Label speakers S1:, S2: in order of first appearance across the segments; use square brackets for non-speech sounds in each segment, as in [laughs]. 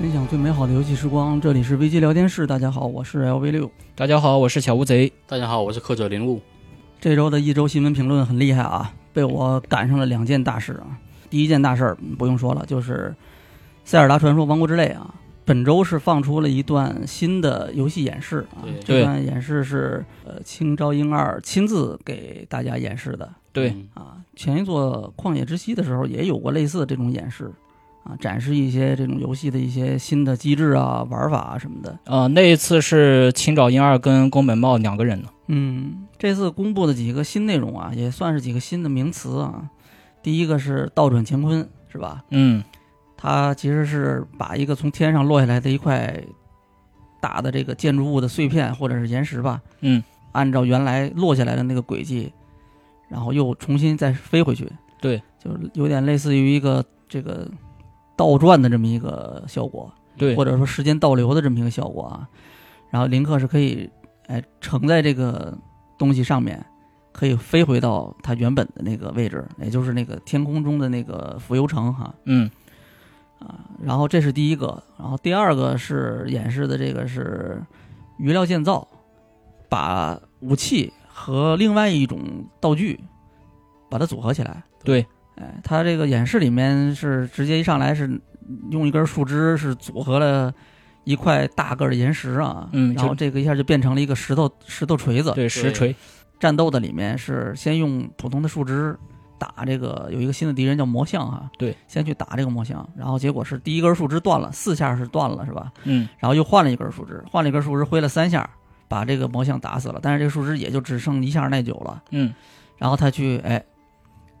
S1: 分享最美好的游戏时光，这里是危机聊天室。大家好，我是 LV 六。
S2: 大家好，我是小乌贼。
S3: 大家好，我是客者林悟。
S1: 这周的一周新闻评论很厉害啊，被我赶上了两件大事啊。第一件大事儿嗯不用说了，就是《塞尔达传说：王国之泪》啊，本周是放出了一段新的游戏演示啊
S3: 对。
S1: 这段演示是呃青昭英二亲自给大家演示的
S2: 对，
S3: 嗯
S1: 啊。前一座《旷野之息》的时候也有过类似的这种演示啊，展示一些这种游戏的一些新的机制啊、玩法啊什么的。
S2: 呃，那一次是青沼英二跟宫本茂两个人呢。
S1: 嗯，这次公布的几个新内容啊，也算是几个新的名词啊。第一个是倒转乾坤，是吧？
S2: 嗯，
S1: 它其实是把一个从天上落下来的一块大的这个建筑物的碎片或者是岩石吧，
S2: 嗯，
S1: 按照原来落下来的那个轨迹，然后又重新再飞回去。
S2: 对，
S1: 就是有点类似于一个这个倒转的这么一个效果。
S2: 对
S1: 或，者说时间倒流的这么一个效果啊。然后林克是可以哎乘在这个东西上面，可以飞回到它原本的那个位置，也就是那个天空中的那个浮游城哈
S2: 嗯，
S1: 啊。然后这是第一个，然后第二个是演示的这个是鱼料建造，把武器和另外一种道具把它组合起来。
S2: 对，
S1: 哎，它这个演示里面是直接一上来是用一根树枝是组合了一块大个儿的岩石啊，
S2: 嗯
S1: 然后
S2: 就
S1: 这个一下就变成了一个石头石头锤子。
S2: 对，实锤。
S1: 战斗的里面是先用普通的树枝打这个有一个新的敌人叫魔像啊，
S2: 对，
S1: 先去打这个魔像，然后结果是第一根树枝断了，四下是断了是吧？
S2: 嗯，
S1: 然后又换了一根树枝，换了一根树枝挥了三下，把这个魔像打死了，但是这个树枝也就只剩一下耐久了。
S2: 嗯，
S1: 然后他去哎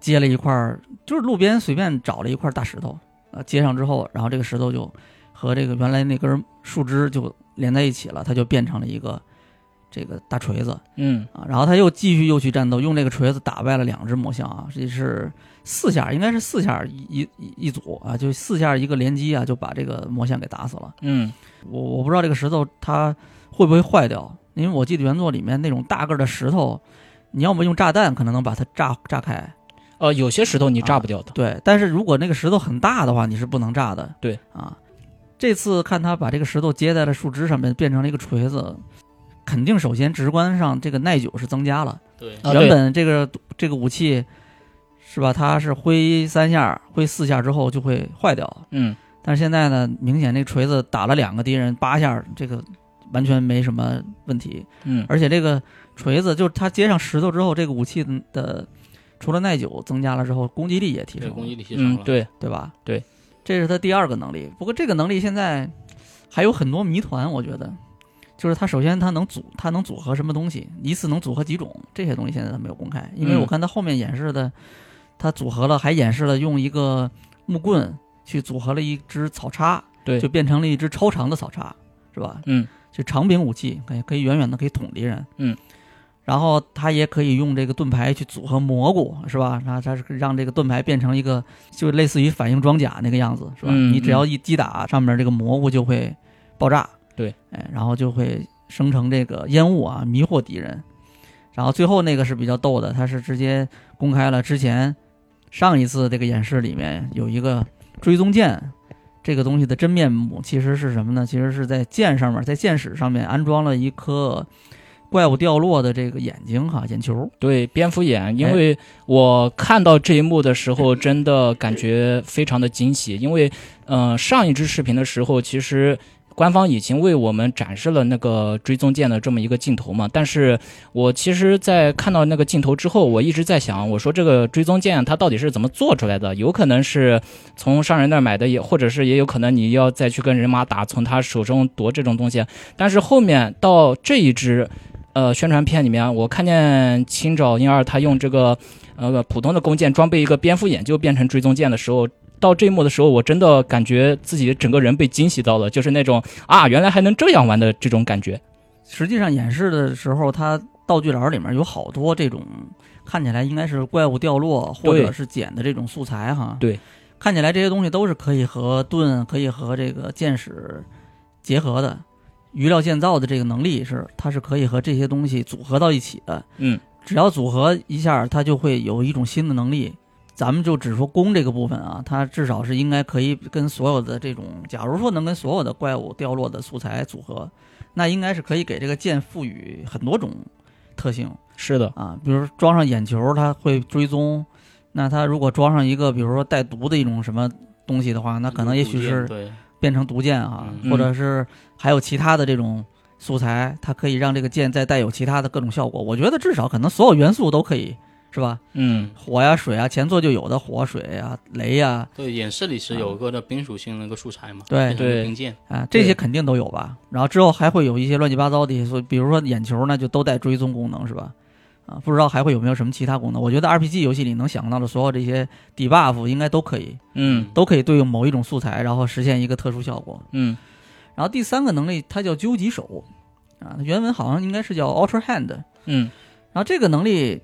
S1: 接了一块儿，就是路边随便找了一块大石头，呃，接上之后，然后这个石头就和这个原来那根树枝就连在一起了，它就变成了一个这个大锤子
S2: 嗯，
S1: 啊。然后他又继续又去战斗，用这个锤子打败了两只魔像啊，这是四下，应该是四下一一一组啊，就四下一个连击啊，就把这个魔像给打死了。
S2: 嗯，
S1: 我我不知道这个石头它会不会坏掉，因为我记得原作里面那种大个儿的石头，你要么用炸弹可能能把它炸炸开，
S2: 呃，有些石头你炸不掉的。
S1: 对。但是如果那个石头很大的话，你是不能炸的。
S2: 对
S1: 啊，这次看他把这个石头接在了树枝上面，变成了一个锤子，肯定首先直观上这个耐久是增加了。
S3: 对，
S2: 啊
S1: 原
S2: 对
S1: 本这个这个武器是吧，它是挥三下、挥四下之后就会坏掉，
S2: 嗯，
S1: 但是现在呢，明显这锤子打了两个敌人八下，这个完全没什么问题。
S2: 嗯，
S1: 而且这个锤子就是它接上石头之后，这个武器的除了耐久增加了之后，攻击力也提
S3: 对，
S1: 升
S3: 攻击
S1: 了，
S3: 力提升
S2: 嗯
S3: 了，，，
S2: 对，
S1: 对吧？
S2: 对，
S1: 这是它第二个能力。不过这个能力现在还有很多谜团，我觉得。就是它首先它能组，它能组合什么东西，一次能组合几种，这些东西现在它没有公开，因为
S2: 嗯
S1: 我看它后面演示的，它组合了，还演示了用一个木棍去组合了一只草叉，
S2: 对
S1: 就变成了一只超长的扫叉，是吧？
S2: 嗯，
S1: 就长柄武器，可以可以远远的可以捅敌人。
S2: 嗯，
S1: 然后他也可以用这个盾牌去组合蘑菇，是吧？然后他是让这个盾牌变成一个就类似于反应装甲那个样子，是吧？
S2: 嗯
S1: 你只要一击打上面这个蘑菇就会爆炸，
S2: 对，
S1: 哎，然后就会生成这个烟雾啊，迷惑敌人。然后最后那个是比较逗的，他是直接公开了之前上一次这个演示里面有一个追踪舰，这个东西的真面目其实是什么呢？其实是在舰上面，在舰室上面安装了一颗怪物掉落的这个眼睛哈眼球。
S2: 对，蝙蝠眼，因为我看到这一幕的时候，真的感觉非常的惊喜，因为，呃，上一支视频的时候，其实官方已经为我们展示了那个追踪舰的这么一个镜头嘛，但是我其实，在看到那个镜头之后，我一直在想，我说这个追踪舰它到底是怎么做出来的？有可能是从商人那儿买的，也或者是也有可能你要再去跟人马打，从他手中夺这种东西，但是后面到这一支。呃宣传片里面，我看见青沼英二他用这个呃普通的弓箭装备一个蝙蝠眼，就变成追踪箭的时候。到这一幕的时候，我真的感觉自己整个人被惊喜到了，就是那种啊，原来还能这样玩的这种感觉。
S1: 实际上演示的时候，它道具栏里面有好多这种看起来应该是怪物掉落或者是捡的这种素材哈。
S2: 对，
S1: 看起来这些东西都是可以和盾、可以和这个箭矢结合的。鱼料建造的这个能力是，它是可以和这些东西组合到一起的。
S2: 嗯，
S1: 只要组合一下，它就会有一种新的能力。咱们就只说攻这个部分啊，它至少是应该可以跟所有的这种，假如说能跟所有的怪物掉落的素材组合，那应该是可以给这个剑赋予很多种特性
S2: 是的，
S1: 啊，比如装上眼球，它会追踪；那它如果装上一个，比如说带毒的一种什么东西的话，那可能也许是
S3: 对
S1: 变成毒箭啊，
S2: 嗯
S1: 或者是还有其他的这种素材，它可以让这个剑再带有其他的各种效果。我觉得至少可能所有元素都可以，是吧？
S2: 嗯，
S1: 火呀、水呀，前作就有的火、水呀、雷呀，
S3: 对，演示里是有个的冰属性那个素材嘛，
S1: 啊对
S3: 变成了
S2: 对
S3: 冰剑，
S1: 啊，这些肯定都有吧。然后之后还会有一些乱七八糟的，说比如说眼球呢，就都带追踪功能，是吧？啊，不知道还会有没有什么其他功能？我觉得 RPG 游戏里能想到的所有这些 debuff 应该都可以，
S2: 嗯
S1: 都可以对应某一种素材，然后实现一个特殊效果。
S2: 嗯
S1: 然后第三个能力它叫究极手，啊，原文好像应该是叫 Ultra Hand。然
S2: 嗯
S1: 后这个能力，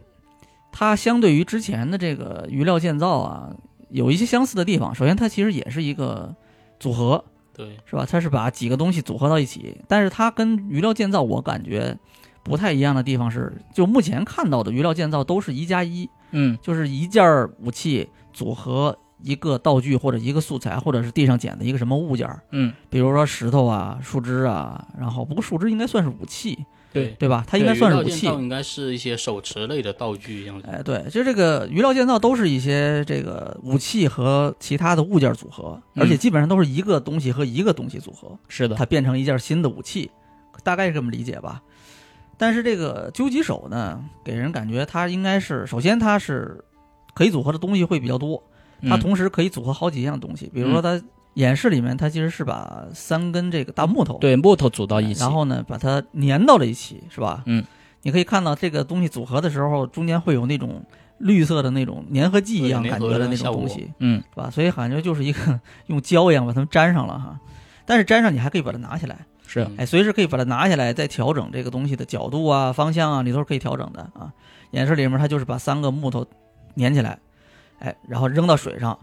S1: 它相对于之前的这个鱼料建造啊，有一些相似的地方。首先，它其实也是一个组合，
S3: 对，
S1: 是吧？它是把几个东西组合到一起，但是它跟鱼料建造我感觉不太一样的地方是，就目前看到的鱼料建造都是一加一，
S2: 嗯
S1: 就是一件儿武器组合一个道具或者一个素材，或者是地上捡的一个什么物件儿，
S2: 嗯，
S1: 比如说石头啊、树枝啊，然后不过树枝应该算是武器，
S2: 对
S1: 对吧？它应该
S3: 对
S1: 算是
S3: 鱼
S1: 武
S3: 料
S1: 器
S3: 建。造应该是一些手持类的道具一样的，
S1: 哎，对，就这个鱼料建造都是一些这个武器和其他的物件组合，
S2: 嗯
S1: 而且基本上都是一个东西和一个东西组合。
S2: 是的，
S1: 它变成一件新的武器，大概是这么理解吧。但是这个究极手呢，给人感觉它应该是，首先它是可以组合的东西会比较多，它
S2: 嗯
S1: 同时可以组合好几样东西，比如说它演示里面它其实是把三根这个大木头
S2: 对木头组到一起，
S1: 然后呢把它粘到了一起，是吧？
S2: 嗯，
S1: 你可以看到这个东西组合的时候，中间会有那种绿色的那种粘合剂一样
S3: 对
S1: 感
S3: 粘合
S1: 觉的
S3: 的
S1: 那种
S3: 效果
S1: 东西，
S2: 嗯
S1: 是吧？所以感觉就是一个用胶一样把它们粘上了哈。但是粘上你还可以把它拿起来，
S2: 是
S3: 嗯
S1: 哎，随时可以把它拿下来，再调整这个东西的角度啊、方向啊，你都是可以调整的啊。演示里面它就是把三个木头粘起来，哎，然后扔到水上，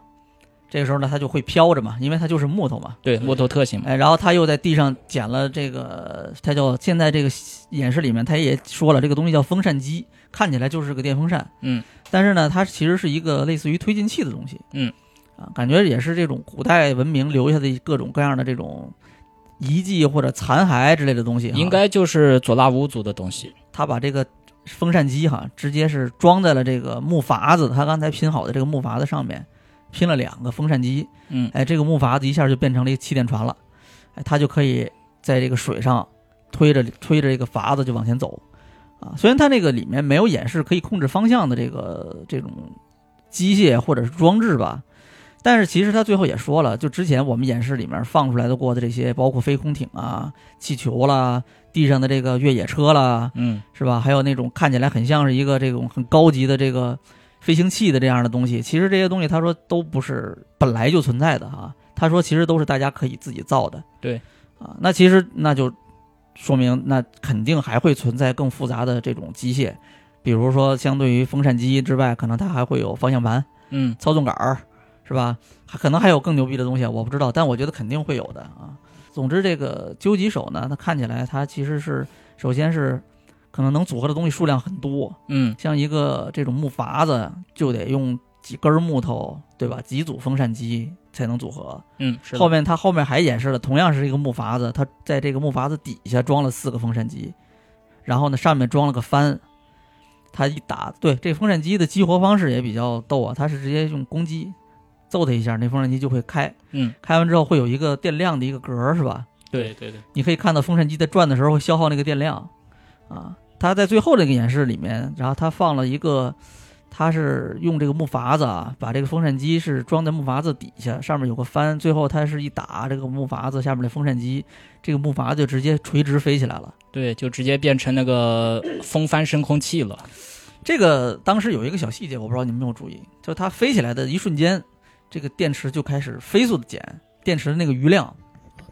S1: 这个时候呢它就会飘着嘛，因为它就是木头嘛，
S2: 对木头特性嘛，
S1: 哎，然后他又在地上捡了这个，他叫现在这个演示里面他也说了，这个东西叫风扇机，看起来就是个电风扇，
S2: 嗯，
S1: 但是呢，它其实是一个类似于推进器的东西，
S2: 嗯，
S1: 啊，感觉也是这种古代文明留下的各种各样的这种遗迹或者残骸之类的东西哈，
S2: 应该就是佐拉乌族的东西，
S1: 他把这个风扇机哈，直接是装在了这个木筏子，他刚才拼好的这个木筏子上面，拼了两个风扇机，
S2: 嗯
S1: 哎，这个木筏子一下就变成了一个气垫船了，哎，它就可以在这个水上推着推着这个筏子就往前走，啊，虽然它那个里面没有演示可以控制方向的这个这种机械或者是装置吧，但是其实他最后也说了，就之前我们演示里面放出来的过的这些，包括飞空艇啊、气球啦、地上的这个越野车啦，
S2: 嗯
S1: 是吧？还有那种看起来很像是一个这种很高级的这个飞行器的这样的东西，其实这些东西他说都不是本来就存在的哈、他说其实都是大家可以自己造的。
S2: 对，
S1: 啊，那其实那就说明那肯定还会存在更复杂的这种机械，比如说相对于风扇机之外，可能它还会有方向盘、
S2: 嗯
S1: 操纵杆儿，是吧？还可能还有更牛逼的东西，我不知道，但我觉得肯定会有的啊。总之，这个究极手呢，它看起来它其实是首先是可能能组合的东西数量很多，
S2: 嗯
S1: 像一个这种木筏子就得用几根木头，对吧？几组风扇机才能组合。
S2: 嗯是
S1: 后
S2: 的，
S1: 面它后面还演示了，同样是一个木筏子，它在这个木筏子底下装了四个风扇机，然后呢上面装了个帆，它一打，对这风扇机的激活方式也比较逗啊，它是直接用攻击揍它一下，那风扇机就会开，
S2: 嗯
S1: 开完之后会有一个电量的一个格儿，是吧？
S3: 对对对，
S1: 你可以看到风扇机在转的时候会消耗那个电量，啊，它在最后这个演示里面，然后它放了一个，它是用这个木筏子啊，把这个风扇机是装在木筏子底下，上面有个帆，最后它是一打这个木筏子下面的风扇机，这个木筏子就直接垂直飞起来了。
S2: 对，就直接变成那个风帆升空器了，
S1: 这个当时有一个小细节，我不知道你们有没有注意，就是它飞起来的一瞬间，这个电池就开始飞速的减，电池的那个余量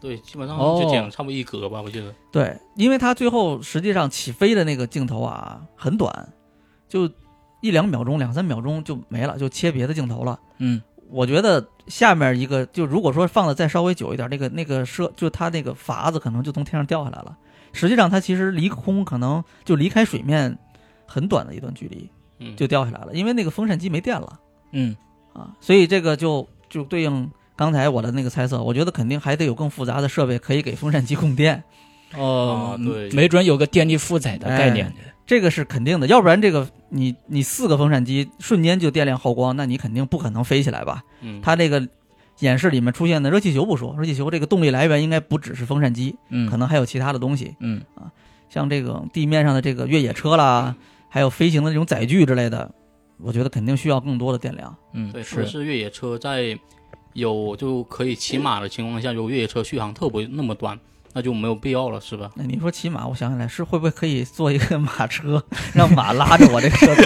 S3: 对，基本上
S2: 哦
S3: 就减了差不多一格吧，我记得。
S1: 对，因为它最后实际上起飞的那个镜头啊很短，就一两秒钟、两三秒钟就没了，就切别的镜头了。
S2: 嗯
S1: 我觉得下面一个就如果说放的再稍微久一点，那个那个射就它那个筏子可能就从天上掉下来了。实际上它其实离空可能就离开水面很短的一段距离
S3: 嗯，
S1: 就掉下来了，因为那个风扇机没电了。
S2: 嗯
S1: 啊，所以这个就就对应刚才我的那个猜测，我觉得肯定还得有更复杂的设备可以给风扇机供电，
S2: 哦
S1: 呃
S3: 啊，对
S2: 没准有个电力负载的
S1: 哎
S2: 概念。
S1: 这个是肯定的，要不然这个你你四个风扇机瞬间就电量耗光，那你肯定不可能飞起来吧？
S3: 嗯，
S1: 它这个演示里面出现的热气球不说，热气球这个动力来源应该不只是风扇机，
S2: 嗯，
S1: 可能还有其他的东西，
S2: 嗯
S1: 像这个地面上的这个越野车啦，还有飞行的这种载具之类的，我觉得肯定需要更多的电量。
S2: 嗯，
S3: 对，特别
S2: 是
S3: 是越野车在有就可以骑马的情况下，有越野车续航特别那么短，那就没有必要了，是吧？
S1: 那你说骑马，我想起来是会不会可以做一个马
S3: [laughs]
S1: 车，让马拉着我这个车走，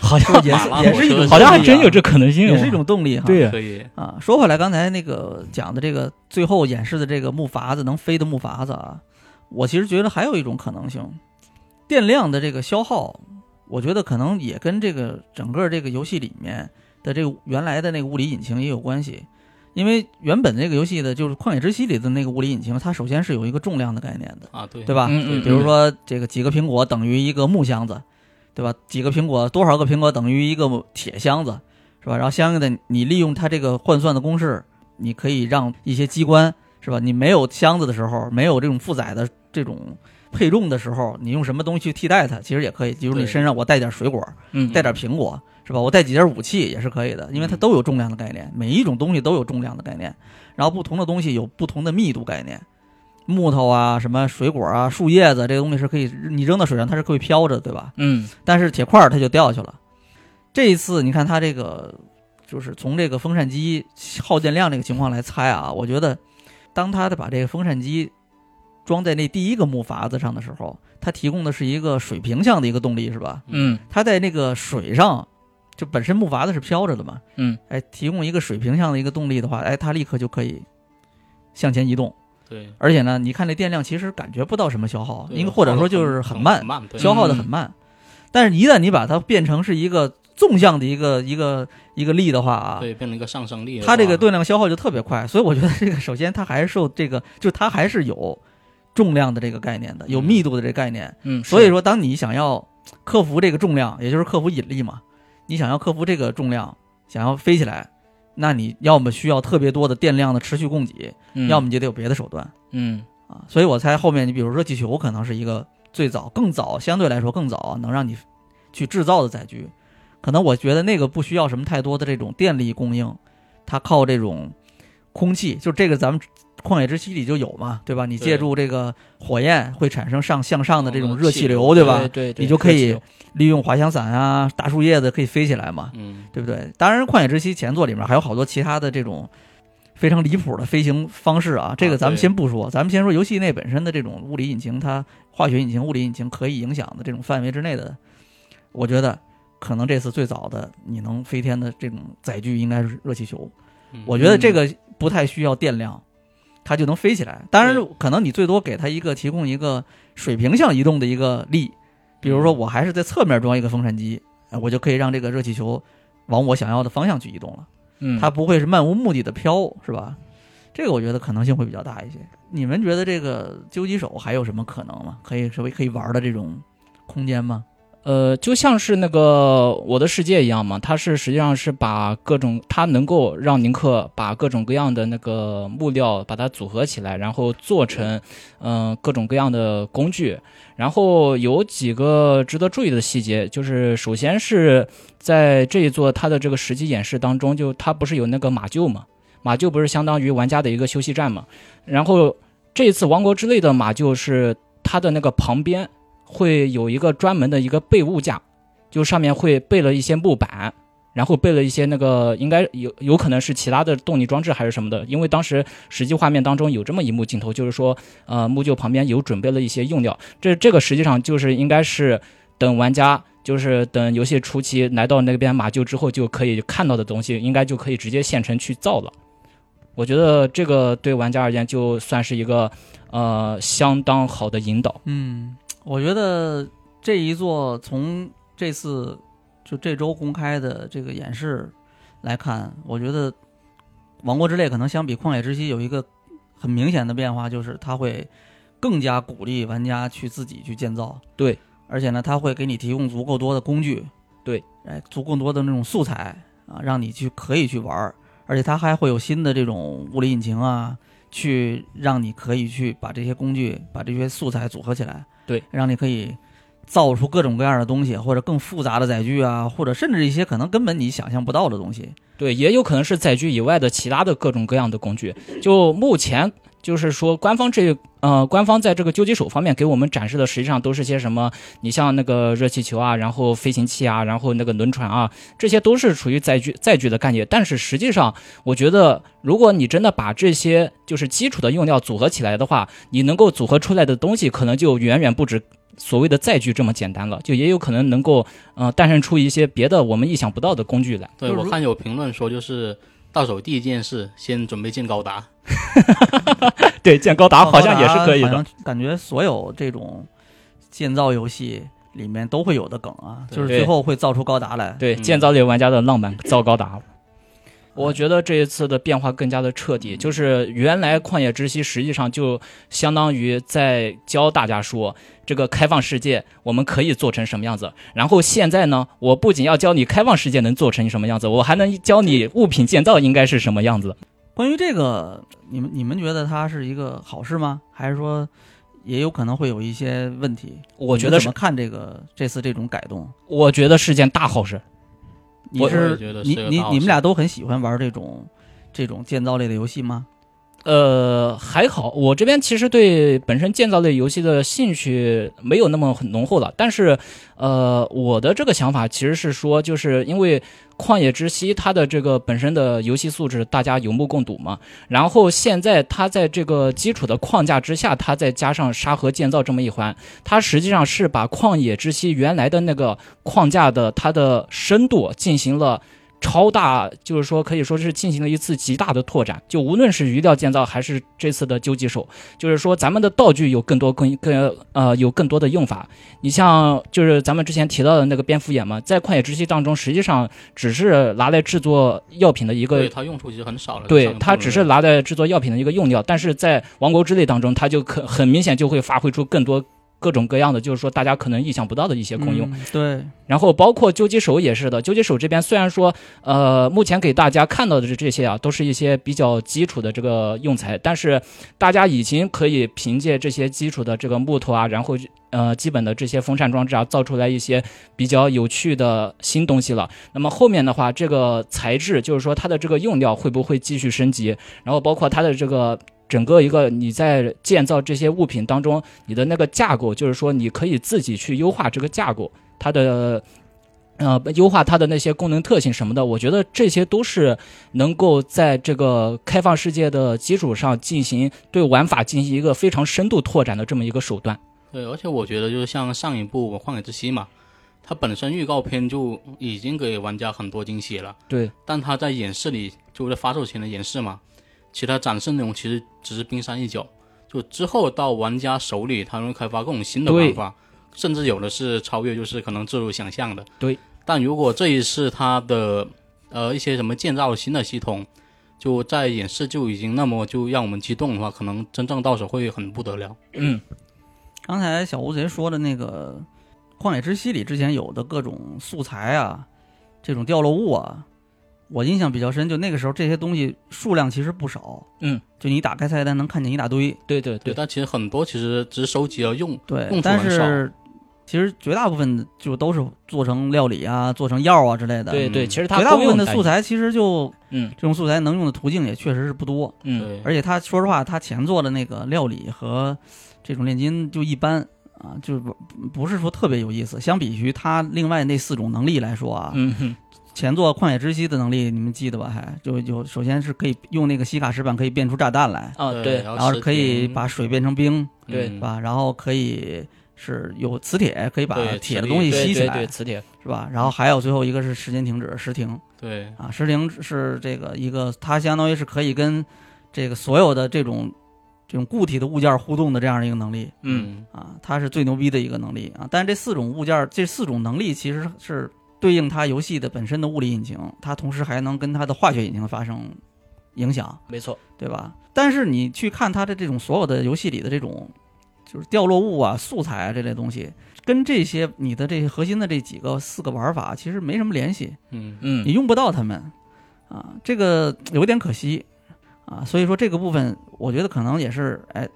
S2: 好像
S1: 就也
S3: 马
S1: 是
S3: 拉
S1: 也
S3: 我
S1: 是一
S3: 车
S1: 种
S3: 走
S2: 好像还
S1: 动力
S2: 真
S1: 啊
S2: 有这可能性哦，
S1: 也是一种动力哈。
S2: 对呀
S3: 可以，
S1: 啊，说回来，刚才那个讲的这个最后演示的这个木筏子能飞的木筏子啊，我其实觉得还有一种可能性，电量的这个消耗，我觉得可能也跟这个整个这个游戏里面的这个原来的那个物理引擎也有关系。因为原本这个游戏的就是《旷野之息》里的那个物理引擎，它首先是有一个重量的概念的，
S3: 啊，对
S1: 对吧？
S2: 嗯嗯，
S1: 比如说这个几个苹果等于一个木箱子，对吧？几个苹果多少个苹果等于一个铁箱子，是吧？然后相应的，你利用它这个换算的公式，你可以让一些机关，是吧？你没有箱子的时候，没有这种负载的这种配重的时候，你用什么东西去替代它，其实也可以。比如你
S3: 对
S1: 身上我带点水果，
S2: 嗯
S1: 带点苹果，是吧？我带几件武器也是可以的，因为它
S3: 嗯
S1: 都有重量的概念，每一种东西都有重量的概念，然后不同的东西有不同的密度概念。木头啊，什么水果啊，树叶子这个东西是可以，你扔到水上它是可以飘着，对吧？
S2: 嗯
S1: 但是铁块儿它就掉下去了。这一次你看它这个，就是从这个风扇机耗电量这个情况来猜啊，我觉得当它的把这个风扇机装在那第一个木筏子上的时候，它提供的是一个水平向的一个动力，是吧？
S2: 嗯
S1: 它在那个水上，就本身木筏子是飘着的嘛，
S2: 嗯，
S1: 哎，提供一个水平上的一个动力的话，哎，它立刻就可以向前移动，
S3: 对，
S1: 而且呢，你看这电量其实感觉不到什么消耗，
S3: 对
S1: 因为或者说就是
S3: 很
S1: 慢，
S3: 慢，对嗯
S1: 消耗的很慢。但是，一旦你把它变成是一个纵向的一个一个一个力的话啊，
S3: 对，变成一个上升力的话。
S1: 它这个动量消耗就特别快，所以我觉得这个首先它还是受这个，就它还是有重量的这个概念的，有
S3: 嗯
S1: 密度的这个概念。
S2: 嗯，是
S1: 所以说，当你想要克服这个重量，也就是克服引力嘛，你想要克服这个重量，想要飞起来，那你要么需要特别多的电量的持续供给，
S2: 嗯
S1: 要么你就得有别的手段
S2: 嗯
S1: 啊。所以我猜后面你比如说气球可能是一个最早、更早，相对来说更早能让你去制造的载具，可能我觉得那个不需要什么太多的这种电力供应，它靠这种空气，就这个咱们。旷野之息里就有嘛，对吧？你借
S3: 对
S1: 助这个火焰会产生上向上的这种热气流，
S3: 嗯
S1: 对吧？
S2: 对，哦
S1: 你就可以利用滑翔伞啊、大树叶子可以飞起来嘛，
S3: 嗯，
S1: 对不对？当然，《旷野之息》前作里面还有好多其他的这种非常离谱的飞行方式啊，这个咱们
S3: 对
S1: 先不说，咱们先说游戏内本身的这种物理引擎，它化学引擎、物理引擎可以影响的这种范围之内的，我觉得可能这次最早的你能飞天的这种载具应该是热气球，
S3: 嗯
S1: 我觉得这个不太需要电量。它就能飞起来，当然可能你最多给它一个提供一个水平向移动的一个力，比如说我还是在侧面装一个风扇机，哎我就可以让这个热气球往我想要的方向去移动了，
S2: 嗯
S1: 它不会是漫无目的的飘，是吧？这个我觉得可能性会比较大一些。你们觉得这个究极手还有什么可能吗？可以稍微可以玩的这种空间吗？
S2: 呃，就像是那个《我的世界》一样嘛，它是实际上是把各种，它能够让林克把各种各样的那个木料把它组合起来，然后做成，嗯、各种各样的工具。然后有几个值得注意的细节，就是首先是在这一座它的这个实际演示当中，就它不是有那个马厩嘛，马厩不是相当于玩家的一个休息站嘛。然后这一次《王国之泪》的马厩是它的那个旁边会有一个专门的一个备物架，就上面会备了一些木板，然后备了一些那个应该有有可能是其他的动力装置还是什么的，因为当时实际画面当中有这么一幕镜头，就是说呃木臼旁边有准备了一些用料，这这个实际上就是应该是等玩家。就是等游戏初期来到那边马厩之后，就可以看到的东西，应该就可以直接现成去造了。我觉得这个对玩家而言，就算是一个呃相当好的引导。
S1: 嗯，我觉得这一座从这次就这周公开的这个演示来看，我觉得《王国之泪》可能相比《旷野之息》有一个很明显的变化，就是它会更加鼓励玩家去自己去建造。
S2: 对，
S1: 而且呢，它会给你提供足够多的工具，
S2: 对，
S1: 哎，足够多的那种素材啊，让你去可以去玩儿，而且它还会有新的这种物理引擎啊，去让你可以去把这些工具、把这些素材组合起来，
S2: 对，
S1: 让你可以造出各种各样的东西，或者更复杂的载具啊，或者甚至一些可能根本你想象不到的东西。
S2: 对，也有可能是载具以外的其他的各种各样的工具。就目前就是说，官方这呃，官方在这个狙击手方面给我们展示的，实际上都是些什么？你像那个热气球啊，然后飞行器啊，然后那个轮船啊，这些都是属于载具载具的概念。但是实际上，我觉得如果你真的把这些就是基础的用料组合起来的话，你能够组合出来的东西，可能就远远不止。所谓的载具这么简单了，就也有可能能够，呃，诞生出一些别的我们意想不到的工具来。
S3: 对
S1: 就是
S3: 我
S1: 如
S3: 看有评论说，就是到手第一件事，先准备进高达。
S2: [laughs] 对，建高达啊好
S1: 高
S2: 像也
S1: 达
S2: 是可以
S1: 好
S2: 的
S1: 像。感觉所有这种建造游戏里面都会有的梗啊，
S3: 对
S1: 就是最后会造出高达来。
S2: 对，
S3: 嗯
S2: 建造类玩家的浪漫造高达。我觉得这一次的变化更加的彻底，就是原来《旷野之息》实际上就相当于在教大家说，这个开放世界我们可以做成什么样子。然后现在呢，我不仅要教你开放世界能做成什么样子，我还能教你物品建造应该是什么样子。
S1: 关于这个，你们你们觉得它是一个好事吗？还是说也有可能会有一些问题？
S2: 我觉
S1: 你
S2: 得
S1: 们怎
S2: 是
S1: 么，看这个这次这种改动？
S2: 我觉得是件大好事。
S1: 你
S3: 我也
S1: 是
S3: 觉得是
S1: 你
S3: 个
S1: 你
S3: 大好
S1: 你们
S3: 事
S1: 俩都很喜欢玩这种这种建造类的游戏吗？
S2: 呃，还好，我这边其实对本身建造类游戏的兴趣没有那么很浓厚了。但是，呃，我的这个想法其实是说，就是因为《旷野之息》它的这个本身的游戏素质大家有目共睹嘛。然后现在它在这个基础的框架之下，它再加上沙盒建造这么一环，它实际上是把《旷野之息》原来的那个框架的它的深度进行了。超大，就是说可以说是进行了一次极大的拓展。就无论是鱼料建造，还是这次的究极手，就是说咱们的道具有更多、更更呃有更多的用法。你像就是咱们之前提到的那个蝙蝠眼嘛，在旷野之息当中，实际上只是拿来制作药品的一个
S3: 对它用处其实很少了。
S2: 对
S3: 上一，部
S2: 它
S3: 分
S2: 只是拿来制作药品的一个用料，但是在王国之泪当中，它就可很明显就会发挥出更多各种各样的，就是说大家可能意想不到的一些功用。
S1: 嗯对，
S2: 然后包括究极手也是的，究极手这边虽然说，呃，目前给大家看到的这这些啊，都是一些比较基础的这个用材，但是大家已经可以凭借这些基础的这个木头啊，然后呃基本的这些风扇装置啊，造出来一些比较有趣的新东西了。那么后面的话，这个材质就是说它的这个用料会不会继续升级，然后包括它的这个。整个一个你在建造这些物品当中，你的那个架构，就是说你可以自己去优化这个架构，它的呃优化它的那些功能特性什么的，我觉得这些都是能够在这个开放世界的基础上进行对玩法进行一个非常深度拓展的这么一个手段。
S3: 对，而且我觉得就是像上一部《旷野之息》嘛，它本身预告片就已经给玩家很多惊喜了，
S2: 对，
S3: 但它在演示里，就在发售前的演示嘛，其他展示内容其实只是冰山一角。就之后到玩家手里，他们会开发各种新的玩法，甚至有的是超越，就是可能自主想象的。
S2: 对。
S3: 但如果这一次它的呃一些什么建造新的系统，就在演示就已经那么就让我们激动的话，可能真正到手会很不得了。
S2: 嗯，
S1: 刚才小乌贼说的那个《旷野之息》里之前有的各种素材啊，这种掉落物啊，我印象比较深。就那个时候这些东西数量其实不少，
S2: 嗯，
S1: 就你打开菜单能看见一大堆，
S2: 对对
S3: 对，
S2: 对，
S3: 但其实很多其实只是收集了用，
S1: 对
S3: 用途，
S1: 但
S3: 很
S1: 是其实绝大部分就都是做成料理啊，做成药啊之类的。
S2: 对对，
S3: 嗯
S2: 其实它
S1: 绝大部
S2: 功用
S1: 分的
S2: 在
S1: 素，材其实就
S2: 嗯
S1: 这种素材能用的途径也确实是不多，
S2: 嗯，
S3: 对，
S1: 而且他说实话，他前做的那个料理和这种炼金就一般啊，就是不不是说特别有意思。相比于他另外那四种能力来说啊，
S2: 嗯哼，
S1: 前作旷野之息的能力你们记得吧？还就有首先是可以用那个西卡石板可以变出炸弹来，
S2: 啊对
S1: 然后
S3: 是
S1: 可以把水变成冰，
S3: 嗯
S2: 对
S1: 是吧？然后可以是有磁铁，可以把
S3: 对
S1: 铁的
S3: 磁力
S1: 东西
S2: 对
S1: 吸起
S2: 对
S1: 来
S2: 对，，磁铁，
S1: 是吧？然后还有最后一个是时间停止，时停。
S3: 对
S1: 啊，石灵是这个一个，它相当于是可以跟这个所有的这种这种固体的物件互动的这样一个能力
S2: 嗯，
S1: 啊，它是最牛逼的一个能力啊。但是这四种物件，这四种能力其实是对应它游戏的本身的物理引擎，它同时还能跟它的化学引擎发生影响，
S2: 没错，
S1: 对吧？但是你去看它的这种所有的游戏里的这种就是掉落物啊、素材啊这类东西，跟这些你的这些核心的这几个四个玩法其实没什么联系，
S3: 嗯，
S2: 嗯
S1: 你用不到它们啊，这个有点可惜啊。所以说这个部分，我觉得可能也是哎，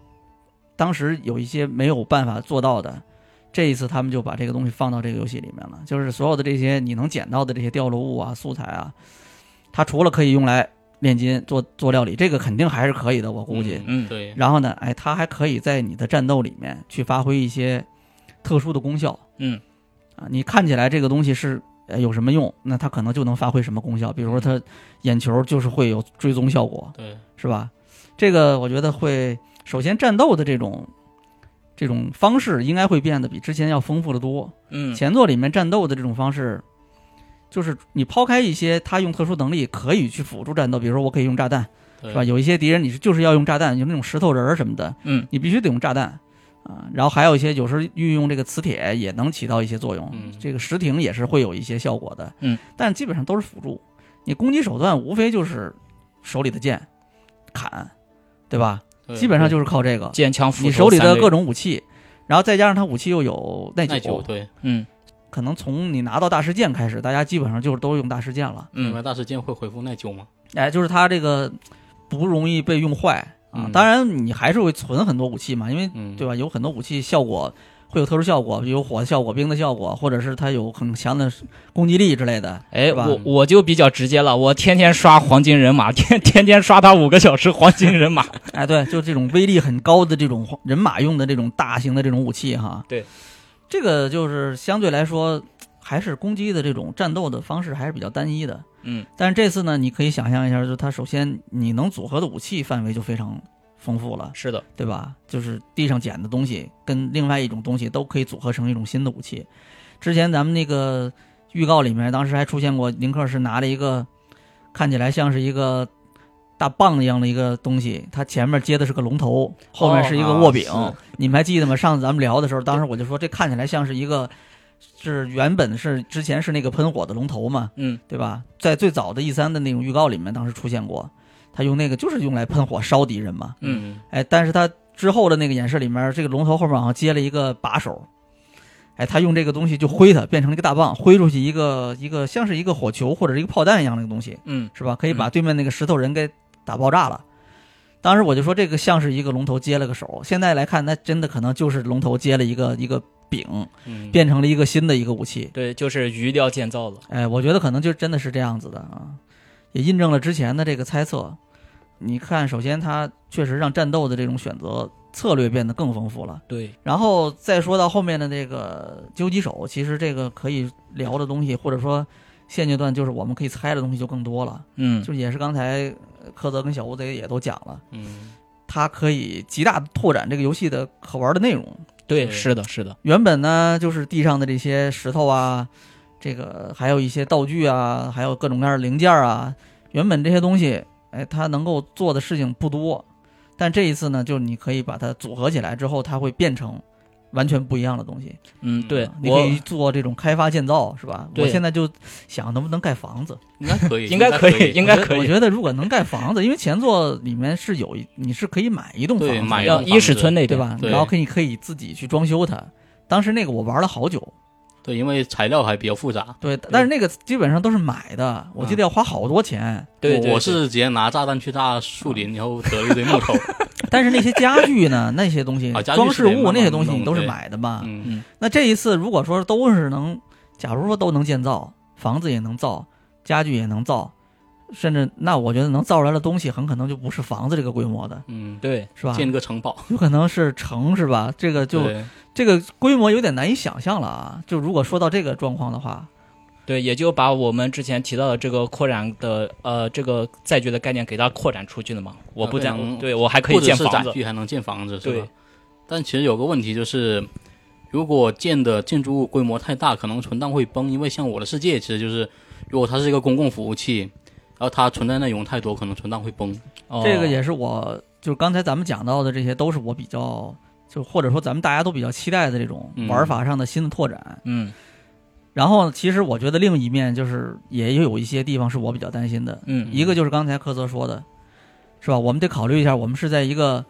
S1: 当时有一些没有办法做到的。这一次他们就把这个东西放到这个游戏里面了，就是所有的这些你能捡到的这些掉落物啊、素材啊，它除了可以用来炼金做做料理，这个肯定还是可以的，我估计。
S2: 嗯
S3: 对，
S1: 然后呢，哎，它还可以在你的战斗里面去发挥一些特殊的功效
S2: 嗯
S1: 啊。你看起来这个东西是呃有什么用，那它可能就能发挥什么功效。比如说，它眼球就是会有追踪效果，
S3: 对，
S1: 是吧？这个我觉得会，首先战斗的这种这种方式应该会变得比之前要丰富的多。
S2: 嗯
S1: 前作里面战斗的这种方式，就是你抛开一些他用特殊能力可以去辅助战斗，比如说我可以用炸弹，
S3: 对
S1: 是吧？有一些敌人你是就是要用炸弹，有那种石头人儿什么的，
S2: 嗯
S1: 你必须得用炸弹啊。然后还有一些有时候运用这个磁铁也能起到一些作用，
S3: 嗯
S1: 这个石挺也是会有一些效果的。
S2: 嗯，
S1: 但基本上都是辅助，你攻击手段无非就是手里的剑、砍，对吧？
S3: 对
S1: 基本上就是靠这个。
S2: 剑枪斧
S1: 你
S2: 头
S1: 手里
S2: 三
S1: 的
S2: 类
S1: 各种武器，然后再加上他武器又有耐
S3: 耐久，对，
S2: 嗯
S1: 可能从你拿到大师剑开始，大家基本上就是都用大师剑了。
S3: 你
S2: 嗯
S3: 们大事件会回复耐久吗？
S1: 哎，就是它这个不容易被用坏啊。
S3: 嗯
S1: 当然，你还是会存很多武器嘛，因为
S3: 嗯，
S1: 对吧？有很多武器效果会有特殊效果，有火的效果、冰的效果，或者是它有很强的攻击力之类的。
S2: 哎，
S1: 是吧
S2: 我我就比较直接了，我天天刷黄金人马，天天天刷他五个小时黄金人马。 [laughs]
S1: [laughs] 哎，对，就这种威力很高的这种人马用的这种大型的这种武器哈。
S2: 对，
S1: 这个就是相对来说还是攻击的这种战斗的方式还是比较单一的。
S2: 嗯
S1: 但是这次呢，你可以想象一下，就是它首先你能组合的武器范围就非常丰富了，
S2: 是的，
S1: 对吧？就是地上捡的东西跟另外一种东西都可以组合成一种新的武器。之前咱们那个预告里面，当时还出现过林克是拿了一个看起来像是一个大棒一样的一个东西，它前面接的是个龙头，后面是一个握柄。
S3: 哦啊
S1: 你们还记得吗？上次咱们聊的时候，当时我就说这看起来像是一个。是原本是之前是那个喷火的龙头嘛，
S2: 嗯
S1: 对吧？在最早的 E 三的那种预告里面，当时出现过，他用那个就是用来喷火烧敌人嘛。
S2: 嗯
S1: 哎，但是他之后的那个演示里面，这个龙头后面好像接了一个把手，哎，他用这个东西就挥它，变成了一个大棒，挥出去一个一个像是一个火球或者是一个炮弹一样的东西，
S2: 嗯
S1: 是吧？可以把对面那个石头人给打爆炸了。当时我就说这个像是一个龙头接了个手，现在来看，那真的可能就是龙头接了一个一个柄，
S3: 嗯，
S1: 变成了一个新的一个武器。
S2: 对，就是鱼料建造了。
S1: 哎，我觉得可能就真的是这样子的啊，也印证了之前的这个猜测。你看，首先它确实让战斗的这种选择策略变得更丰富了，
S2: 对，
S1: 然后再说到后面的这个究极手，其实这个可以聊的东西，或者说现阶段就是我们可以猜的东西就更多了。
S2: 嗯
S1: 就也是刚才呃柯泽跟小乌贼也都讲了，
S3: 嗯，
S1: 它可以极大地拓展这个游戏的可玩的内容。
S2: 对，
S3: 对
S2: 是的，是的，
S1: 原本呢，就是地上的这些石头啊，这个还有一些道具啊，还有各种各样的零件啊。原本这些东西，哎，它能够做的事情不多，但这一次呢，就你可以把它组合起来之后，它会变成完全不一样的东西。
S2: 嗯，对
S1: 你可
S2: 我
S1: 以做这种开发建造，是吧？
S2: 对
S1: 我现在就想能不能盖房子。
S3: 应该可
S2: [laughs]
S3: 以，
S2: 应该可
S3: 可
S2: 以，应该
S1: 我觉得
S2: 可
S1: 我
S2: 以。
S1: 觉得如果能盖房子，因为前作里面是有一，你是可以买一栋房
S3: 对
S1: 子的，
S3: 买一
S2: 要
S3: 栋
S2: 伊始村那
S1: 对
S2: 边？
S1: 吧？
S3: 对
S1: 然后可以可以自己去装修它。当时那个我玩了好久，
S3: 对，因为材料还比较复杂。
S1: 对，但是那个基本上都是买的，我
S3: 嗯
S1: 记得要花好多钱。
S2: 对，对啊
S3: 我
S2: 对
S3: 我是直接拿炸弹去炸树林，然后得了一堆木
S2: [laughs]
S3: 头。
S1: 但是那些家具呢， [laughs] 那些东西、
S3: 啊家具
S1: 装饰
S3: 是得慢
S1: 物
S3: 慢
S1: 那些东西，
S3: 弄
S1: 你都是
S3: 对
S1: 买的嘛。
S3: 嗯，
S1: 那这一次如果说都是能，假如说都能建造，房子也能造，家具也能造，甚至那我觉得能造出来的东西，很可能就不是房子这个规模的，
S3: 嗯，
S2: 对，
S1: 是吧？
S3: 建个城堡，
S1: 有可能是城，是吧？这个就
S3: 对
S1: 这个规模有点难以想象了啊！就如果说到这个状况的话，
S2: 对，也就把我们之前提到的这个扩展的呃这个载具的概念给它扩展出去了嘛。我
S1: 啊
S2: 不
S3: 对
S2: 但
S3: 能
S2: 对我还可以
S3: 或者
S2: 建
S3: 是
S2: 房
S3: 载
S2: 子。
S3: 具还能建房子，是
S2: 对
S3: 吧？但其实有个问题就是，如果建的建筑物规模太大，可能存档会崩。因为像我的世界，其实就是如果它是一个公共服务器，然后它存在内容太多，可能存档会崩。
S2: 哦
S1: 这个也是我就是刚才咱们讲到的这些，都是我比较就或者说咱们大家都比较期待的这种
S3: 嗯
S1: 玩法上的新的拓展。
S2: 嗯
S1: 然后其实我觉得另一面就是也有一些地方是我比较担心的，
S2: 嗯
S1: 一个就是刚才科泽说的，是吧？我们得考虑一下，我们是在一个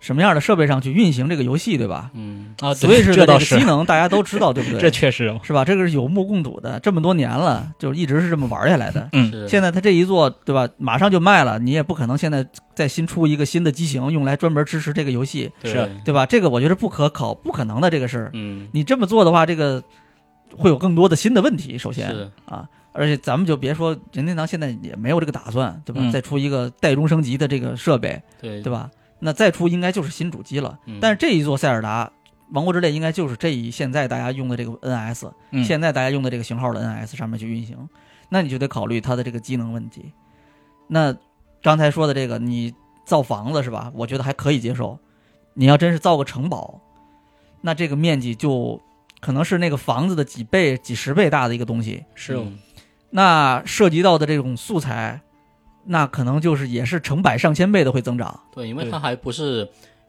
S1: 什么样的设备上去运行这个游戏，对吧？
S3: 嗯，
S2: 啊，
S1: 所以
S2: 对
S1: 是
S2: 这
S1: 这
S2: 倒
S1: 个
S2: 是
S1: 机，能大家都知道，对不
S2: [laughs] 这
S1: 对？
S2: 确实，哦
S1: 是吧？这个是有目共睹的，这么多年了，就一直是这么玩下来的。
S2: 嗯
S3: 是
S1: 现在它这一做，对吧？马上就卖了，你也不可能现在再新出一个新的机型用来专门支持这个游戏，
S3: 对
S2: 是
S1: 对吧？这个我觉得不可考、不可能的这个事儿。
S3: 嗯，
S1: 你这么做的话，这个会有更多的新的问题。首先
S3: 是
S1: 啊，而且咱们就别说任天堂现在也没有这个打算，对吧？
S2: 嗯
S1: 再出一个代中升级的这个设备，
S3: 对
S1: 对吧？那再出应该就是新主机了。
S3: 嗯
S1: 但是这一座塞尔达王国之泪应该就是这一现在大家用的这个 NS，、
S2: 嗯
S1: 现在大家用的这个型号的 NS 上面去运行，那你就得考虑它的这个机能问题。那刚才说的这个，你造房子是吧？我觉得还可以接受。你要真是造个城堡，那这个面积就可能是那个房子的几倍、几十倍大的一个东西。
S2: 是哦，
S3: 嗯
S1: 那涉及到的这种素材，那可能就是也是成百上千倍的会增长。
S3: 对，因为
S2: 对
S3: 它还不是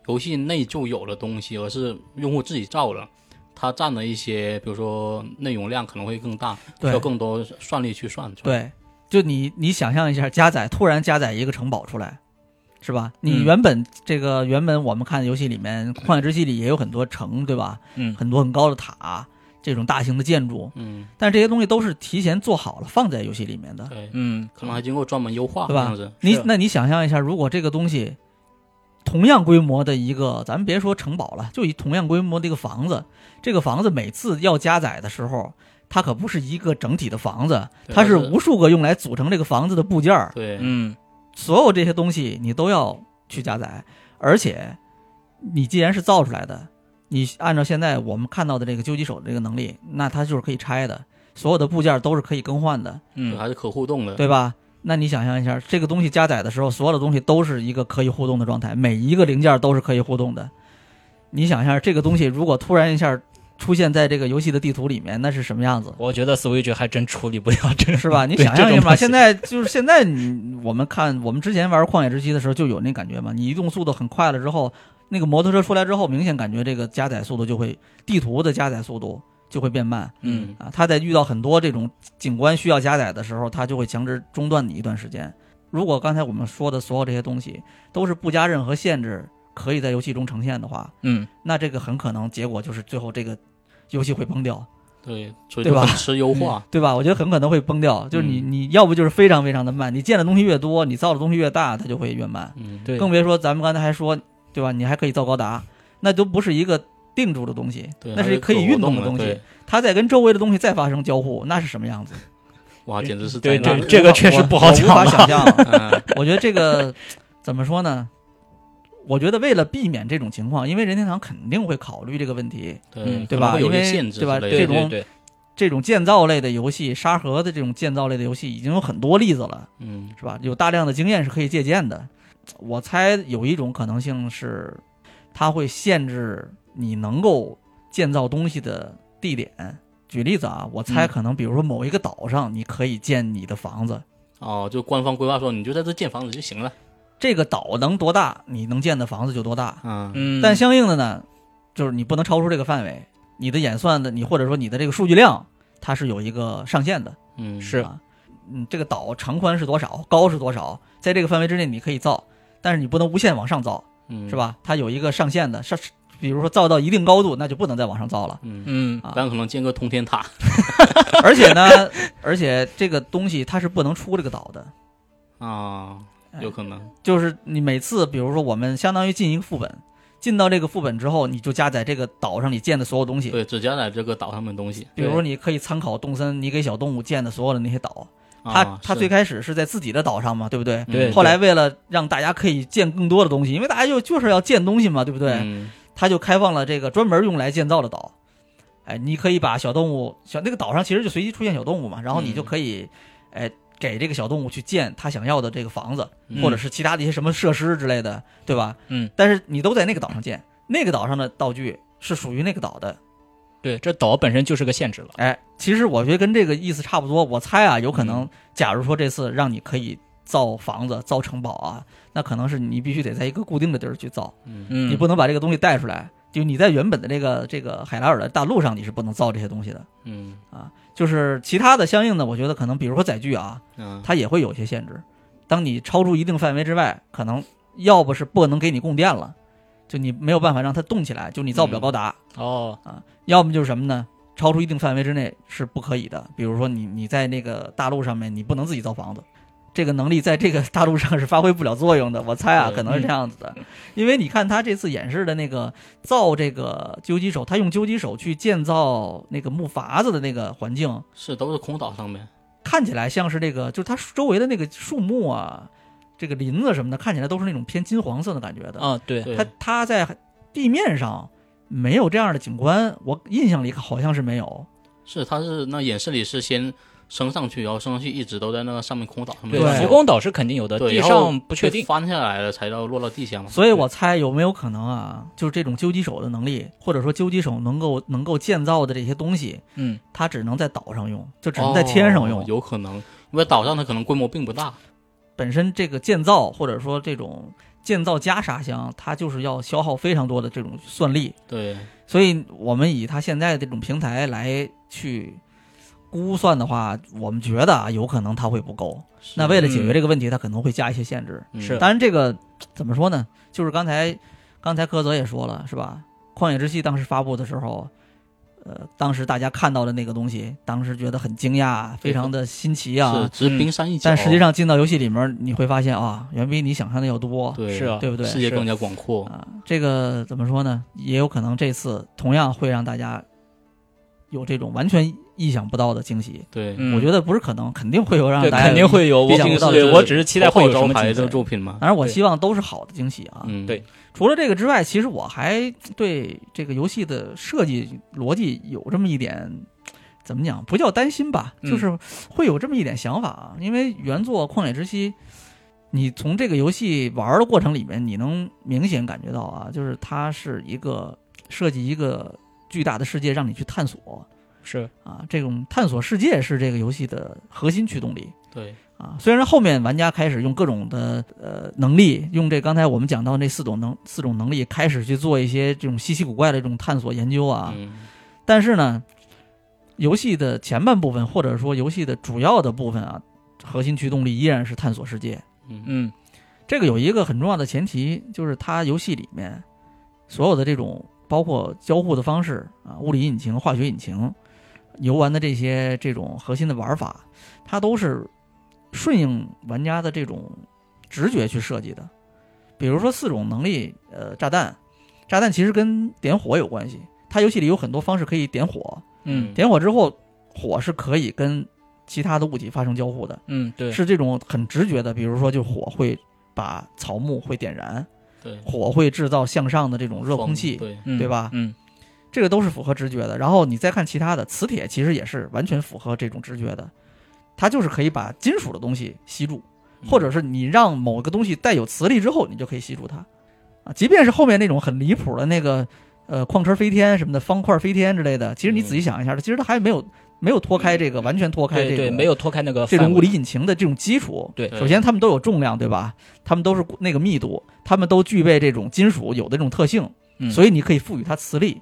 S3: 游戏内就有的东西，而是用户自己造的，它占的一些，比如说内容量可能会更大，需
S1: 对
S3: 要更多算力去算出来。
S1: 对，就你你想象一下，加载突然加载一个城堡出来，是吧？你
S2: 嗯
S1: 原本、这个原本我们看游戏里面《旷野之息》里也有很多城，对吧？
S2: 嗯
S1: 很多很高的塔，这种大型的建筑，
S3: 嗯，
S1: 但这些东西都是提前做好了放在游戏里面的。
S3: 对，
S2: 嗯，
S3: 可能还经过专门优化，
S1: 对吧
S3: 这样子
S1: 你
S2: 是
S1: 那你想象一下，如果这个东西同样规模的一个，咱们别说城堡了，就以同样规模的一个房子，这个房子每次要加载的时候，它可不是一个整体的房子，
S3: 对
S1: 它是
S3: 它是
S1: 无数个用来组成这个房子的部件儿。
S3: 对，
S2: 嗯，
S1: 所有这些东西你都要去加载，而且你既然是造出来的，你按照现在我们看到的这个究极手的这个能力，那它就是可以拆的，所有的部件都是可以更换的，
S3: 对
S2: 嗯，
S3: 还是可互动的。
S1: 对吧？那你想象一下，这个东西加载的时候，所有的东西都是一个可以互动的状态，每一个零件都是可以互动的。你想一下，这个东西如果突然一下出现在这个游戏的地图里面，那是什么样子？
S2: 我觉得 Switch 还真处理不了这，
S1: 是
S2: [laughs]
S1: 吧？你
S2: 对
S1: 想象
S2: 这
S1: 一
S2: 种
S1: 下嘛，
S2: 东西
S1: 现在就是现在你我们看我们之前玩《旷野之息》的时候就有那感觉嘛，你移动速度很快了之后，那个摩托车出来之后，明显感觉这个加载速度就会地图的加载速度就会变慢
S2: 嗯，
S1: 啊。它在遇到很多这种景观需要加载的时候，它就会强制中断你一段时间。如果刚才我们说的所有这些东西都是不加任何限制，可以在游戏中呈现的话，
S2: 嗯，
S1: 那这个很可能结果就是最后这个游戏会崩掉。
S3: 对，所
S1: 对
S3: 以就
S1: 吧嗯
S3: 很吃优化。
S1: 对吧？我觉得很可能会崩掉。就是你，
S3: 嗯
S1: 你要不就是非常非常的慢，你建的东西越多，你造的东西越大，它就会越慢。
S3: 嗯，
S2: 对，
S1: 更别说咱们刚才还说，对吧？你还可以造高达，那都不是一个定住的东西，
S3: 对，
S1: 那
S3: 还
S1: 是可以运动
S3: 的
S1: 东西
S3: 对。
S1: 它在跟周围的东西再发生交互，那是什么样子？
S3: 哇，简直是
S2: 对
S3: 灾
S2: 这
S3: 难
S2: 这个确实
S1: 我
S2: 不好
S1: 我无法
S2: 讲了，
S1: 想象。啊
S3: 嗯
S1: 我觉得这个怎么说呢？我觉得为了避免这种情况，因为任天堂肯定会考虑这个问题， [laughs]
S3: 对
S2: 嗯
S1: 对吧
S3: 可能会有
S1: 因为
S3: 些限制
S1: 对吧
S3: 之类
S2: 对
S3: 的
S1: 这种
S2: 对对，
S1: 这种建造类的游戏，沙盒的这种建造类的游戏已经有很多例子了。
S3: 嗯，
S1: 是吧？有大量的经验是可以借鉴的。我猜有一种可能性是，它会限制你能够建造东西的地点。举例子啊，我猜
S2: 嗯
S1: 可能比如说某一个岛上，你可以建你的房子。
S3: 哦，就官方规划说你就在这建房子就行了。
S1: 这个岛能多大，你能建的房子就多大。
S3: 嗯，
S2: 嗯，
S1: 但相应的呢，就是你不能超出这个范围，你的演算的你或者说你的这个数据量，它是有一个上限的。
S3: 嗯，
S2: 是
S1: 啊，嗯，这个岛长宽是多少，高是多少，在这个范围之内你可以造，但是你不能无限往上造，
S3: 嗯，
S1: 是？吧？它有一个上限的，上，比如说造到一定高度，那就不能再往上造
S3: [laughs]
S1: 了。
S3: 嗯，
S2: 嗯
S1: 啊
S3: 咱可能建个通天塔。
S1: 而且呢，而且这个东西它是不能出这个岛的，
S3: 啊，
S1: 哎
S3: 有可能，
S1: 就是你每次，比如说我们相当于进一个副本，进到这个副本之后，你就加载这个岛上你建的所有东西，
S3: 对，只加载这个岛上面的东西。
S1: 哎比如说你可以参考动森你给小动物建的所有的那些岛，它
S3: 啊
S1: 它
S3: 是
S1: 最开始是在自己的岛上嘛，对不对？
S2: 对
S3: 嗯
S1: 后来为了让大家可以建更多的东西，因为大家就就是要建东西嘛，对不对？
S3: 嗯
S1: 他就开放了这个专门用来建造的岛。哎，你可以把小动物小那个岛上其实就随机出现小动物
S2: 嗯
S1: 嘛，然后你就可以，哎，给这个小动物去建他想要的这个房子，
S3: 嗯
S1: 或者是其他的一些什么设施之类的，对吧？
S2: 嗯。
S1: 但是你都在那个岛上建，那个岛上的道具是属于那个岛的。
S2: 对，这岛本身就是个限制了，
S1: 哎，其实我觉得跟这个意思差不多。我猜啊，有可能
S3: 嗯，
S1: 假如说这次让你可以造房子、造城堡啊，那可能是你必须得在一个固定的地儿去造，
S3: 嗯
S2: 嗯，
S1: 你不能把这个东西带出来。就你在原本的这个这个海拉尔的大陆上，你是不能造这些东西的。
S3: 嗯
S1: 就是其他的相应的，我觉得可能，比如说载具啊，
S3: 嗯
S1: 它也会有一些限制。当你超出一定范围之外，可能要不是不能给你供电了，就你没有办法让它动起来，就你造不
S3: 嗯
S1: 了高达。
S2: 哦，
S1: 要么就是什么呢？超出一定范围之内是不可以的。比如说你你在那个大陆上面，你不能自己造房子，这个能力在这个大陆上是发挥不了作
S3: [laughs]
S1: 用的。我猜啊，
S3: 对
S1: 可能是这样子的，因为你看他这次演示的那个造这个究极手，他用究极手去建造那个木筏子的那个环境，
S3: 是都是空岛上面，
S1: 看起来像是这个，就是它周围的那个树木啊，这个林子什么的，看起来都是那种偏金黄色的感觉的。
S2: 啊，对，
S3: 对
S1: 它它在地面上没有这样的景观，我印象里好像是没有。
S3: 是它是那演示里是先升上去，然后升上去一直都在那个上面空岛上面
S1: 对
S3: 转
S2: 浮
S3: 悠，
S2: 宫岛是肯定有的，
S3: 对
S2: 地
S3: 然后
S2: 上不确定
S3: 被。翻下来了才到落到地下嘛。
S1: 所以我猜有没有可能啊，就是这种究极手的能力，或者说究极手能够能够建造的这些东西，
S2: 嗯，
S1: 它只能在岛上用，就只能在天上用。
S3: 哦有可能，因为岛上它可能规模并不大，
S1: 本身这个建造或者说这种建造加沙箱，它就是要消耗非常多的这种算力。
S3: 对，
S1: 所以我们以它现在这种平台来去估算的话，我们觉得啊，有可能它会不够。
S3: 是
S1: 那为了解决
S2: 嗯
S1: 这个问题，它可能会加一些限制。
S3: 嗯
S2: 是
S1: 当然，这个怎么说呢？就是刚才刚才柯泽也说了，是吧？《旷野之息》当时发布的时候，呃，当时大家看到的那个东西，当时觉得很惊讶，非常的新奇
S3: 是
S1: 啊。
S3: 只是冰山一角，
S1: 但实际上进到游戏里面，你会发现啊，远比你想象的要多，
S3: 对
S2: 是啊
S1: 对不对？
S3: 世界更加广阔，
S1: 啊，这个怎么说呢？也有可能这次同样会让大家有这种完全意想不到的惊喜。
S3: 对，
S2: 嗯
S1: 我觉得不是可能，肯定会有让
S2: 对，
S1: 大家
S2: 肯定。会有。我
S1: 毕
S3: 竟是
S2: 对我只是期待会有什
S3: 招
S2: 么
S3: 牌
S2: 惊
S3: 的
S2: 喜
S3: 作品嘛。
S1: 当然，我
S2: 对
S1: 希望都是好的惊喜啊。
S3: 嗯，
S2: 对
S1: 除了这个之外，其实我还对这个游戏的设计逻辑有这么一点，怎么讲？不叫担心吧，
S2: 嗯
S1: 就是会有这么一点想法啊。因为原作《旷野之息》，你从这个游戏玩的过程里面，你能明显感觉到啊，就是它是一个设计一个巨大的世界让你去探索
S2: 是
S1: 啊，这种探索世界是这个游戏的核心驱动力。
S3: 对，
S1: 啊，虽然后面玩家开始用各种的呃能力，用这刚才我们讲到那四种能四种能力，开始去做一些这种稀奇古怪的这种探索研究啊，
S3: 嗯，
S1: 但是呢，游戏的前半部分或者说游戏的主要的部分啊，核心驱动力依然是探索世界。
S3: 嗯，
S2: 嗯
S1: 这个有一个很重要的前提，就是它游戏里面所有的这种包括交互的方式啊，物理引擎、化学引擎、游玩的这些这种核心的玩法，它都是顺应玩家的这种直觉去设计的。比如说四种能力，呃，炸弹，炸弹其实跟点火有关系。它游戏里有很多方式可以点火，
S2: 嗯
S1: 点火之后，火是可以跟其他的物体发生交互的。
S2: 嗯，对，
S1: 是这种很直觉的，比如说就火会把草木会点燃，
S3: 对，
S1: 火会制造向上的这种热
S3: 风
S1: 空气，
S3: 对，
S2: 嗯
S1: 对吧
S2: 嗯，
S1: 这个都是符合直觉的。然后你再看其他的，磁铁其实也是完全符合这种直觉的，它就是可以把金属的东西吸住，
S3: 嗯
S1: 或者是你让某个东西带有磁力之后，你就可以吸住它。啊，即便是后面那种很离谱的那个，呃，矿车飞天什么的，方块飞天之类的，其实你
S3: 嗯
S1: 仔细想一下，其实它还没有没有脱开这个，完全脱开
S2: 嗯对
S1: 这
S2: 对，
S1: 个
S2: 没有脱开那个
S1: 这种
S2: 范
S1: 物
S2: 围
S1: 理引擎的这种基础。
S2: 对
S3: 对
S1: 首先它们都有重量，对吧？它们都是那个密度，它们都具备这种金属有的这种特性，
S2: 嗯
S1: 所以你可以赋予它磁力。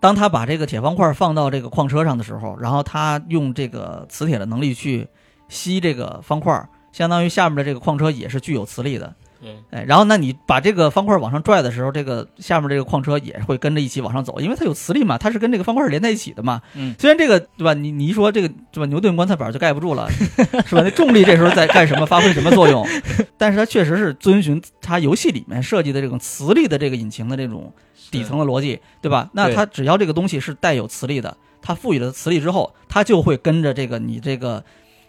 S1: 当他把这个铁方块放到这个矿车上的时候，然后他用这个磁铁的能力去吸这个方块，相当于下面的这个矿车也是具有磁力的。
S3: 对，
S1: 哎，然后那你把这个方块往上拽的时候，这个下面这个矿车也会跟着一起往上走，因为它有磁力嘛，它是跟这个方块连在一起的嘛。
S2: 嗯，
S1: 虽然这个对吧，你你一说这个对吧，牛顿棺材板就盖不住了，是吧？那重力这时候在干什么，发挥什么作用？但是它确实是遵循它游戏里面设计的这种磁力的这个引擎的这种
S3: 是
S1: 底层的逻辑，对吧？那
S2: 对
S1: 它只要这个东西是带有磁力的，它赋予了磁力之后，它就会跟着这个你这个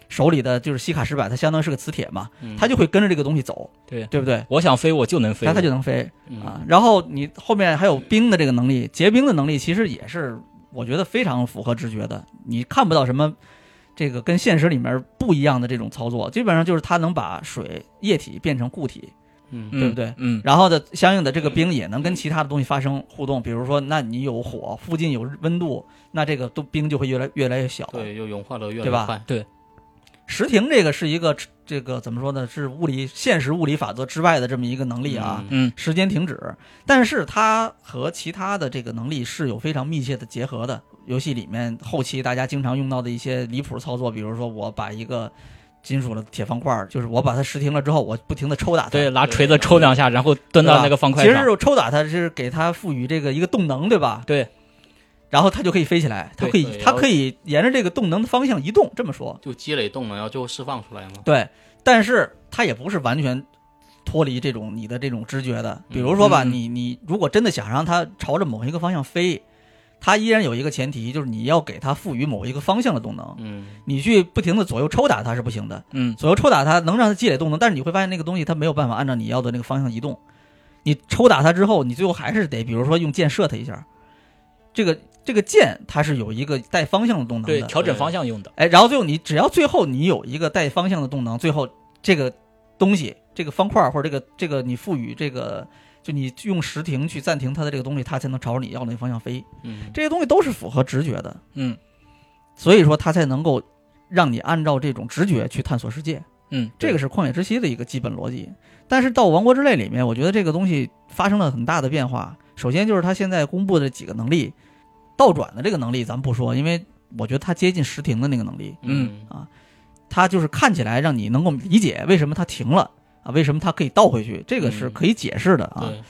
S1: 手里的就是西卡石板，它相当于是个磁铁嘛，
S3: 嗯
S1: 它就会跟着这个东西走，
S2: 对
S1: 对不对？
S2: 我想飞我就能飞，
S1: 那它就能飞
S3: 嗯
S1: 啊。然后你后面还有冰的这个能力，结冰的能力其实也是我觉得非常符合直觉的，你看不到什么这个跟现实里面不一样的这种操作，基本上就是它能把水液体变成固体，
S3: 嗯
S2: 嗯
S1: 对不对
S2: 嗯
S1: 然后的相应的这个冰也能跟其他的东西发生互动，比如说，那你有火，附近有温度，那这个都冰就会越来越来越小。
S3: 对，又融化的越来
S1: 对吧
S3: 越快，
S1: 石停这个是一个这个怎么说呢？是物理现实物理法则之外的这么一个能力啊。
S3: 嗯
S2: 嗯
S1: 时间停止，但是它和其他的这个能力是有非常密切的结合的。游戏里面后期大家经常用到的一些离谱操作，比如说我把一个金属的铁方块儿，就是我把它实停了之后，我不停的抽打它，
S2: 对，拿锤子抽两下，然后
S1: 对
S2: 蹲
S1: 吧
S2: 到那个方块
S1: 其
S2: 上。
S1: 实是抽打它是给它赋予这个一个动能，对吧？
S2: 对，
S1: 然后它就可以飞起来，它
S2: 对
S1: 可以
S3: 对
S1: 它
S3: 然后
S1: 可以沿着这个动能的方向移动，这么说
S3: 就积累动能，然后最后释放出来嘛。
S1: 对，但是它也不是完全。脱离这种你的这种直觉的，比如说吧，
S2: 嗯
S1: 你你如果真的想让它朝着某一个方向飞，它依然有一个前提，就是你要给它赋予某一个方向的动能。
S3: 嗯，
S1: 你去不停的左右抽打它是不行的，
S2: 嗯，
S1: 左右抽打它能让它积累动能，但是你会发现那个东西它没有办法按照你要的那个方向移动。你抽打它之后，你最后还是得，比如说用箭射它一下，这个这个箭它是有一个带方向的动能
S2: 对，
S1: 的，
S2: 调整方向用的。
S1: 哎，然后最后你只要最后你有一个带方向的动能，最后这个东西这个方块儿或者这个这个你赋予这个就你用时停去暂停它的这个东西，它才能朝着你要的那个方向飞。
S3: 嗯，
S1: 这些东西都是符合直觉的，
S2: 嗯，
S1: 所以说它才能够让你按照这种直觉去探索世界。
S2: 嗯，
S1: 这个是旷野之息的一个基本逻辑。但是到王国之泪里面，我觉得这个东西发生了很大的变化。首先就是它现在公布的几个能力，倒转的这个能力咱们不说，因为我觉得它接近时停的那个能力，
S3: 嗯
S1: 啊它就是看起来让你能够理解为什么它停了啊，为什么它可以倒回去，这个是
S3: 嗯
S1: 可以解释的啊。
S3: 对，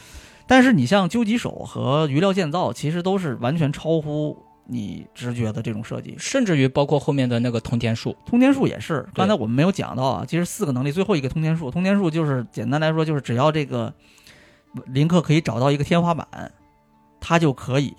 S1: 但是你像究极手和鱼料建造，其实都是完全超乎你直觉的这种设计。
S2: 甚至于包括后面的那个通天术，
S1: 通天术也是，刚才我们没有讲到啊，其实四个能力最后一个通天术，通天术就是简单来说就是只要这个林克可以找到一个天花板，他就可以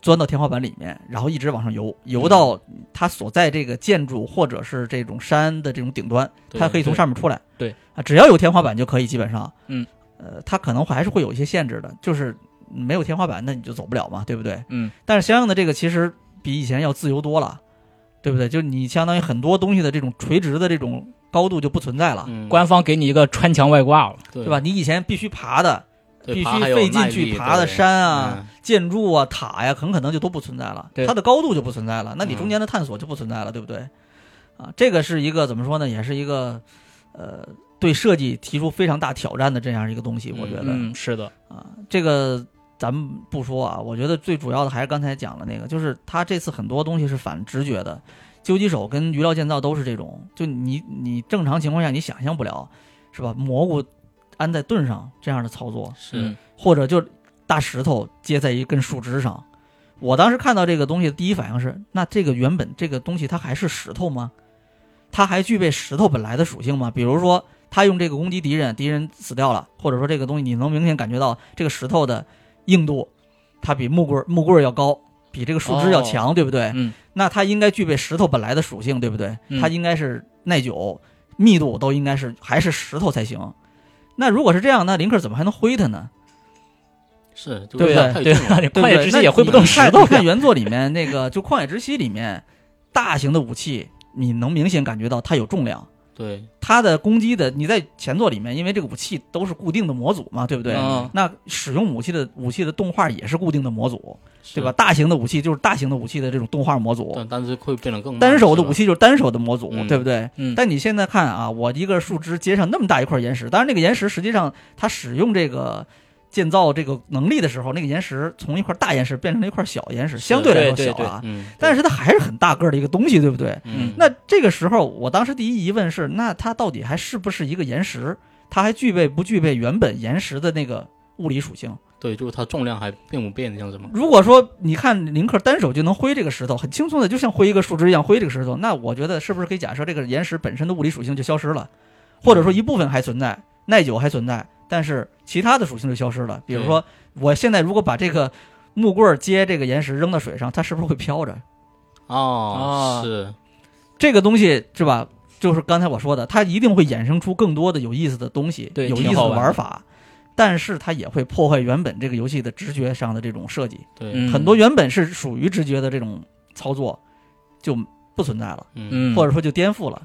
S1: 钻到天花板里面，然后一直往上游，游到
S2: 嗯
S1: 他所在这个建筑或者是这种山的这种顶端，
S3: 对
S1: 他可以从
S2: 对
S1: 上面出来。
S2: 对
S1: 啊，只要有天花板就可以，基本上，
S2: 嗯，
S1: 呃，他可能还是会有一些限制的，就是没有天花板那你就走不了嘛，对不对？
S2: 嗯，
S1: 但是相应的，这个其实比以前要自由多了，对
S3: 嗯
S1: 不对？就你相当于很多东西的这种垂直的这种高度就不存在了，
S3: 嗯
S2: 官方给你一个穿墙外挂了，
S3: 对
S1: 对吧？？你以前必须爬的、
S3: 对
S1: 必
S3: 爬
S1: 须
S3: 还有
S1: 费劲
S3: 耐
S1: 去
S3: 力
S1: 爬的
S3: 对
S1: 山啊、
S3: 嗯
S1: 建筑啊、塔呀、很可能就都不存在了，
S2: 对
S1: 它的高度就不存在了，那你
S3: 嗯
S1: 中间的探索就不存在了，对不对？啊，这个是一个怎么说呢？也是一个呃，对设计提出非常大挑战的这样一个东西，我觉得。
S2: 嗯，是的，
S1: 啊，这个咱们不说啊，我觉得最主要的还是刚才讲的那个，就是他这次很多东西是反直觉的，究极手跟鱼料建造都是这种，就你你正常情况下你想象不了，是吧？蘑菇安在盾上这样的操作，
S3: 是
S1: 或者就大石头接在一根树枝上。我当时看到这个东西的第一反应是，那这个原本这个东西它还是石头吗？它还具备石头本来的属性吗？比如说，它用这个攻击敌人，敌人死掉了，或者说这个东西你能明显感觉到这个石头的硬度，它比木棍儿木棍儿要高，比这个树枝要强，对不对？
S2: 嗯，
S1: 那它应该具备石头本来的属性，对不对？
S2: 嗯
S1: 它应该是耐久、密度都应该是还是石头才行。那如果是这样，那林克怎么还能挥它呢？
S3: 是，就
S1: 对啊
S3: 是
S1: 不
S3: 太
S2: 对
S3: 重
S2: 吧？
S3: 了
S2: 你
S1: 对不
S2: 旷野
S1: 对？
S2: 之
S1: 那
S2: 息也挥不
S1: 你
S2: 动石
S1: 看
S2: 头
S1: 你看
S2: 呀。
S1: 原作里面那个，就《旷野之息》里面，大型的武器，你能明显感觉到它有重量，
S3: 对，
S1: 它的攻击的，你在前作里面，因为这个武器都是固定的模组嘛，对不对？
S2: 嗯
S1: 那使用武器的武器的动画也是固定的模组，对
S3: 是
S1: 吧？？大型的武器就是大型的武器的这种动画模组，
S3: 但但是会变得更慢
S1: 单手的
S3: 是吧
S1: 武器就是单手的模组，
S3: 嗯
S1: 对不对？
S2: 嗯
S1: 但你现在看啊，我一个树枝接上那么大一块岩石，当然那个岩石实际上它使用这个建造这个能力的时候，那个岩石从一块大岩石变成了一块小岩石，
S3: 是
S1: 相来说
S2: 对
S1: 小
S2: 对
S1: 啊，
S3: 嗯，
S1: 但是它还是很大个儿的一个东西，对不对？
S3: 嗯，
S1: 那这个时候，我当时第一疑问是，那它到底还是不是一个岩石？它还具备不具备原本岩石的那个物理属性？
S3: 对，就是它重量还变不变这样子嘛？
S1: 如果说你看林克单手就能挥这个石头，很轻松的，就像挥一个树枝一样挥这个石头，那我觉得是不是可以假设这个岩石本身的物理属性就消失了，或者说一部分还存在，耐久还存在，但是其他的属性就消失了。比如
S2: 嗯
S1: 说，我现在如果把这个木棍儿接这个岩石扔到水上，它是不是会飘着？
S3: 哦
S2: 啊，
S3: 是，
S1: 这个东西是吧？就是刚才我说的，它一定会衍生出更多的有意思的东西，
S2: 对
S1: 有意思
S2: 挺
S1: 的
S2: 好玩的
S1: 玩法，但是它也会破坏原本这个游戏的直觉上的这种设计。
S3: 对，
S2: 嗯
S1: 很多原本是属于直觉的这种操作就不存在了，
S3: 嗯
S2: 嗯，
S1: 或者说就颠覆了。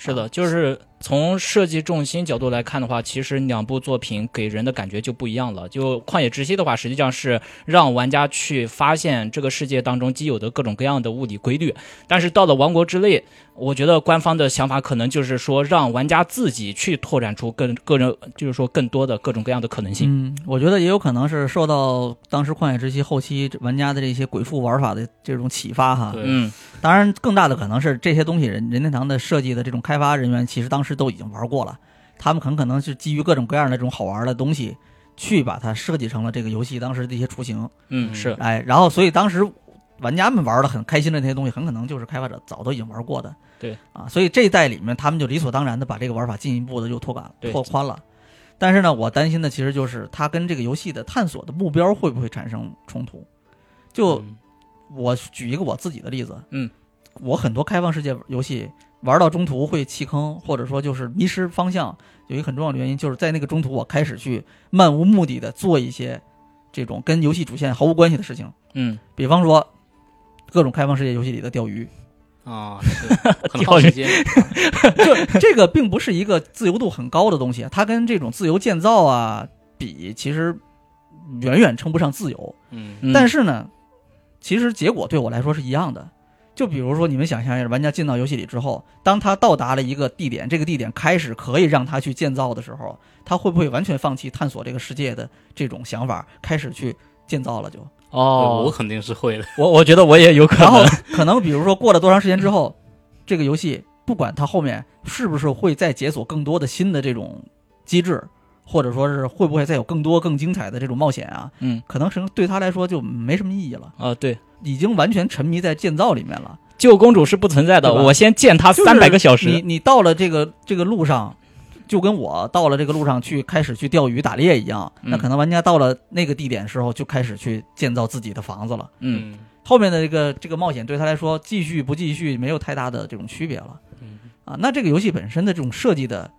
S2: 是的，就是从设计重心角度来看的话，其实两部作品给人的感觉就不一样了。就《旷野之息》的话，实际上是让玩家去发现这个世界当中既有的各种各样的物理规律，但是到了《王国之泪》，我觉得官方的想法可能就是说让玩家自己去拓展出更个人，就是说更多的各种各样的可能性。
S1: 嗯，我觉得也有可能是受到当时《旷野之息》后期玩家的这些鬼畜玩法的这种启发哈。
S3: 对
S2: 嗯，
S1: 当然，更大的可能是这些东西人任天堂的设计的这种开发人员，其实当时都已经玩过了，他们很可能是基于各种各样的这种好玩的东西，去把它设计成了这个游戏当时的一些雏形。
S2: 嗯，是， [laughs]
S1: 哎，然后所以当时玩家们玩的很开心的那些东西，很可能就是开发者早都已经玩过的。
S2: 对
S1: 啊，所以这一代里面，他们就理所当然的把这个玩法进一步的就拓展
S2: 对
S1: 拓宽了。但是呢，我担心的其实就是它跟这个游戏的探索的目标会不会产生冲突。就
S3: 嗯
S1: 我举一个我自己的例子，
S2: 嗯，
S1: 我很多开放世界游戏玩到中途会弃坑，或者说就是迷失方向，有一个很重要的原因就是在那个中途我开始去漫无目的的做一些这种跟游戏主线毫无关系的事情，
S2: 嗯，
S1: 比方说各种开放世界游戏里的钓鱼， [laughs]
S3: 啊，是很耗时间，
S1: 就这个并不是一个自由度很高的东西，啊它跟这种自由建造啊比，其实远远称不上自由。
S3: 嗯，
S2: 嗯
S1: 但是呢，其实结果对我来说是一样的。就比如说，你们想象一下，玩家进到游戏里之后，当他到达了一个地点，这个地点开始可以让他去建造的时候，他会不会完全放弃探索这个世界的这种想法，开始去建造了就？
S2: 哦，
S3: 我肯定是会的，
S2: 我我觉得我也有可能。 [laughs]
S1: 然后可能比如说过了多长时间之后，这个游戏不管它后面是不是会再解锁更多的新的这种机制，或者说是会不会再有更多更精彩的这种冒险啊，
S2: 嗯，
S1: 可能是对他来说就没什么意义了，
S2: 啊、对，
S1: 已经完全沉迷在建造里面了。
S2: 救公主是不存在的，
S1: 对吧
S2: 我先见她
S1: 就是
S2: 啊三百个小时。
S1: 你你到了这个这个路上。就跟我到了这个路上去开始去钓鱼打猎一样，那
S2: 嗯
S1: 可能玩家到了那个地点时候就开始去建造自己的房子了。
S2: 嗯，
S1: 后面的这个这个冒险对他来说，继续不继续没有太大的这种区别了
S3: 嗯
S1: 啊。那这个游戏本身的这种设计的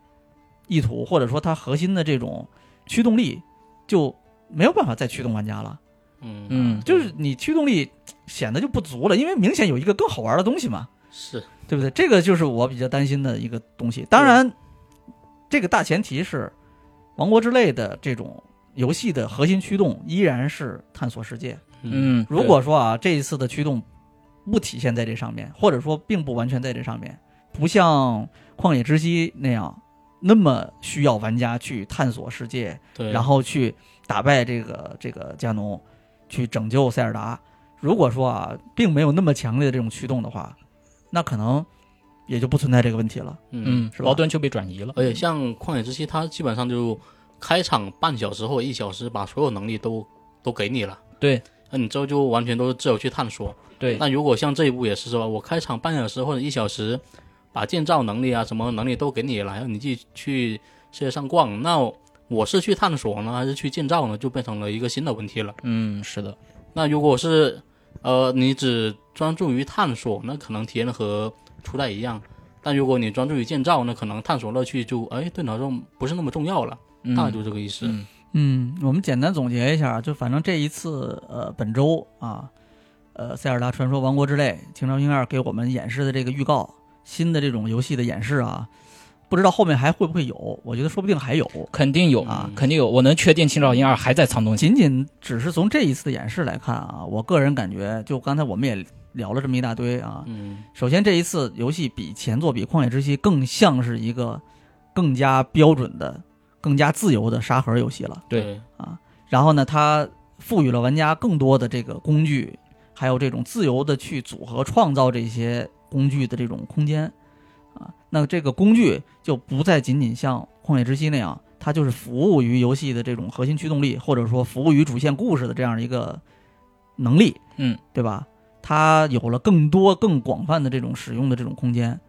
S1: 意图，或者说它核心的这种驱动力，就没有办法再驱动玩家了。
S3: 嗯
S2: 嗯
S1: 就是你驱动力显得就不足了，因为明显有一个更好玩的东西嘛，
S3: 是
S1: 对不对？这个就是我比较担心的一个东西。当然，这个大前提是《王国之泪》的这种游戏的核心驱动依然是探索世界。
S2: 嗯，
S1: 如果说啊，这一次的驱动不体现在这上面，或者说并不完全在这上面，不像《旷野之息》那样那么需要玩家去探索世界，
S3: 对，
S1: 然后去打败这个这个加农，去拯救塞尔达。如果说啊，并没有那么强烈的这种驱动的话，那可能也就不存在这个问题了。
S3: 嗯，
S2: 嗯，
S1: 是吧
S2: 矛盾就被转移了。
S3: 而且像旷野之息，它基本上就开场半小时或一小时，把所有能力都都给你了，
S2: 对
S3: 那你之后就完全都是自由去探索。
S2: 对，
S3: 那如果像这一步也是说，我开场半小时或者一小时，把建造能力啊什么能力都给你了，让你自己去世界上逛，那我是去探索呢，还是去建造呢？就变成了一个新的问题了。
S2: 嗯，是的，
S3: 那如果是呃你只专注于探索，那可能体验和初代一样。但如果你专注于建造，那可能探索乐趣就哎对你来说不是那么重要了，
S2: 嗯
S3: 大概就这个意思。
S2: 嗯
S1: 嗯，我们简单总结一下，就反正这一次呃本周啊，呃《塞尔达传说：王国之泪》《情朝英二》给我们演示的这个预告，新的这种游戏的演示啊，不知道后面还会不会有？我觉得说不定还有。
S2: 肯定有
S1: 啊
S2: 肯定有。我能确定《青少年二》还在藏东西。
S1: 仅仅只是从这一次的演示来看啊，我个人感觉，就刚才我们也聊了这么一大堆啊，
S3: 嗯
S1: 首先，这一次游戏比前作比《旷野之息》更像是一个更加标准的、更加自由的沙盒游戏了。
S2: 对
S3: 对，
S1: 啊。然后呢，它赋予了玩家更多的这个工具，还有这种自由的去组合创造这些工具的这种空间啊。那这个工具就不再仅仅像《旷野之息》那样，它就是服务于游戏的这种核心驱动力，或者说服务于主线故事的这样一个能力，
S2: 嗯，
S1: 对吧？它有了更多、更广泛的这种使用的这种空间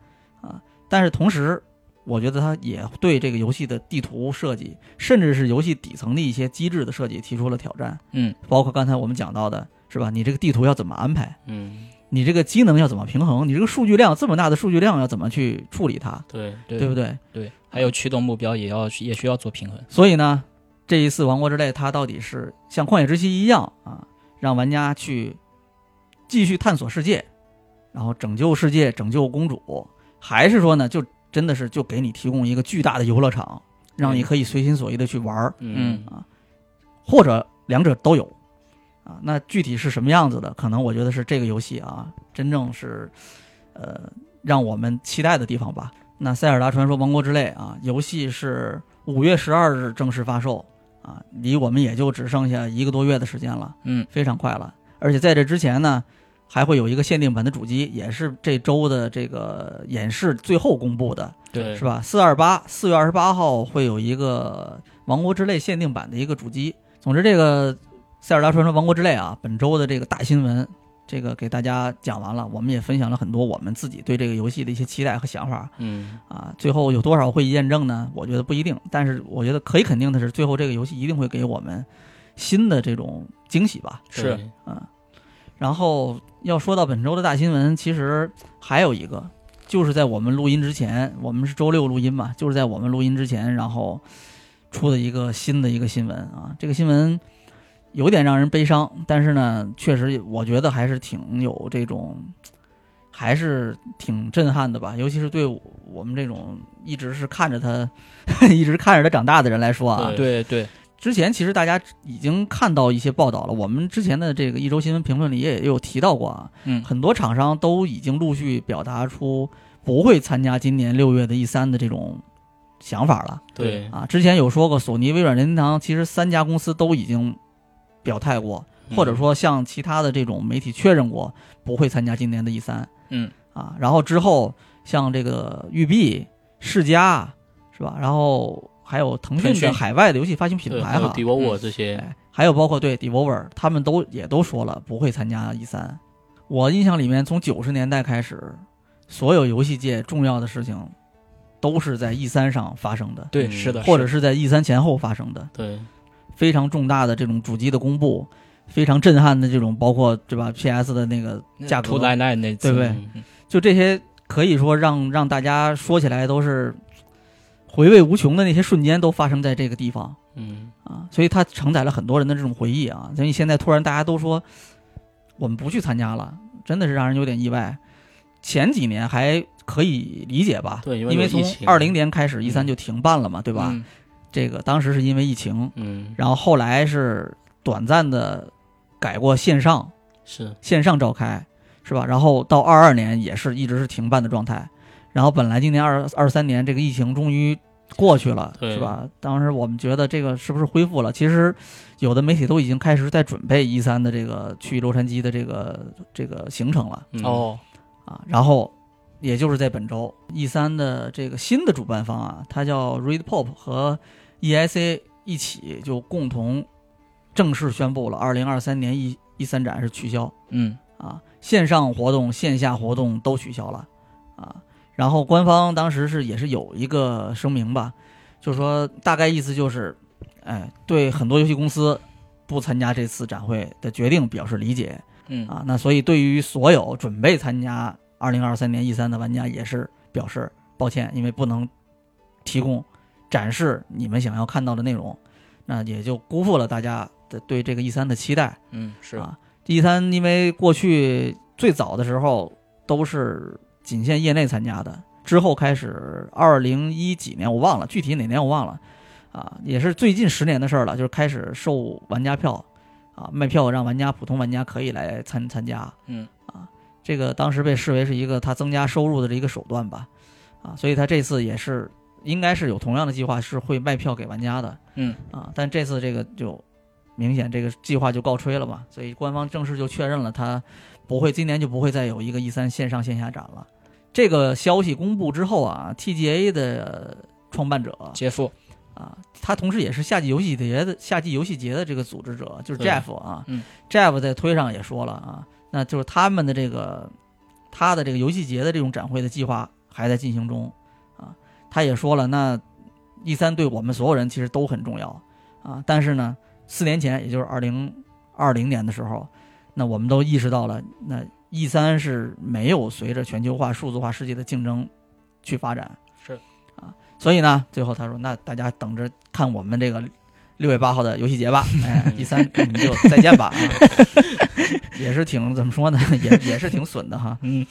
S1: 啊。但是同时，我觉得它也对这个游戏的地图设计，甚至是游戏底层的一些机制的设计提出了挑战。
S2: 嗯，
S1: 包括刚才我们讲到的，是吧？你这个地图要怎么安排？
S3: 嗯
S1: 你这个机能要怎么平衡？你这个数据量这么大的数据量要怎么去处理它？
S3: 对，
S2: 对
S1: 对不对？
S2: 对，还有驱动目标也要也需要做平衡。
S1: 所以呢，这一次《王国之泪》它到底是像《旷野之息》一样啊，让玩家去继续探索世界，然后拯救世界、拯救公主，还是说呢，就真的是就给你提供一个巨大的游乐场，让你可以随心所欲的去玩儿，
S2: 嗯
S1: 或者两者都有啊。那具体是什么样子的，可能我觉得是这个游戏啊，真正是呃让我们期待的地方吧。那《塞尔达传说：王国之泪》啊，游戏是五月十二日正式发售啊，离我们也就只剩下一个多月的时间了，
S2: 嗯，
S1: 非常快了。而且在这之前呢，还会有一个限定版的主机，也是这周的这个演示最后公布的，
S3: 对
S1: 是吧？四二八，四月二十八号会有一个《王国之泪》限定版的一个主机。总之，这个《塞尔达传说：王国之泪》啊，本周的这个大新闻，这个给大家讲完了，我们也分享了很多我们自己对这个游戏的一些期待和想法
S3: 嗯，
S1: 啊。最后有多少会验证呢？我觉得不一定，但是我觉得可以肯定的是，最后这个游戏一定会给我们新的这种惊喜吧。
S2: 是
S3: 对
S1: 嗯，然后要说到本周的大新闻，其实还有一个，就是在我们录音之前，我们是周六录音嘛，就是在我们录音之前，然后出的一个新的一个新闻啊，这个新闻有点让人悲伤，但是呢，确实我觉得还是挺有这种。还是挺震撼的吧，尤其是对我们这种一直是看着他， [laughs] 一直看着他长大的人来说啊，
S3: 对
S2: 嗯对对，
S1: 之前其实大家已经看到一些报道了，我们之前的这个一周新闻评论里也有提到过啊，
S2: 嗯
S1: 很多厂商都已经陆续表达出不会参加今年六月的 E 三的这种想法了
S3: 对，
S1: 啊。之前有说过，索尼、微软、任天堂，其实三家公司都已经表态过，
S3: 嗯
S1: 或者说向其他的这种媒体确认过不会参加今年的 E 三
S2: 嗯
S1: 啊。然后之后像这个育碧、世嘉是吧，然后还有腾讯
S2: 腾
S1: 的
S2: 讯
S1: 海外的游戏发行品
S3: 对
S1: 牌
S3: 还有
S1: 哈。
S3: 迪沃沃这些，
S1: 哎，还有包括对 Devolver，他们都也都说了不会参加 E 三。我印象里面，从九十年代开始，所有游戏界重要的事情都是在 E 三上发生的，
S2: 对
S3: 嗯
S2: 是的，
S1: 或者
S2: 是
S1: 是在 E 三前后发生的。
S3: 对，
S1: 非常重大的这种主机的公布，非常震撼的这种，包括对吧？PS 的那个
S2: 的
S1: 价格
S2: 图莱奈那次
S1: 对不对
S3: 嗯
S1: 就这些可以说让让大家说起来都是回味无穷的那些瞬间，都发生在这个地方。
S3: 嗯，
S1: 啊，所以它承载了很多人的这种回忆啊。所以现在突然大家都说我们不去参加了，真的是让人有点意外。前几年还可以理解吧，
S3: 对因
S1: 因
S3: 为有
S1: 从
S3: 疫情
S1: 二零年开始，
S3: 嗯
S1: 一三就停办了嘛，对吧？
S2: 嗯
S1: 这个当时是因为疫情，
S3: 嗯，
S1: 然后后来是短暂的改过线上，
S3: 是，
S1: 线上召开，是吧？然后到二二年也是一直是停办的状态，然后本来今年二二三年这个疫情终于过去了，
S3: 对
S1: 是吧？当时我们觉得这个是不是恢复了？其实有的媒体都已经开始在准备一三的这个去洛杉矶的这个这个行程了
S3: 嗯，
S2: 哦，
S1: 啊，然后。也就是在本周，E 三的这个新的主办方啊，它叫 Read Pop 和 EIC 一起就共同正式宣布了，二零二三年 E E 三展是取消。
S2: 嗯
S1: 啊，线上活动、线下活动都取消了啊。然后官方当时是也是有一个声明吧，就说大概意思就是，哎，对很多游戏公司不参加这次展会的决定表示理解
S2: 嗯
S1: 啊。那所以对于所有准备参加2023年 E 3的玩家也是表示抱歉，因为不能提供展示你们想要看到的内容，那也就辜负了大家的对这个 E 3的期待。
S2: 嗯是
S1: 啊。第三，因为过去最早的时候都是仅限业内参加的，之后开始二零一几年我忘了具体哪年我忘了，啊，也是最近十年的事儿了，就是开始售玩家票，啊，卖票让玩家普通玩家可以来参参加，
S2: 嗯
S1: 啊，这个当时被视为是一个他增加收入的一个手段吧，啊，所以他这次也是应该是有同样的计划是会卖票给玩家的，
S2: 嗯
S1: 啊，但这次这个就明显这个计划就告吹了嘛，所以官方正式就确认了它不会今年就不会再有一个 E 三线上线下展了。这个消息公布之后啊，TGA 的创办者
S2: 杰夫
S1: 啊，他同时也是夏季游戏节的夏季游戏节的这个组织者，就是
S3: 对
S1: Jeff 啊、
S2: 嗯
S1: j e f f 在推上也说了啊，那就是他们的这个他的这个游戏节的这种展会的计划还在进行中啊，他也说了，那 E 三对我们所有人其实都很重要啊，但是呢，四年前也就是二零二零年的时候，那我们都意识到了，那 E 三是没有随着全球化、数字化世界的竞争去发展，
S2: 是
S1: 啊，所以呢，最后他说，那大家等着看我们这个六月八号的游戏节
S2: [laughs]
S1: 吧，哎，E 三你们就再 [laughs] 见吧，啊、也是挺怎么说呢，也也是挺损的哈，
S2: 嗯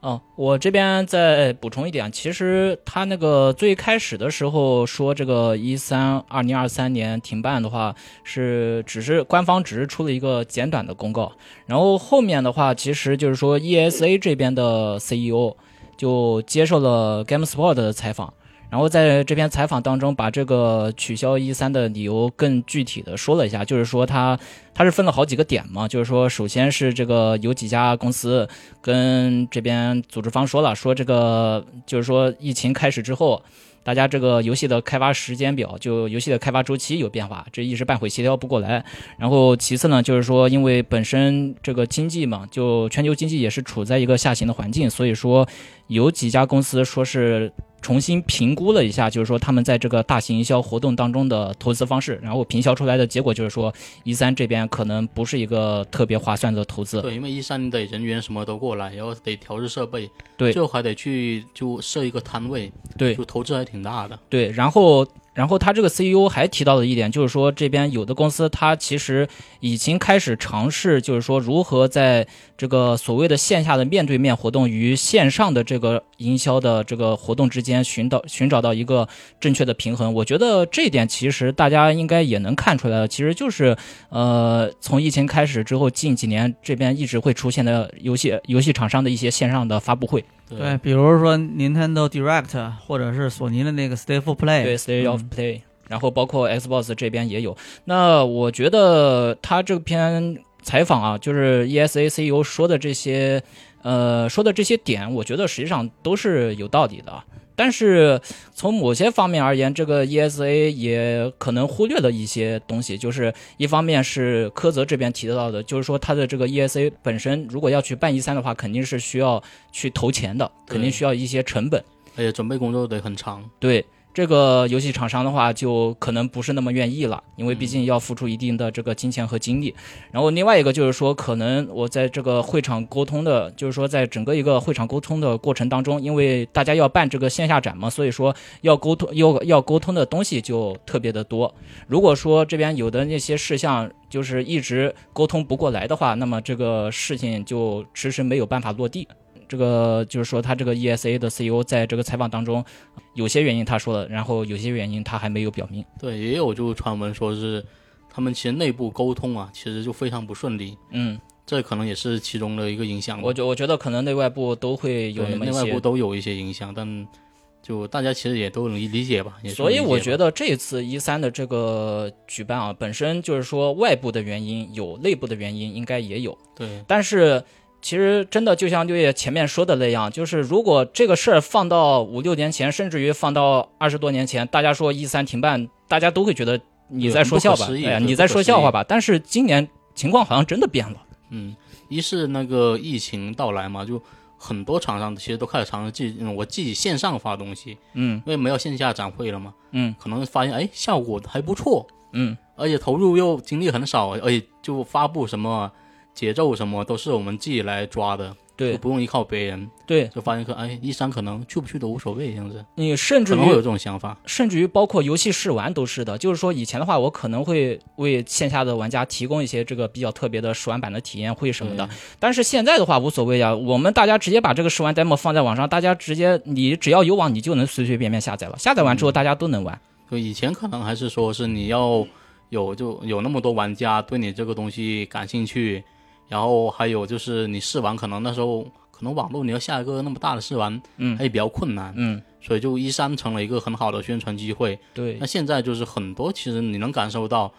S2: 哦，我这边再补充一点，其实他那个最开始的时候说这个一三二零二三年停办的话，是只是官方只是出了一个简短的公告，然后后面的话，其实就是说 ESA 这边的 CEO 就接受了 GameSpot 的采访，然后在这篇采访当中，把这个取消一三的理由更具体的说了一下，就是说他他是分了好几个点嘛，就是说首先是这个有几家公司跟这边组织方说了，说这个就是说疫情开始之后，大家这个游戏的开发时间表，就游戏的开发周期有变化，这一时半会协调不过来。然后其次呢，就是说因为本身这个经济嘛，就全球经济也是处在一个下行的环境，所以说有几家公司说是。重新评估了一下，就是说他们在这个大型营销活动当中的投资方式，然后评销出来的结果就是说，一三这边可能不是一个特别划算的投资。
S3: 对，因为一三得人员什么都过来，然后得调制设备，
S2: 对
S3: 最后还得去就设一个摊位，
S2: 对
S3: 就投资还挺大的。
S2: 对，然后然后他这个 CEO 还提到了一点，就是说这边有的公司它其实已经开始尝试，就是说如何在这个所谓的线下的面对面活动与线上的这个营销的这个活动之间寻到寻找到一个正确的平衡。我觉得这一点其实大家应该也能看出来了，其实就是呃从疫情开始之后近几年这边一直会出现的游戏游戏厂商的一些线上的发布会。
S1: 对，比如说 Nintendo Direct，或者是索尼的那个 State of Play，
S2: 对 State of
S1: 嗯
S2: Play，、然后包括 Xbox 这边也有。那我觉得他这篇采访啊，就是 ESA CEO E 说的这些，呃，说的这些点，我觉得实际上都是有道理的啊。但是从某些方面而言，这个 ESA 也可能忽略了一些东西，就是一方面是柯泽这边提到的，就是说他的这个 ESA 本身如果要去办一三的话，肯定是需要去投钱的，肯定
S3: 对
S2: 需要一些成本。
S3: 而且准备工作得很长，
S2: 对这个游戏厂商的话，就可能不是那么愿意了，因为毕竟要付出一定的这个金钱和精力。然后另外一个就是说，可能我在这个会场沟通的，就是说在整个一个会场沟通的过程当中，因为大家要办这个线下展嘛，所以说要沟通要要沟通的东西就特别的多。如果说这边有的那些事项就是一直沟通不过来的话，那么这个事情就迟迟没有办法落地。这个就是说，他这个 ESA 的 CEO 在这个采访当中，有些原因他说了，然后有些原因他还没有表明。
S3: 对，也有就传闻说是他们其实内部沟通啊，其实就非常不顺利，
S2: 嗯，
S3: 这可能也是其中的一个影响吧。
S2: 我觉我觉得可能内外部都会有
S3: 对
S2: 那么
S3: 内
S2: 一
S3: 外
S2: 些
S3: 部都有一些影响，但就大家其实也都能理解吧。也是
S2: 所以
S3: 能理
S2: 我
S3: 解
S2: 觉
S3: 吧
S2: 得这次一三的这个举办啊，本身就是说外部的原因有，内部的原因应该也有。
S3: 对
S2: 但是其实真的就像六爷前面说的那样，就是如果这个事儿放到五六年前，甚至于放到二十多年前，大家说一三停办，大家都会觉得你
S3: 对
S2: 在说笑
S3: 不
S2: 吧，
S3: 可思议
S2: 哎呀，
S3: 对
S2: 你在
S3: 不可
S2: 说
S3: 思
S2: 笑话
S3: 议
S2: 吧。但是今年情况好像真的变了。
S3: 嗯，一是那个疫情到来嘛，就很多厂商其实都开始尝试自己，嗯我自己线上发东西，
S2: 嗯
S3: 因为没有线下展会了嘛，
S2: 嗯
S3: 可能发现哎效果还不错，
S2: 嗯，
S3: 而且投入又精力很少，而且就发布什么节奏什么都是我们自己来抓的，就
S2: 对
S3: 不用依靠别人，
S2: 对，
S3: 就发现可哎一三可能去不去都无所谓这样子，
S2: 你甚至
S3: 可能会有
S2: 于
S3: 这种想法，
S2: 甚至于包括游戏试玩都是的，就是说以前的话，我可能会为线下的玩家提供一些这个比较特别的试玩版的体验会什么的，但是现在的话无所谓啊，我们大家直接把这个试玩 demo 放在网上，大家直接你只要有网，你就能随随便便下载了。下载完之后，大家都能玩。
S3: 就以前可能还是说是你要有就有那么多玩家对你这个东西感兴趣，然后还有就是你试玩，可能那时候可能网络你要下一个那么大的试玩，
S2: 嗯
S3: 还比较困难，
S2: 嗯，
S3: 所以就一三成了一个很好的宣传机会。
S2: 对
S3: 那现在就是很多其实你能感受到，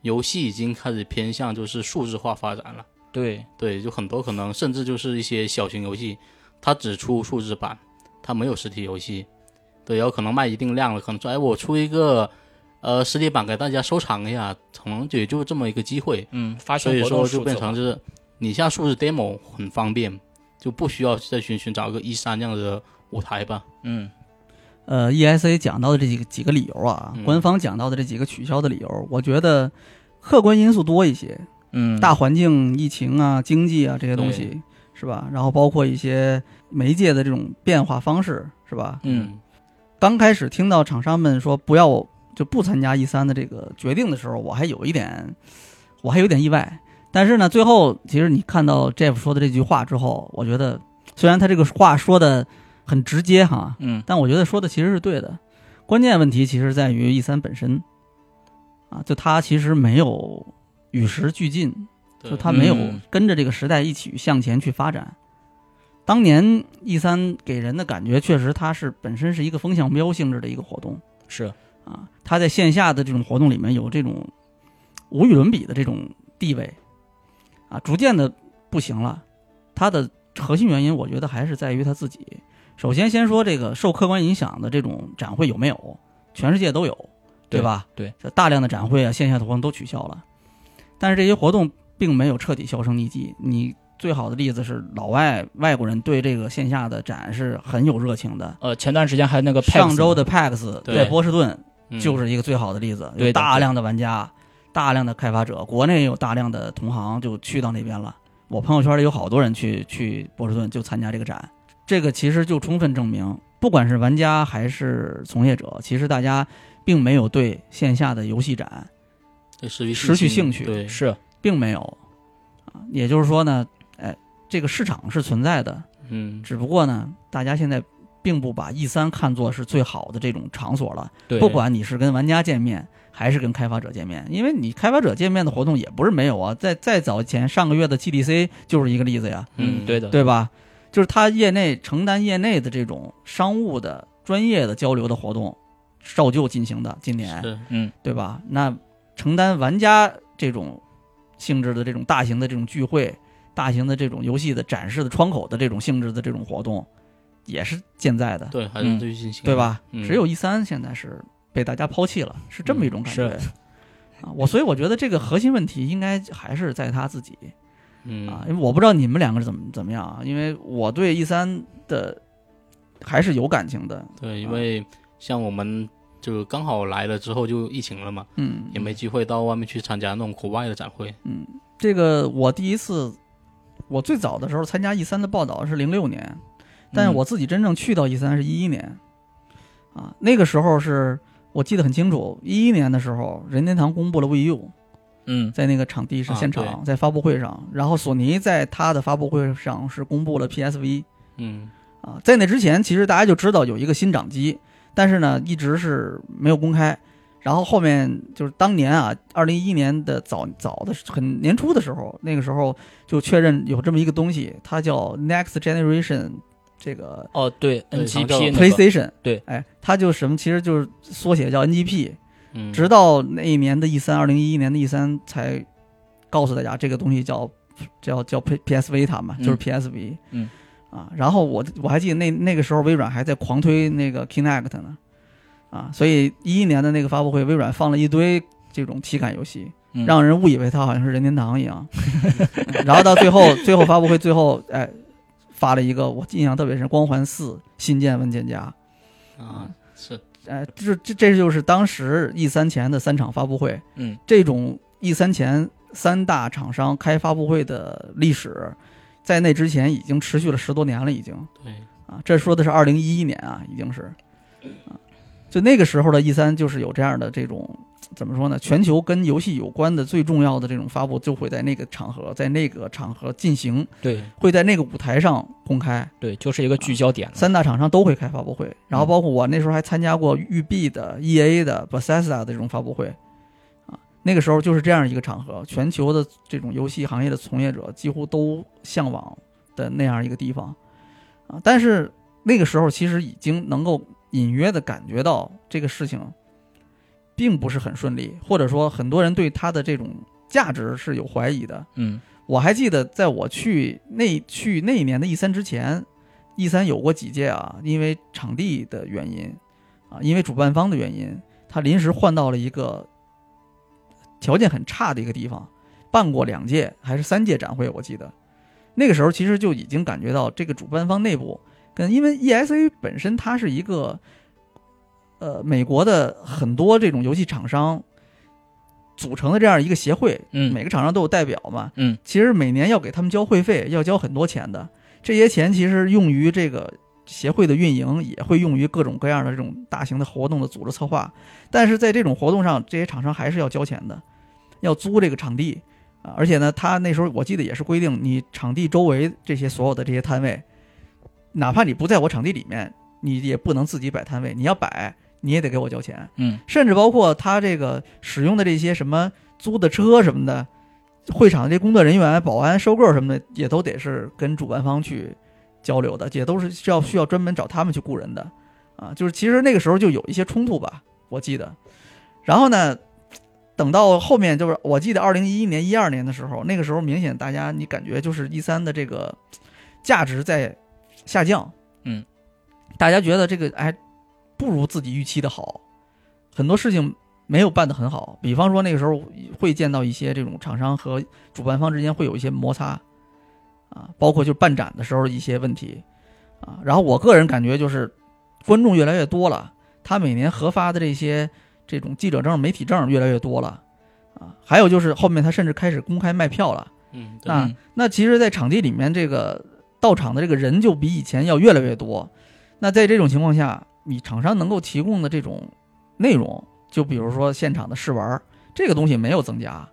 S3: 游戏已经开始偏向就是数字化发展了。
S2: 对
S3: 对，就很多可能甚至就是一些小型游戏，它只出数字版，它没有实体游戏。对，然后可能卖一定量了，可能说，哎，我出一个呃实体版给大家收藏一下，可能也就这么一个机会。
S2: 嗯，发
S3: 所
S2: 行
S3: 以
S2: 活
S3: 说
S2: 动
S3: 就
S2: 数字
S3: 变成
S2: 化
S3: 就是你下数字 demo 很方便，就不需要再去寻找一个一三这样的舞台吧。
S2: 嗯
S1: 呃，ESA 讲到的这几个几个理由啊，
S3: 嗯
S1: 官方讲到的这几个取消的理由，我觉得客观因素多一些，
S2: 嗯
S1: 大环境、疫情啊、经济啊这些东西是吧？然后包括一些媒介的这种变化方式是吧？
S2: 嗯
S1: 刚开始听到厂商们说不要就不参加一三的这个决定的时候，我还有一点，我还有点意外。但是呢，最后其实你看到 Jeff 说的这句话之后，我觉得虽然他这个话说的很直接哈，
S2: 嗯
S1: 但我觉得说的其实是对的。关键问题其实在于 E 三本身，啊，就他其实没有与时俱进，
S3: 对
S1: 就它没有
S2: 嗯
S1: 跟着这个时代一起向前去发展。当年 E 三给人的感觉，确实它是本身是一个风向标性质的一个活动
S2: 是
S1: 啊，它在线下的这种活动里面有这种无与伦比的这种地位啊，逐渐的不行了。它的核心原因，我觉得还是在于它自己。首先，先说这个受客观影响的这种展会有没有，全世界都有，
S2: 对
S1: 吧？
S2: 对，
S1: 大量的展会啊，线下的活动都取消了，但是这些活动并没有彻底销声匿迹。你最好的例子是老外外国人对这个线下的展是很有热情的。
S2: 呃，前段时间还有那个 PAX
S1: 上周的 PAX
S3: 对
S1: 在波士顿
S3: 嗯
S1: 就是一个最好的例子，
S2: 对的
S1: 有大量的玩家、大量的开发者，国内也有大量的同行就去到那边了。我朋友圈里有好多人去去波士顿就参加这个展，这个其实就充分证明，不管是玩家还是从业者，其实大家并没有对线下的游戏展
S3: 对失去
S1: 失去兴趣
S3: 对，
S2: 是
S1: 并没有啊，也就是说呢，哎，这个市场是存在的，
S3: 嗯，
S1: 只不过呢，大家现在并不把 E 三看作是最好的这种场所了。
S2: 对
S1: 不管你是跟玩家见面还是跟开发者见面，因为你开发者见面的活动也不是没有啊。在再早前上个月的 GDC 就是一个例子呀，
S2: 嗯对的
S1: 对吧？就是他业内承担业内的这种商务的专业的交流的活动，照旧进行的，今年
S3: 是
S2: 嗯
S1: 对吧？那承担玩家这种性质的这种大型的这种聚会、大型的这种游戏的展示的窗口的这种性质的这种活动，也是健在的。
S3: 对，还是
S2: 嗯
S3: 失去信心，
S1: 对？吧？
S3: 嗯
S1: 只有 E 三现在是被大家抛弃了，是这么一种感觉。
S2: 嗯
S1: 啊，我所以我觉得这个核心问题应该还是在他自己
S3: 嗯
S1: 啊，因为我不知道你们两个是怎么怎么样啊，因为我对 E 三的还是有感情的，
S3: 对，因为像我们就刚好来了之后就疫情了嘛，
S1: 嗯，
S3: 也没机会到外面去参加那种国外的展会。
S1: 嗯，这个我第一次，我最早的时候参加 E 三的报道是零六年，但
S3: 嗯
S1: 是我自己真正去到 E 三是一一年，啊，那个时候是我记得很清楚，一一年的时候任天堂公布了 Wii U，
S2: 嗯
S1: 在那个场地是现场，
S3: 啊对
S1: 在发布会上，然后索尼在它的发布会上是公布了 PSV
S3: 嗯，
S1: 啊，在那之前其实大家就知道有一个新掌机，但是呢一直是没有公开。然后后面就是当年啊，二零一一年的早早的很年初的时候，那个时候就确认有这么一个东西，它叫 Next Generation 这个
S2: 哦对
S3: 对好像叫
S2: NGP 那个
S1: PlayStation，
S2: 对
S1: 哎，它就什么其实就是缩写叫 NGP，
S3: 嗯
S1: 直到那一年的 E 三，二零一一年的 E 三才告诉大家这个东西叫叫叫 P PS Vita 嘛，
S2: 嗯
S1: 就是 PSV。
S2: 嗯。
S1: 啊，然后我我还记得那那个时候微软还在狂推那个 Kinect 呢，啊，所以一一年的那个发布会，微软放了一堆这种体感游戏，
S2: 嗯
S1: 让人误以为它好像是任天堂一样。 [laughs] 然后到最后最后发布会最后哎发了一个我印象特别深，《光环四：新建文件夹》。
S3: 啊是
S1: 哎，这这这就是当时 E 三前的三场发布会，
S2: 嗯，
S1: 这种 E 三前三大厂商开发布会的历史，在那之前已经持续了十多年了，已经
S3: 对，
S1: 啊，这说的是二零一一年啊，已经是，啊，就那个时候的 E 三就是有这样的这种怎么说呢？全球跟游戏有关的最重要的这种发布就会在那个场合，在那个场合进行，
S2: 对
S1: 会在那个舞台上公开，
S2: 对，就是一个聚焦点了。
S1: 三大厂商都会开发布会，然后包括我那时候还参加过育碧的、E A 的、Bethesda 的这种发布会，啊，那个时候就是这样一个场合，全球的这种游戏行业的从业者几乎都向往的那样一个地方，啊，但是那个时候其实已经能够隐约的感觉到这个事情并不是很顺利，或者说很多人对它的这种价值是有怀疑的，
S2: 嗯
S1: 我还记得，在我去那去那一年的 E 三之前，E 三有过几届啊，因为场地的原因，啊，因为主办方的原因，他临时换到了一个条件很差的一个地方，办过两届还是三届展会，我记得那个时候其实就已经感觉到这个主办方内部跟因为 ESA 本身它是一个呃美国的很多这种游戏厂商组成的这样一个协会，
S2: 嗯
S1: 每个厂商都有代表嘛，
S2: 嗯，
S1: 其实每年要给他们交会费，要交很多钱的。这些钱其实用于这个协会的运营，也会用于各种各样的这种大型的活动的组织策划。但是在这种活动上，这些厂商还是要交钱的，要租这个场地啊。而且呢，他那时候我记得也是规定，你场地周围这些所有的这些摊位，哪怕你不在我场地里面，你也不能自己摆摊位，你要摆你也得给我交钱。
S2: 嗯，
S1: 甚至包括他这个使用的这些什么租的车什么的，会场的这工作人员、保安、收购什么的，也都得是跟主办方去交流的，也都是需要需要专门找他们去雇人的啊。就是其实那个时候就有一些冲突吧，我记得。然后呢，等到后面就是我记得二零一一年、一二年的时候，那个时候明显大家你感觉就是一三的这个价值在下降，
S2: 嗯，
S1: 大家觉得这个哎不如自己预期的好，很多事情没有办得很好。比方说那个时候会见到一些这种厂商和主办方之间会有一些摩擦啊，包括就办展的时候一些问题啊。然后我个人感觉就是观众越来越多了，他每年核发的这些。这种记者证、媒体证越来越多了，啊，还有就是后面他甚至开始公开卖票了。
S3: 嗯，对，
S1: 那、
S2: 嗯
S1: 那其实，在场地里面，这个到场的这个人就比以前要越来越多。那在这种情况下，你厂商能够提供的这种内容，就比如说现场的试玩儿，这个东西没有增加，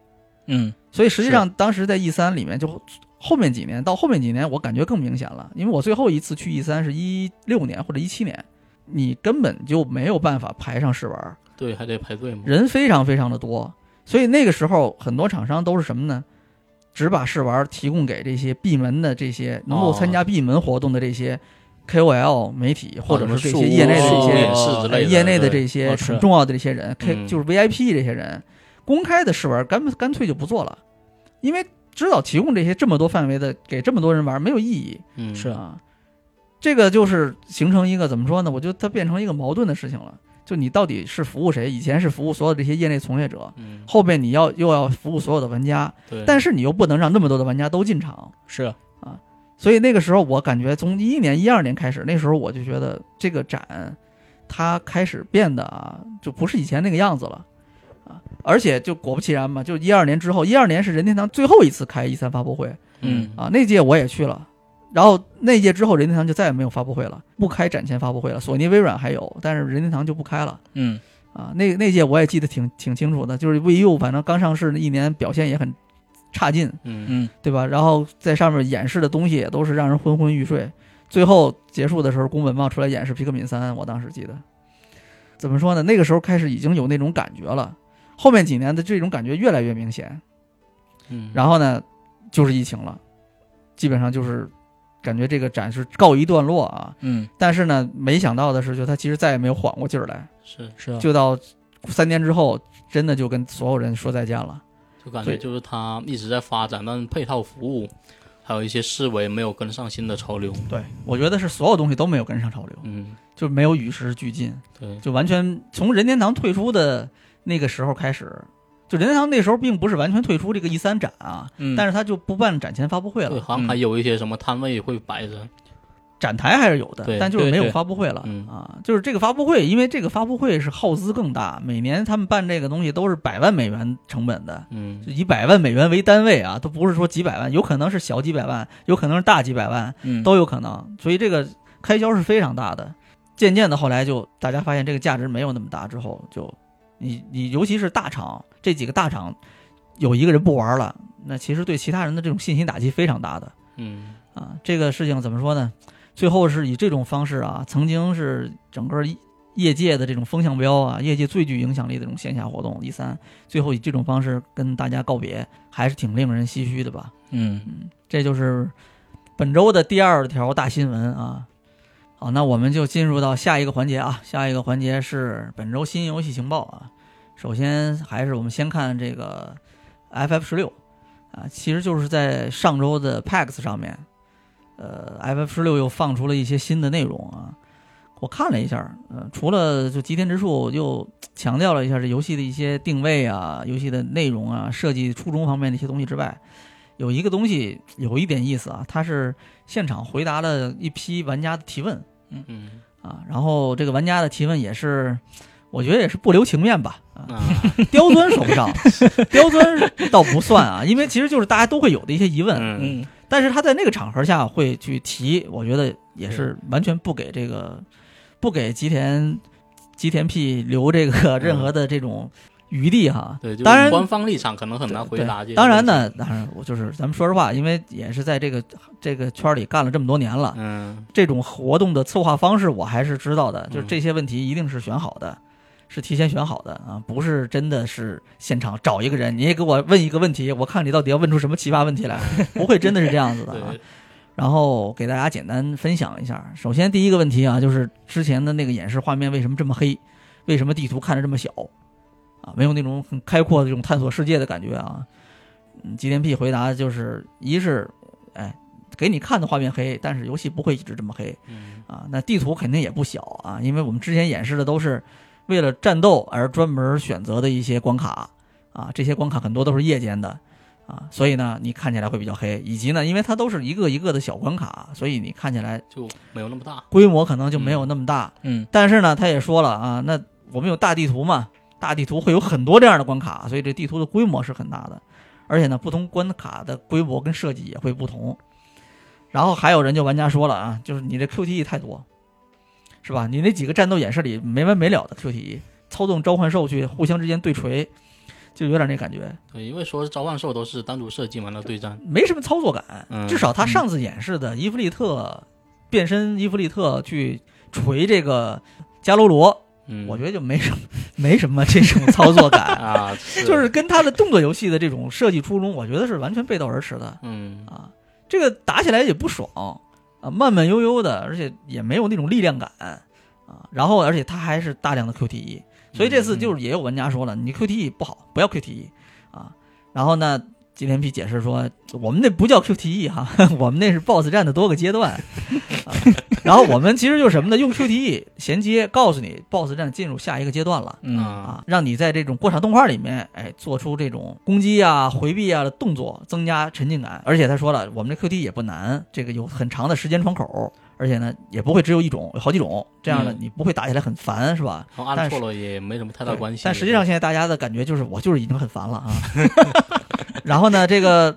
S2: 嗯
S1: 所以实际上当时在 E 三里面就。后面几年到后面几年，我感觉更明显了，因为我最后一次去 E 三是一六年或者一七年，你根本就没有办法排上试玩儿，
S3: 对，还得排队嘛。
S1: 人非常非常的多，所以那个时候很多厂商都是什么呢？只把试玩提供给这些闭门的这些能够参加闭门活动的这些 KOL 媒体，或者是这些业内的这
S2: 树屋
S1: 些
S3: 演示之
S1: 呃
S3: 类的，
S1: 业内的
S3: 对
S1: 这些
S2: 哦是
S1: 很重要的这些人，K
S3: 嗯
S1: 就是 VIP 这些人，公开的试玩干干脆就不做了，因为知道提供这些这么多范围的给这么多人玩没有意义，
S3: 嗯
S2: 是
S1: 啊，这个就是形成一个怎么说呢？我觉得它变成一个矛盾的事情了。就你到底是服务谁？以前是服务所有的这些业内从业者，
S3: 嗯，
S1: 后边你要又要服务所有的玩家，
S3: 对，
S1: 但
S3: 是
S1: 是你又不能让那么多的玩家都进场。
S2: 是啊
S1: 所以那个时候，我感觉从一一年、一二年开始，那时候我就觉得这个展，它开始变得啊，就不是以前那个样子了啊。而且就果不其然嘛，就一二年之后，一二年是任天堂最后一次开一 E 三发布会，
S3: 嗯
S1: 啊，那届我也去了，然后那届之后，任天堂就再也没有发布会了，不开展前发布会了。索尼、微软还有，但是任天堂就不开了
S2: 嗯
S1: 啊。那那届我也记得挺挺清楚的，就是 VU 反正刚上市的一年表现也很差劲，
S3: 嗯
S2: 嗯
S1: 对吧？然后在上面演示的东西也都是让人昏昏欲睡。最后结束的时候，宫本茂出来演示皮克敏三，我当时记得，怎么说呢？那个时候开始已经有那种感觉了，后面几年的这种感觉越来越明显。
S3: 嗯，
S1: 然后呢，就是疫情了，基本上就是感觉这个展是告一段落啊。
S2: 嗯
S1: 但是呢，没想到的是，就他其实再也没有缓过劲儿来，
S3: 是
S2: 是啊
S1: 就到三年之后，真的就跟所有人说再见了。
S3: 就感
S1: 对
S3: 觉就是它一直在发展，但配套服务还有一些思维没有跟上新的潮流。
S1: 对，我觉得是所有东西都没有跟上潮流，
S3: 嗯，
S1: 就没有与时俱进，
S3: 对，
S1: 就完全从任天堂退出的那个时候开始。就任天堂那时候并不是完全退出这个 E 三展啊，
S2: 嗯，
S1: 但是他就不办展前发布会了，
S3: 对，
S1: 嗯
S3: 好像还有一些什么摊位会摆着。
S1: 展台还是有的
S3: 对，
S1: 但就是没
S2: 对
S1: 有
S2: 对
S1: 发布会了
S3: 嗯
S1: 啊。就是这个发布会，因为这个发布会是耗资更大，每年他们办这个东西都是百万美元成本的，
S3: 嗯
S1: 就以百万美元为单位啊，都不是说几百万，有可能是小几百万，有可能是大几百万，
S2: 嗯
S1: 都有可能。所以这个开销是非常大的。渐渐的，后来就大家发现这个价值没有那么大，之后就你你尤其是大厂这几个大厂有一个人不玩了，那其实对其他人的这种信心打击非常大的。
S3: 嗯，
S1: 啊，这个事情怎么说呢？最后是以这种方式啊，曾经是整个业业界的这种风向标啊，业界最具影响力的这种线下活动，一三最后以这种方式跟大家告别，还是挺令人唏嘘的吧。
S2: 嗯
S1: 嗯，这就是本周的第二条大新闻啊。好，那我们就进入到下一个环节啊，下一个环节是本周新游戏情报啊。首先还是我们先看这个 FF 十六啊，其实就是在上周的 PAX 上面，呃，FF 十六又放出了一些新的内容啊。我看了一下，呃，除了就吉田直树又强调了一下这游戏的一些定位啊、游戏的内容啊、设计初衷方面的一些东西之外，有一个东西有一点意思啊，它是现场回答了一批玩家的提问
S3: 嗯
S1: 啊，然后这个玩家的提问也是，我觉得也是不留情面
S3: [laughs]
S1: 吧，啊，
S3: 啊，
S1: [laughs] 刁钻说不
S3: [laughs]
S1: 上，刁钻倒不算啊，因为其实就是大家都会有的一些疑问，
S3: 嗯，
S2: 嗯
S1: 但是他在那个场合下会去提，我觉得也是完全不给这个不给吉田吉田 P 留这个任何的这种。余地哈。
S3: 嗯对，就
S1: 当然
S3: 官方立场可能很难回
S1: 对
S3: 答这些。
S1: 当然，呢，当然我就是咱们说实话，因为也是在这个这个圈儿里干了这么多年了，
S3: 嗯，
S1: 这种活动的策划方式我还是知道的，就是
S3: 嗯
S1: 这些问题一定是选好的，是提前选好的啊，不是真的是现场找一个人，你也给我问一个问题，我看你到底要问出什么奇葩问题来，不会真的是这样子的
S3: 对
S1: 啊。然后给大家简单分享一下。首先第一个问题啊，就是之前的那个演示画面为什么这么黑？为什么地图看着这么小？啊，没有那种很开阔的这种探索世界的感觉啊。嗯，吉田 P 回答就是，一是，哎，给你看的画面黑，但是游戏不会一直这么黑
S3: 嗯，
S1: 啊。那地图肯定也不小啊，因为我们之前演示的都是为了战斗而专门选择的一些关卡啊，这些关卡很多都是夜间的啊，所以呢，你看起来会比较黑，以及呢，因为它都是一个一个的小关卡，所以你看起来
S3: 就没有那么大。
S1: 规模可能就没有那么大。
S2: 嗯，
S1: 但是呢，他也说了啊，那我们有大地图嘛，大地图会有很多这样的关卡，所以这地图的规模是很大的，而且呢，不同关卡的规模跟设计也会不同。然后还有人就玩家说了啊，就是你这 QTE 太多，是吧？你那几个战斗演示里没完没了的 QTE，操纵召唤兽去互相之间对锤，就有点那感觉，
S3: 对，因为说召唤兽都是单独设计嘛，那对战。
S1: 没什么操作感。
S3: 嗯
S1: 至少他上次演示的伊芙利特变身伊芙利特去锤这个伽罗罗，
S3: 嗯，
S1: 我觉得就没什么 [laughs] 没什么这种操作
S3: [laughs]
S1: 感，
S3: 啊，
S1: [laughs] 就是跟他的动作游戏的这种设计初衷，我觉得是完全背道而驰的
S3: 嗯，
S1: 啊。这个打起来也不爽啊，慢慢悠悠的，而且也没有那种力量感啊。然后，而且他还是大量的 QTE，所以这次就是也有玩家说了，你 QTE 不好，不要 QTE 啊。然后呢，吉田 P 解释说，我们那不叫 QTE 哈， [laughs] 我们那是 BOSS 战的多个阶段。啊然后我们其实就是什么呢？用 QTE 衔接，告诉你 BOSS 战进入下一个阶段了。
S2: 嗯
S3: 啊，
S1: 啊，让你在这种过场动画里面，哎，做出这种攻击啊、回避啊的动作，增加沉浸感。而且他说了，我们这 QT 也不难，这个有很长的时间窗口，而且呢，也不会只有一种，有好几种，这样呢，
S3: 嗯
S1: 你不会打起来很烦，是吧？
S3: 然后按错了也没什么太大
S1: 对
S3: 关系。
S1: 但实际上，现在大家的感觉就是，我就是已经很烦了啊。 [laughs] 然后呢，这个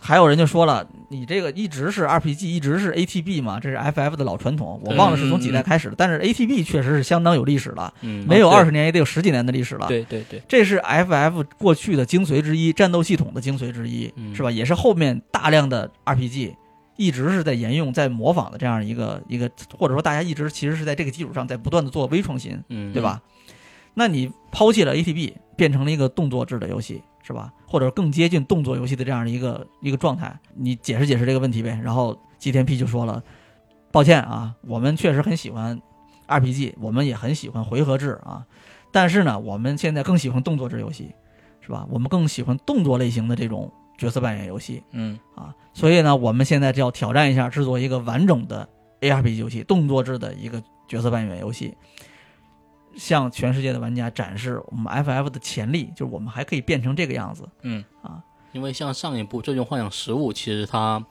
S1: 还有人就说了，你这个一直是 RPG，一直是 ATB 嘛，这是 FF 的老传统，我忘了是从几代开始的，但是 ATB 确实是相当有历史了，
S3: 嗯，
S1: 没有
S2: 对
S1: 二十年也得有十几年的历史了。
S2: 对对对，
S1: 这是 FF 过去的精髓之一，战斗系统的精髓之一，
S3: 嗯
S1: 是吧？也是后面大量的 RPG 一直是在沿用、在模仿的这样一个一个，或者说大家一直其实是在这个基础上在不断的做微创新，
S3: 嗯，
S1: 对？吧？那你抛弃了 ATB，变成了一个动作制的游戏，是吧？或者更接近动作游戏的这样的一个一个状态，你解释解释这个问题呗。然后吉田 P 就说了，抱歉啊，我们确实很喜欢 RPG，我们也很喜欢回合制啊，但是呢，我们现在更喜欢动作制游戏，是吧？我们更喜欢动作类型的这种角色扮演游戏
S2: 嗯
S1: 啊，所以呢，我们现在就要挑战一下，制作一个完整的 ARPG 游戏，动作制的一个角色扮演游戏，向全世界的玩家展示我们 FF 的潜力，就是我们还可以变成这个样子
S2: 嗯
S1: 啊。
S3: 因为像上一部《最终幻想十五》，其实它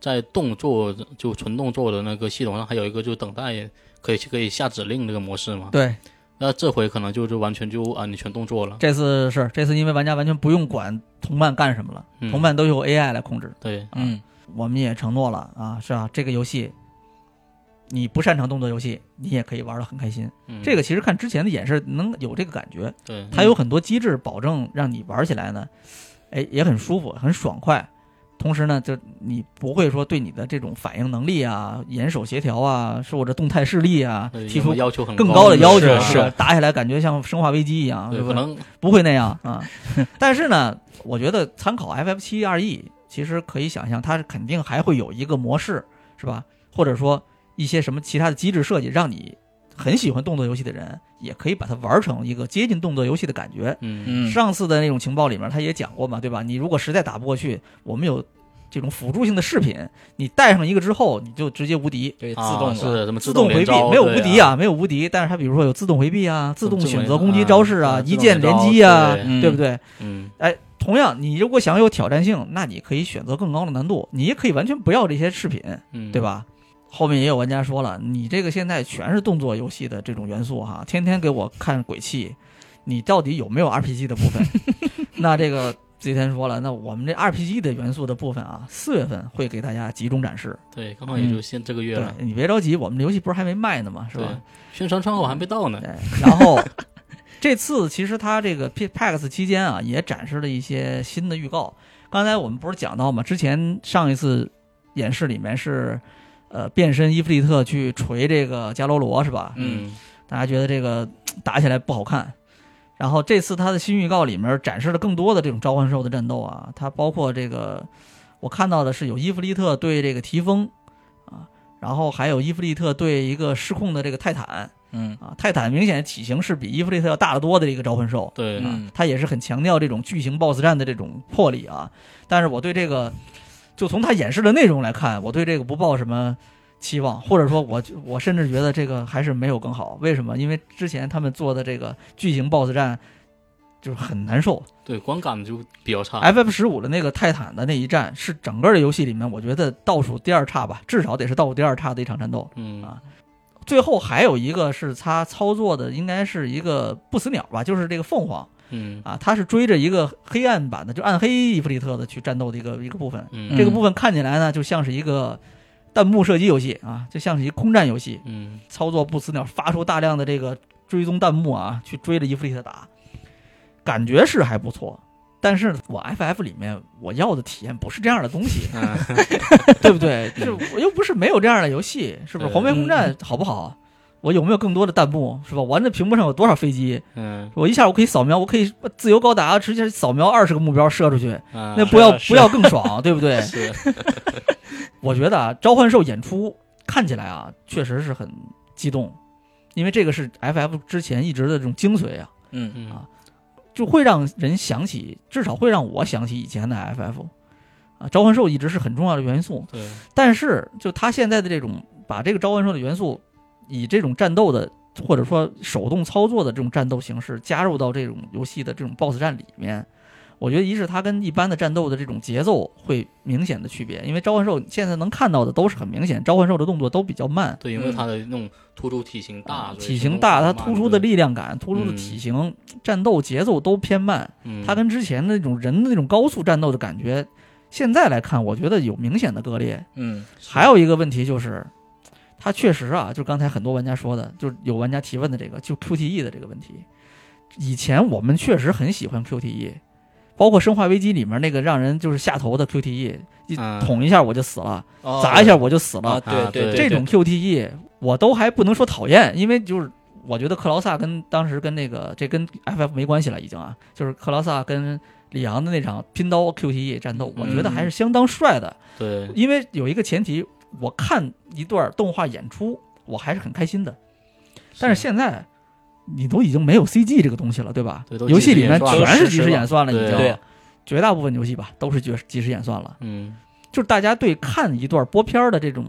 S3: 在动作就纯动作的那个系统上，还有一个就等待可以可以下指令这个模式嘛。
S1: 对，
S3: 那这回可能就是完全就啊，你全动作了。
S1: 这次是这次，因为玩家完全不用管同伴干什么了，
S3: 嗯
S1: 同伴都由 AI 来控制。啊
S3: 对，
S2: 嗯
S1: 我们也承诺了啊，是啊，这个游戏你不擅长动作游戏，你也可以玩得很开心。
S3: 嗯
S1: 这个其实看之前的演示能有这个感觉，
S3: 对，
S1: 它有很多机制保证让你玩起来呢，哎，也很舒服，很爽快。同时呢，就你不会说对你的这种反应能力啊、眼手协调啊，或者动态视力啊，
S3: 对
S1: 提
S3: 因
S1: 出
S3: 为要求很
S1: 更
S3: 高
S1: 高的要求，
S2: 是
S1: 吧打起来感觉像《生化危机》一样，
S3: 对，
S1: 是吧
S3: 可能
S1: 不会那
S3: [laughs]
S1: 样啊。 [laughs] 但是呢，我觉得参考 FF 七 RE，其实可以想象，它肯定还会有一个模式，是吧？或者说一些什么其他的机制设计，让你很喜欢动作游戏的人，也可以把它玩成一个接近动作游戏的感觉。
S3: 嗯
S2: 嗯，
S1: 上次的那种情报里面，他也讲过嘛，对吧？你如果实在打不过去，我们有这种辅助性的饰品，你带上一个之后，你就直接无敌。
S2: 对，自
S3: 啊
S2: 动的
S3: 是什么
S1: 自动回
S3: 连
S1: 避
S3: 招
S1: 没有
S3: 对
S1: 无敌
S3: 啊，
S1: 啊，没有无敌，但是它比如说有自动回避啊、自动
S3: 自
S1: 选择攻击招式啊、
S3: 自动
S1: 一键
S3: 连
S1: 连
S3: 招
S1: 击啊，
S3: 对
S2: 嗯
S1: 对不对？哎
S3: 嗯
S1: 同样，你如果想有挑战性，那你可以选择更高的难度，你也可以完全不要这些饰品，
S3: 嗯，
S1: 对？吧？后面也有玩家说了，你这个现在全是动作游戏的这种元素哈，天天给我看鬼泣，你到底有没有 RPG 的部分？ [laughs] 那这个之前说了，那我们这 RPG 的元素的部分啊，四月份会给大家集中展示。
S3: 对，刚好也就现这个月
S1: 嗯对
S3: 了，
S1: 你别着急，我们这游戏不是还没卖呢吗？是吧？
S3: 宣传窗口还没到呢。
S1: 哎对，然后这次其实它这个 P- PAX 期间啊，也展示了一些新的预告。刚才我们不是讲到嘛，之前上一次演示里面是，呃，变身伊芙利特去锤这个伽罗罗是吧？
S3: 嗯，
S1: 大家觉得这个打起来不好看。然后这次它的新预告里面展示了更多的这种召唤兽的战斗啊，它包括这个我看到的是有伊芙利特对这个提丰啊，然后还有伊芙利特对一个失控的这个泰坦
S2: 嗯
S1: 啊，泰坦明显体型是比伊芙利特要大得多的一个召唤兽，
S3: 对，
S2: 嗯
S1: 啊，他也是很强调这种巨型 BOSS 战的这种魄力啊。但是我对这个，就从他演示的内容来看，我对这个不抱什么期望，或者说我我甚至觉得这个还是没有更好。为什么？因为之前他们做的这个巨型 BOSS 战。就是很难受
S3: 对，观感就比较差。
S1: ，F F 十五的那个泰坦的那一战是整个的游戏里面，我觉得倒数第二差吧，至少得是倒数第二差的一场战斗。
S3: 嗯
S1: 啊最后还有一个是他操作的，应该是一个不死鸟吧，就是这个凤凰，
S3: 嗯
S1: 啊，他是追着一个黑暗版的，就暗黑伊芙利特的去战斗的一个一个部分。
S3: 嗯
S1: 这个部分看起来呢，就像是一个弹幕射击游戏啊，就像是一空战游戏，
S3: 嗯，
S1: 操作不死鸟发出大量的这个追踪弹幕啊，去追着伊芙利特打，感觉是还不错。但是我 FF 里面我要的体验不是这样的东西
S3: 嗯， [laughs]
S1: 对不对？就是我又不是没有这样的游戏，是不是？
S3: 对嗯
S1: 黄飞空战好不好？我有没有更多的弹幕，是吧？我那屏幕上有多少飞机？
S3: 嗯
S1: 我一下我可以扫描，我可以自由高达直接扫描二十个目标射出去，
S3: 啊
S1: [laughs] 那不要
S2: 是
S1: 不要更爽，对不对？
S3: 是
S1: [laughs] 我觉得啊，召唤兽演出看起来啊，确实是很激动，因为这个是 FF 之前一直的这种精髓啊，
S2: 嗯
S3: 嗯
S1: 啊就会让人想起，至少会让我想起以前的 FF 啊，召唤兽一直是很重要的元素，
S3: 对，
S1: 但是就他现在的这种把这个召唤兽的元素以这种战斗的或者说手动操作的这种战斗形式加入到这种游戏的这种 BOSS 战里面，我觉得一是它跟一般的战斗的这种节奏会明显的区别，因为召唤兽现在能看到的都是很明显，召唤兽的动作都比较慢，
S3: 对，因为它的那种突出体型大，
S1: 嗯啊
S3: 所以
S1: 体型
S3: 行动
S1: 大，
S3: 比较
S1: 它
S3: 慢
S1: 突出的
S3: 对
S1: 力量感、突出的体型、战斗节奏都偏慢，
S3: 嗯，
S1: 它跟之前的那种人的那种高速战斗的感觉，现在来看，我觉得有明显的割裂。
S2: 嗯
S3: 是
S1: 还有一个问题就是，它确实啊，就刚才很多玩家说的，就是有玩家提问的这个，就 QTE 的这个问题。以前我们确实很喜欢 QTE，包括《生化危机》里面那个让人就是下头的 QTE，一
S3: 嗯
S1: 捅一下我就死了，
S2: 哦
S1: 砸一下我就死了
S2: 啊，，对
S3: 啊对
S2: 对，
S1: 这种 QTE 我都还不能说讨厌，因为就是我觉得克劳萨跟当时跟那个这跟 FF 没关系了，已经啊，就是克劳萨跟里昂的那场拼刀 QTE 战斗，我觉得还是相当帅的。
S3: 对
S1: 因为有一个前提，我看一段动画演出，我还是很开心的。但是现在你都已经没有 CG 这个东西了，对吧？
S3: 对都
S1: 游戏里面
S3: 即时演
S1: 全
S3: 算
S1: 是即时演算了，已
S3: 对
S1: 经。
S2: 对
S1: 绝大部分游戏吧都是即即时演算了，
S3: 嗯
S1: 就是大家对看一段播片儿的这种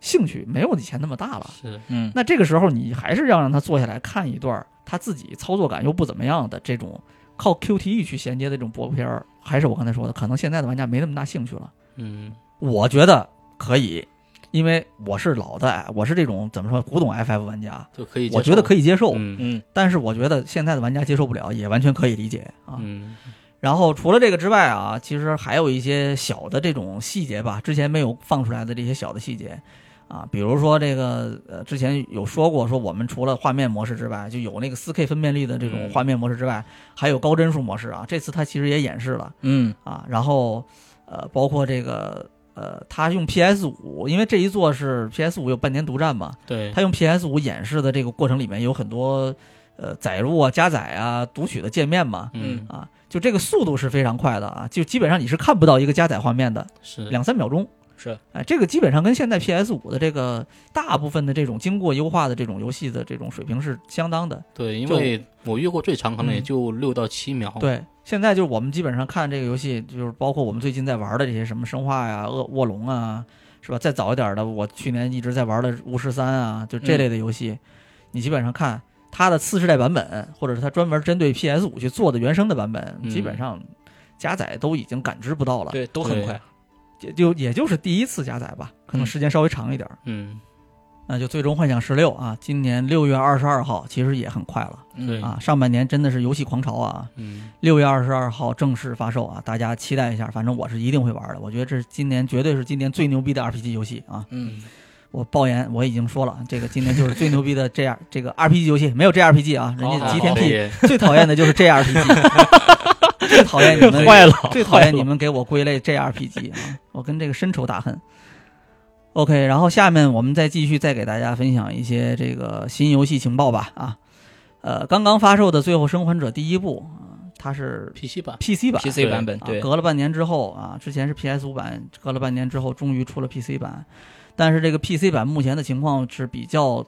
S1: 兴趣没有以前那么大了。
S3: 是
S2: 嗯
S1: 那这个时候你还是要让他坐下来看一段他自己操作感又不怎么样的这种靠 QTE 去衔接的这种播片儿，还是我刚才说的，可能现在的玩家没那么大兴趣了。
S3: 嗯
S1: 我觉得可以，因为我是老的，我是这种怎么说古董 FF 玩家，
S3: 就可以接受，
S1: 我觉得可以接受。
S3: 嗯
S2: 嗯
S1: 但是我觉得现在的玩家接受不了，也完全可以理解啊。
S3: 嗯
S1: 然后除了这个之外啊，其实还有一些小的这种细节吧，之前没有放出来的这些小的细节啊，比如说这个呃，之前有说过，说我们除了画面模式之外，就有那个 4K 分辨率的这种
S3: 嗯
S1: 画面模式之外，还有高帧数模式啊。这次它其实也演示了。
S2: 嗯
S1: 啊，然后呃，包括这个呃，他用 PS 五，因为这一座是 PS 五有半年独占嘛，
S3: 对
S1: 他用 PS 五演示的这个过程里面有很多呃载入啊、加载啊、读取的界面嘛，
S3: 嗯
S1: 啊，就这个速度是非常快的啊，就基本上你是看不到一个加载画面的，
S3: 是
S1: 两三秒钟。
S2: 是，
S1: 哎，这个基本上跟现在 PS 五的这个大部分的这种经过优化的这种游戏的这种水平是相当的。
S3: 对，因
S1: 就
S3: 为我遇过最长可能也
S1: 嗯
S3: 就六到七秒，
S1: 对，现在就是我们基本上看这个游戏，就是包括我们最近在玩的这些什么生化呀、恶卧龙啊，是吧？再早一点的，我去年一直在玩的巫师三啊，就这类的游戏，你基本上看它的次世代版本，或者是它专门针对 PS 五去做的原生的版本，
S3: 嗯
S1: 基本上加载都已经感知不到了，
S2: 对，都很
S3: 对
S2: 快，
S1: 也就也就是第一次加载吧，可能
S2: 嗯
S1: 时间稍微长一点儿。
S3: 嗯
S1: 那就最终幻想十六啊，今年六月二十二号，其实也很快了
S2: 嗯
S3: 对
S1: 啊，上半年真的是游戏狂潮啊。
S3: 嗯
S1: 六月二十二号正式发售啊，大家期待一下，反正我是一定会玩的。我觉得这是今年绝对是今年最牛逼的 RPG 游戏啊！
S2: 嗯
S1: 我爆言我已经说了，这个今年就是最牛逼的这样 [laughs] 这个 RPG 游戏，没有 JRPG 啊，人
S3: 好
S1: 家
S3: 好
S1: 吉田
S3: 好
S1: P
S3: 也
S1: 最讨厌的就是 JRPG，最
S3: [laughs]
S1: 讨厌你们
S2: 坏了，
S1: [laughs] 最讨厌你们给我归类 JRPG 啊！我跟这个深仇大恨。OK，然后下面我们再继续再给大家分享一些这个新游戏情报吧啊，呃，刚刚发售的《最后生还者》第一部啊，它是
S3: PC 版
S1: PC 版
S2: PC 版本，
S1: 啊
S2: 对，
S1: 隔了半年之后啊，之前是 PS 五版，隔了半年之后终于出了 PC 版，但是这个 PC 版目前的情况是比较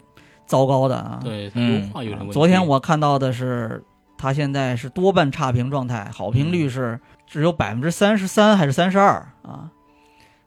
S1: 糟糕的啊，
S3: 对
S2: 嗯
S3: 优化有点问题。
S1: 昨天我看到的是，它现在是多半差评状态，好评
S3: 嗯
S1: 率是只有百分之三十三还是三十二啊？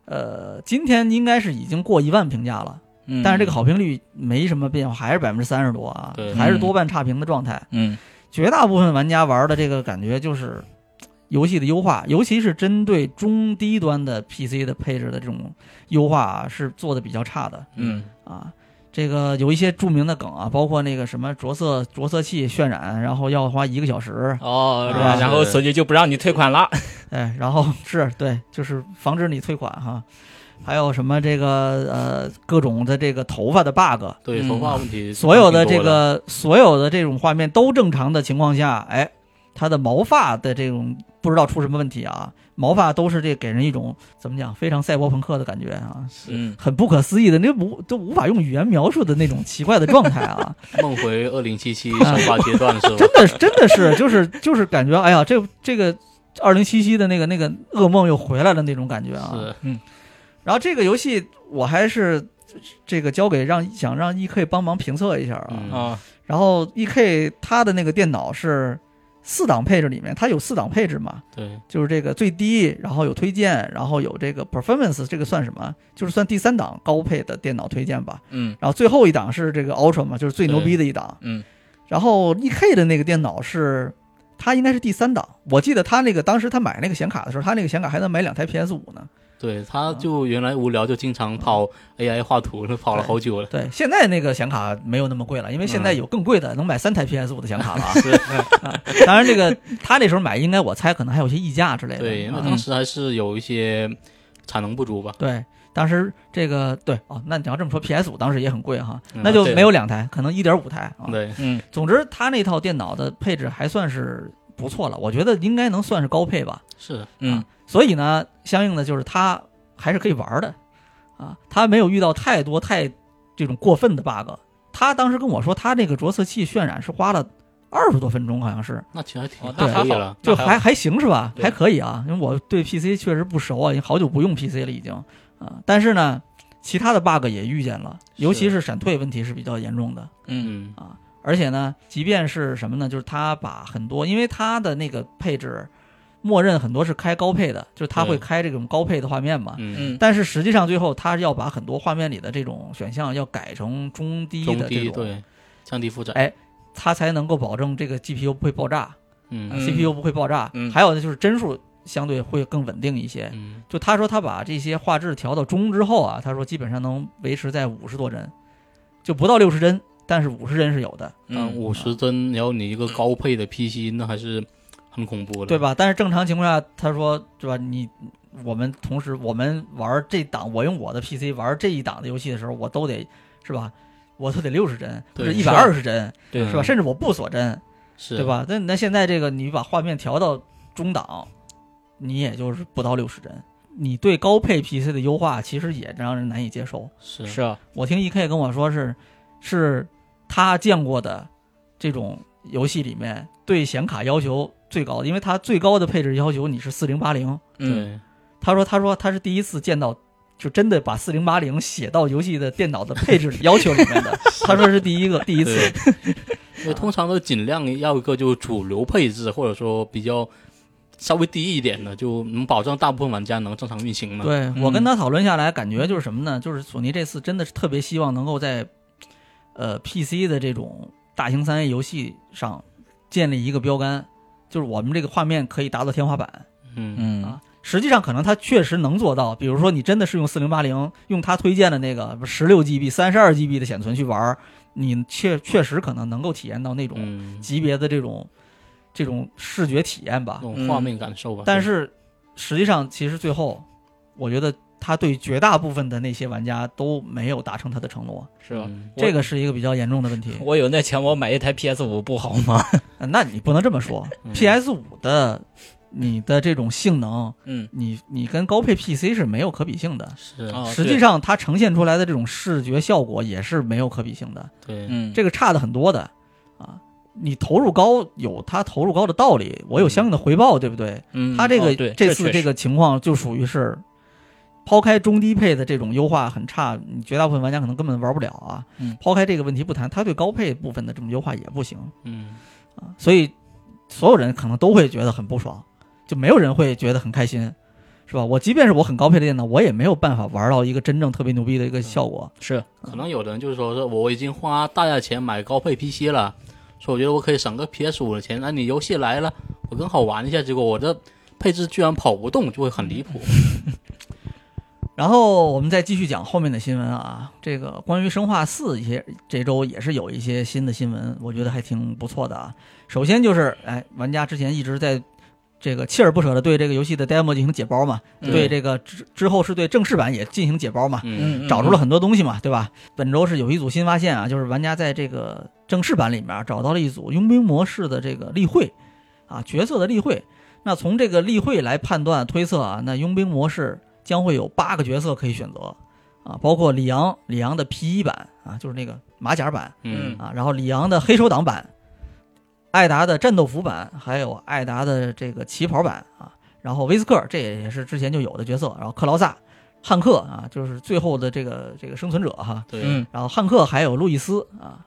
S1: 呃，今天应该是已经过一万评价了，
S2: 嗯
S1: 但是这个，好评率没什么变化，还是百分之三十多啊
S3: 对，
S1: 还是多半差评的状态。
S2: 嗯
S1: 绝大部分玩家玩的这个感觉就是嘖游戏的优化，尤其是针对中低端的 PC 的配置的这种优化啊，是做的比较差的。
S2: 嗯
S1: 啊，这个有一些著名的梗啊，包括那个什么着色着色器渲染，然后要花一个小时，
S2: 哦，
S1: 是吧
S2: 然后手机就不让你退款了，
S1: 哎，然后是对，就是防止你退款哈。还有什么这个呃各种的这个头发的 bug，
S3: 对
S2: 嗯
S3: 头发问题，
S1: 所有的这，个所有的这种画面都正常的情况下，哎，它的毛发的这种不知道出什么问题啊，毛发都是这给人一种怎么讲非常赛博朋克的感觉啊，
S2: 嗯
S1: 很不可思议的那无都无法用语言描述的那种奇怪的状态啊。 [laughs]
S3: 梦回二零七七
S1: 啊 [laughs]
S3: 首发阶段是吧
S1: 真？的是真的是，就是就是感觉，哎呀，这这个二零七七的那个那个噩梦又回来了那种感觉啊。
S3: 是
S1: 然后这个游戏我还是这个交给让想让 E K 帮忙评测一下啊。
S3: 嗯
S2: 啊，
S1: 然后 E K 他的那个电脑是四档配置里面，它有四档配置嘛，
S3: 对，
S1: 就是这个最低，然后有推荐，然后有这个 performance，这个算什么？就是算第三档高配的电脑推荐吧。
S2: 嗯
S1: 然后最后一档是这个 Ultra 嘛，就是最牛逼的一档。
S2: 嗯
S1: 然后 E K 的那个电脑是，它应该是第三档。我记得他那个当时他买那个显卡的时候，他那个显卡还能买两台 PS 五呢。
S3: 对，他就原来无聊就经常跑 AI 画图，那跑了好久了。
S1: 嗯对，现在那个显卡没有那么贵了，因为现在有更贵的，能买三台 PS 五的显卡 [laughs] 了啊。
S3: 嗯 [laughs] 是，
S1: 当然，这个他那时候买，应该我猜可能还有一些溢价之类的。
S3: 对，因为
S1: 啊
S3: 当时还是有一些产能不足吧。
S1: 对，当时这个对哦，那你要这么说，PS 五当时也很贵哈，
S3: 嗯
S1: 那就
S2: 对
S1: 没有两台，可能一点五台啊。
S3: 对，
S2: 嗯
S1: 总之，他那套电脑的配置还算是不错了，我觉得应该能算是高配吧。
S3: 是
S2: 嗯
S1: 所以呢，相应的就是它还是可以玩的，啊，它没有遇到太多太这种过分的 bug。他当时跟我说，他那个着色器渲染是花了二十多分钟，好像是，
S3: 那其实还挺
S2: 哦那还
S3: 可以
S2: 好
S3: 了。
S1: 就
S2: 那还
S1: 还还行是吧？
S2: 对
S1: 还可以啊，因为我对 PC 确实不熟啊，因为好久不用 PC 了已经啊。但是呢，其他的 bug 也遇见了，尤其是闪退问题是比较严重的。
S2: 嗯
S3: 嗯，
S1: 而且呢，即便是什么呢，就是它把很多，因为它的那个配置，默认很多是开高配的，就是它会
S3: 对
S1: 开这种高配的画面嘛。
S3: 嗯，
S2: 嗯
S1: 但是实际上，最后它要把很多画面里的这种选项要改成中低
S3: 中
S1: 的这
S3: 低
S1: 种，
S3: 对，降低负载。
S1: 哎它才能够保证这个 GPU 不会爆炸、
S3: 嗯
S1: 啊 CPU 不会爆炸。
S2: 嗯
S1: 还有呢，就是帧数相对会更稳定一些。
S3: 嗯，
S1: 就他说他把这些画质调到中之后啊，他说基本上能维持在五十多帧，就不到六十帧，但是五十帧是有的，
S3: 嗯，五
S1: 啊
S3: 十帧，然后你一个高配的 PC，那还是很恐怖的，
S1: 对？吧？但是正常情况下，他说对吧？你我们同时我们玩这档，我用我的 PC 玩这一档的游戏的时候，我都得是吧？我都得六十帧，或
S3: 对
S1: 者一百二十帧，
S2: 对
S1: 是吧？甚至我不锁帧，
S3: 嗯是，
S1: 对？吧？那那现在这个你把画面调到中档，你也就是不到六十帧，你对高配 PC 的优化其实也让人难以接受。
S3: 是
S2: 是啊
S1: 我听 E K 跟我说是，是他见过的这种游戏里面对显卡要求最高的，因为它最高的配置要求你是四零八零。
S2: 嗯
S3: 对，
S1: 他说，他说他是第一次见到，就真的把四零八零写到游戏的电脑的配置要求里面的。他说是第一个，第一次。
S3: 对，因为通常都尽量要一个就主流配置，或者说比较稍微低一点的，就能保证大部分玩家能正常运行嘛。
S1: 对我跟他讨论下来，感觉就是什么呢？就是索尼这次真的是特别希望能够在，呃，PC 的这种大型三 A 游戏上建立一个标杆，就是我们这个画面可以达到天花板。
S3: 嗯，
S2: 嗯
S1: 啊，实际上可能它确实能做到，比如说你真的是用四零八零，用它推荐的那个十六 GB、三十二 GB 的显存去玩儿，你确确实可能能够体验到那种
S3: 嗯，
S1: 级别的这种、这种视
S2: 哦
S1: 觉体验吧
S3: 那。种画面感受吧。
S1: 但是实际上，其实最后我觉得他对绝大部分的那些玩家都没有达成他的承诺，
S2: 是吧？
S3: 嗯
S1: 这个是一个比较严重的问题。
S2: 我有那钱，我买一台 PS 五不好吗？
S1: 呃那你不能这么说，PS
S2: 嗯
S1: 五的你的这种性能，
S2: 嗯，
S1: 你你跟高配 PC 是没有可比性的。
S3: 是，
S2: 哦
S1: 实际，上，它呈现出来的这种视觉效果也是没有可比性的，
S3: 对
S2: 对，嗯，
S1: 这个差的很多的啊。你投入高有它投入高的道理，我有相应的回报，对不对？
S2: 嗯
S1: 它这个、
S2: 哦对
S1: 这
S2: 确
S1: 次
S2: 实
S1: 这个情况就属于是，抛开中低配的这种优化很差，你绝大部分玩家可能根本玩不了啊。
S2: 嗯
S1: 抛开这个问题不谈，它对高配部分的这种优化也不行
S3: 嗯，
S1: 啊，所以所有人可能都会觉得很不爽，就没有人会觉得很开心，是吧？我即便是我很高配的电脑，我也没有办法玩到一个真正特别牛逼的一个效果。
S2: 是
S3: 可能有的人就是说，说我已经花大价钱买高配 PC 了，说我觉得我可以省个 PS 五的钱，那你游戏来了，我更好玩一下，结果我的配置居然跑不动，就会很离谱。
S1: 然后我们再继续讲后面的新闻啊，这个关于《生化四》一些这周也是有一些新的新闻，我觉得还挺不错的啊。首先就是，哎，玩家之前一直在这个锲而不舍的对这个游戏的 demo 进行解包嘛，
S2: 嗯
S1: 对这个之之后是对正式版也进行解包嘛，
S3: 嗯，
S1: 找出了很多东西嘛，对吧？本周是有一组新发现啊，就是玩家在这个正式版里面啊找到了一组佣兵模式的这个例会，啊，角色的例会。那从这个例会来判断推测啊，那佣兵模式将会有八个角色可以选择，啊，包括里昂里昂的皮衣版啊，就是那个马甲版
S3: 嗯
S1: 啊，然后里昂的黑手党版，艾达的战斗服版，还有艾达的这个旗袍版啊，然后威斯克尔这也是之前就有的角色，然后克劳萨、汉克啊，就是最后的这个这个生存者哈，
S3: 对，
S2: 嗯
S1: 然后汉克还有路易斯啊，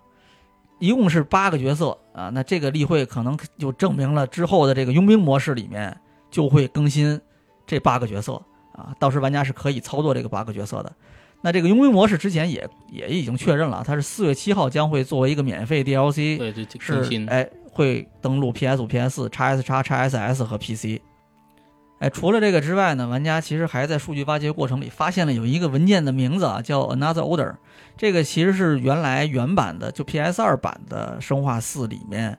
S1: 一共是八个角色啊。那这个例会可能就证明了之后的这个佣兵模式里面就会更新这八个角色啊，到时玩家是可以操作这个八个角色的。那这个佣兵模式之前也也已经确认了，它是四月七号将会作为一个免费 DLC
S3: 对，这这更
S1: 是
S3: 新，
S1: 哎会登录 PS 五、PS 四、x S x XSS 和 PC。哎，除了这个之外呢，玩家其实还在数据挖掘过程里发现了有一个文件的名字啊，叫 Another Order。这个其实是原来原版的就 PS 二版的《生化四》里面，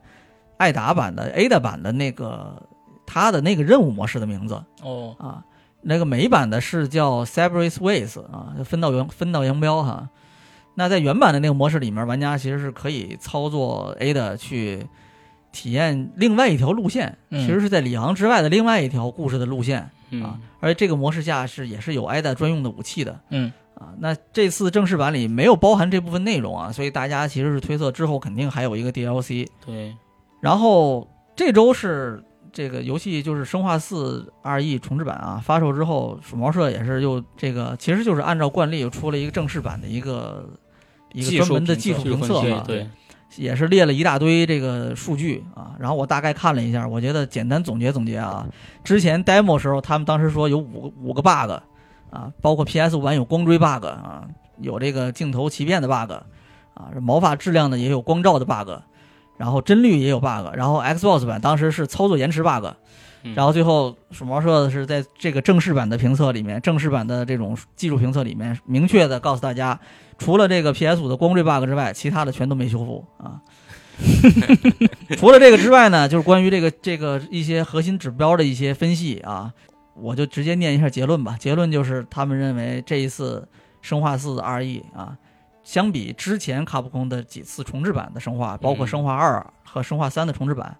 S1: 艾达版的 Ada 版的那个它的那个任务模式的名字
S2: 哦，
S1: 啊。那个美版的是叫 Separate Ways 啊，就分道扬分道扬镳哈。那在原版的那个模式里面，玩家其实是可以操作 Ada 去体验另外一条路线，
S2: 嗯
S1: 其实是在里昂之外的另外一条故事的路线啊
S3: 嗯。
S1: 而且这个模式下是也是有 Ada 专用的武器的
S2: 嗯
S1: 啊。那这次正式版里没有包含这部分内容啊，所以大家其实是推测之后肯定还有一个 DLC。
S3: 对，
S1: 然后这周是这个游戏就是《生化四 RE 重置版》啊，发售之后，鼠毛社也是又这个，其实就是按照惯例又出了一个正式版的一个一个
S2: 技术
S1: 专门的
S2: 评测
S1: 技术
S3: 技术
S1: 评
S3: 分
S1: 测
S3: 析
S1: 啊，
S3: 对，
S1: 也是列了一大堆这个数据啊。然后我大概看了一下，我觉得简单总结总结啊，之前 demo 时候他们当时说有五个五个 bug 啊，包括 PS 五版有光追 bug 啊，有这个镜头畸变的 bug 啊，毛发质量呢也有光照的 bug，然后帧率也有 bug，然后 Xbox 版当时是操作延迟 bug，
S3: 嗯
S1: 然后最后鼠毛社的是在这个正式版的评测里面，正式版的这种技术评测里面明确的告诉大家，除了这个 PS 五的光追 bug 之外，其他的全都没修复啊。除了这个之外呢，就是关于这个这个一些核心指标的一些分析啊，我就直接念一下结论吧。结论就是他们认为这一次《生化四 RE》啊，相比之前卡普空的几次重置版的生化，包括
S3: 嗯
S1: 生化二和生化三的重置版，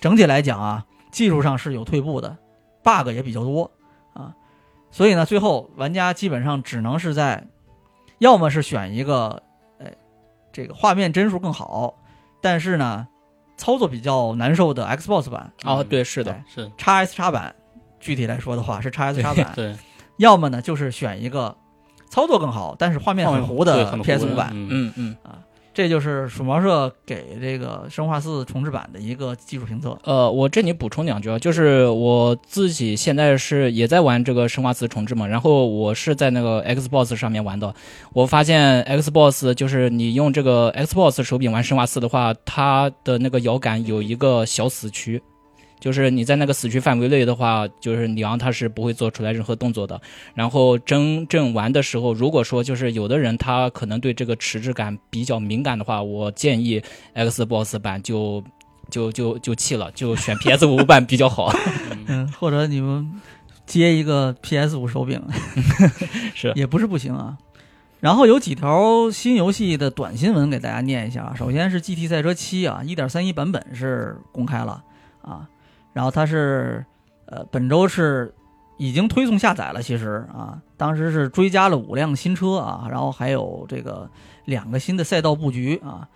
S1: 整体来讲啊，技术上是有退步的，bug 也比较多啊，所以呢，最后玩家基本上只能是在，要么是选一个，哎，这个画面帧数更好，但是呢，操作比较难受的 Xbox 版、
S2: 哦，
S3: 嗯
S2: 对，是的，
S3: 是，
S1: x S x 版，具体来说的话是 x S x 版，
S3: 对，
S1: 要么呢就是选一个操作更好，但是画面很糊的
S3: 对很糊
S1: PS
S3: 的
S1: 五版，
S3: 嗯，
S2: 嗯嗯，
S1: 这就是鼠毛社给这个《生化四》重置版的一个技术评测。
S2: 呃，我这里补充两句啊，就是我自己现在是也在玩这个《生化四重置》嘛，然后我是在那个 Xbox 上面玩的，我发现 Xbox 就是你用这个 Xbox 手柄玩《生化四》的话，它的那个摇杆有一个小死区。就是你在那个死区范围内的话，就是里昂他是不会做出来任何动作的。然后真正玩的时候，如果说就是有的人他可能对这个迟滞感比较敏感的话，我建议 Xbox 版就
S1: [laughs]
S2: 就就就弃了，就选 PS 五版比较好。
S1: 嗯，或者你们接一个 PS 五手柄，
S2: 是
S1: 也不是不行啊。然后有几条新游戏的短新闻给大家念一下啊。首先是《GT 赛车七》啊，一点三一版本是公开了啊，然后它是呃本周是已经推送下载了，其实啊，当时是追加了五辆新车啊，然后还有这个两个新的赛道布局啊，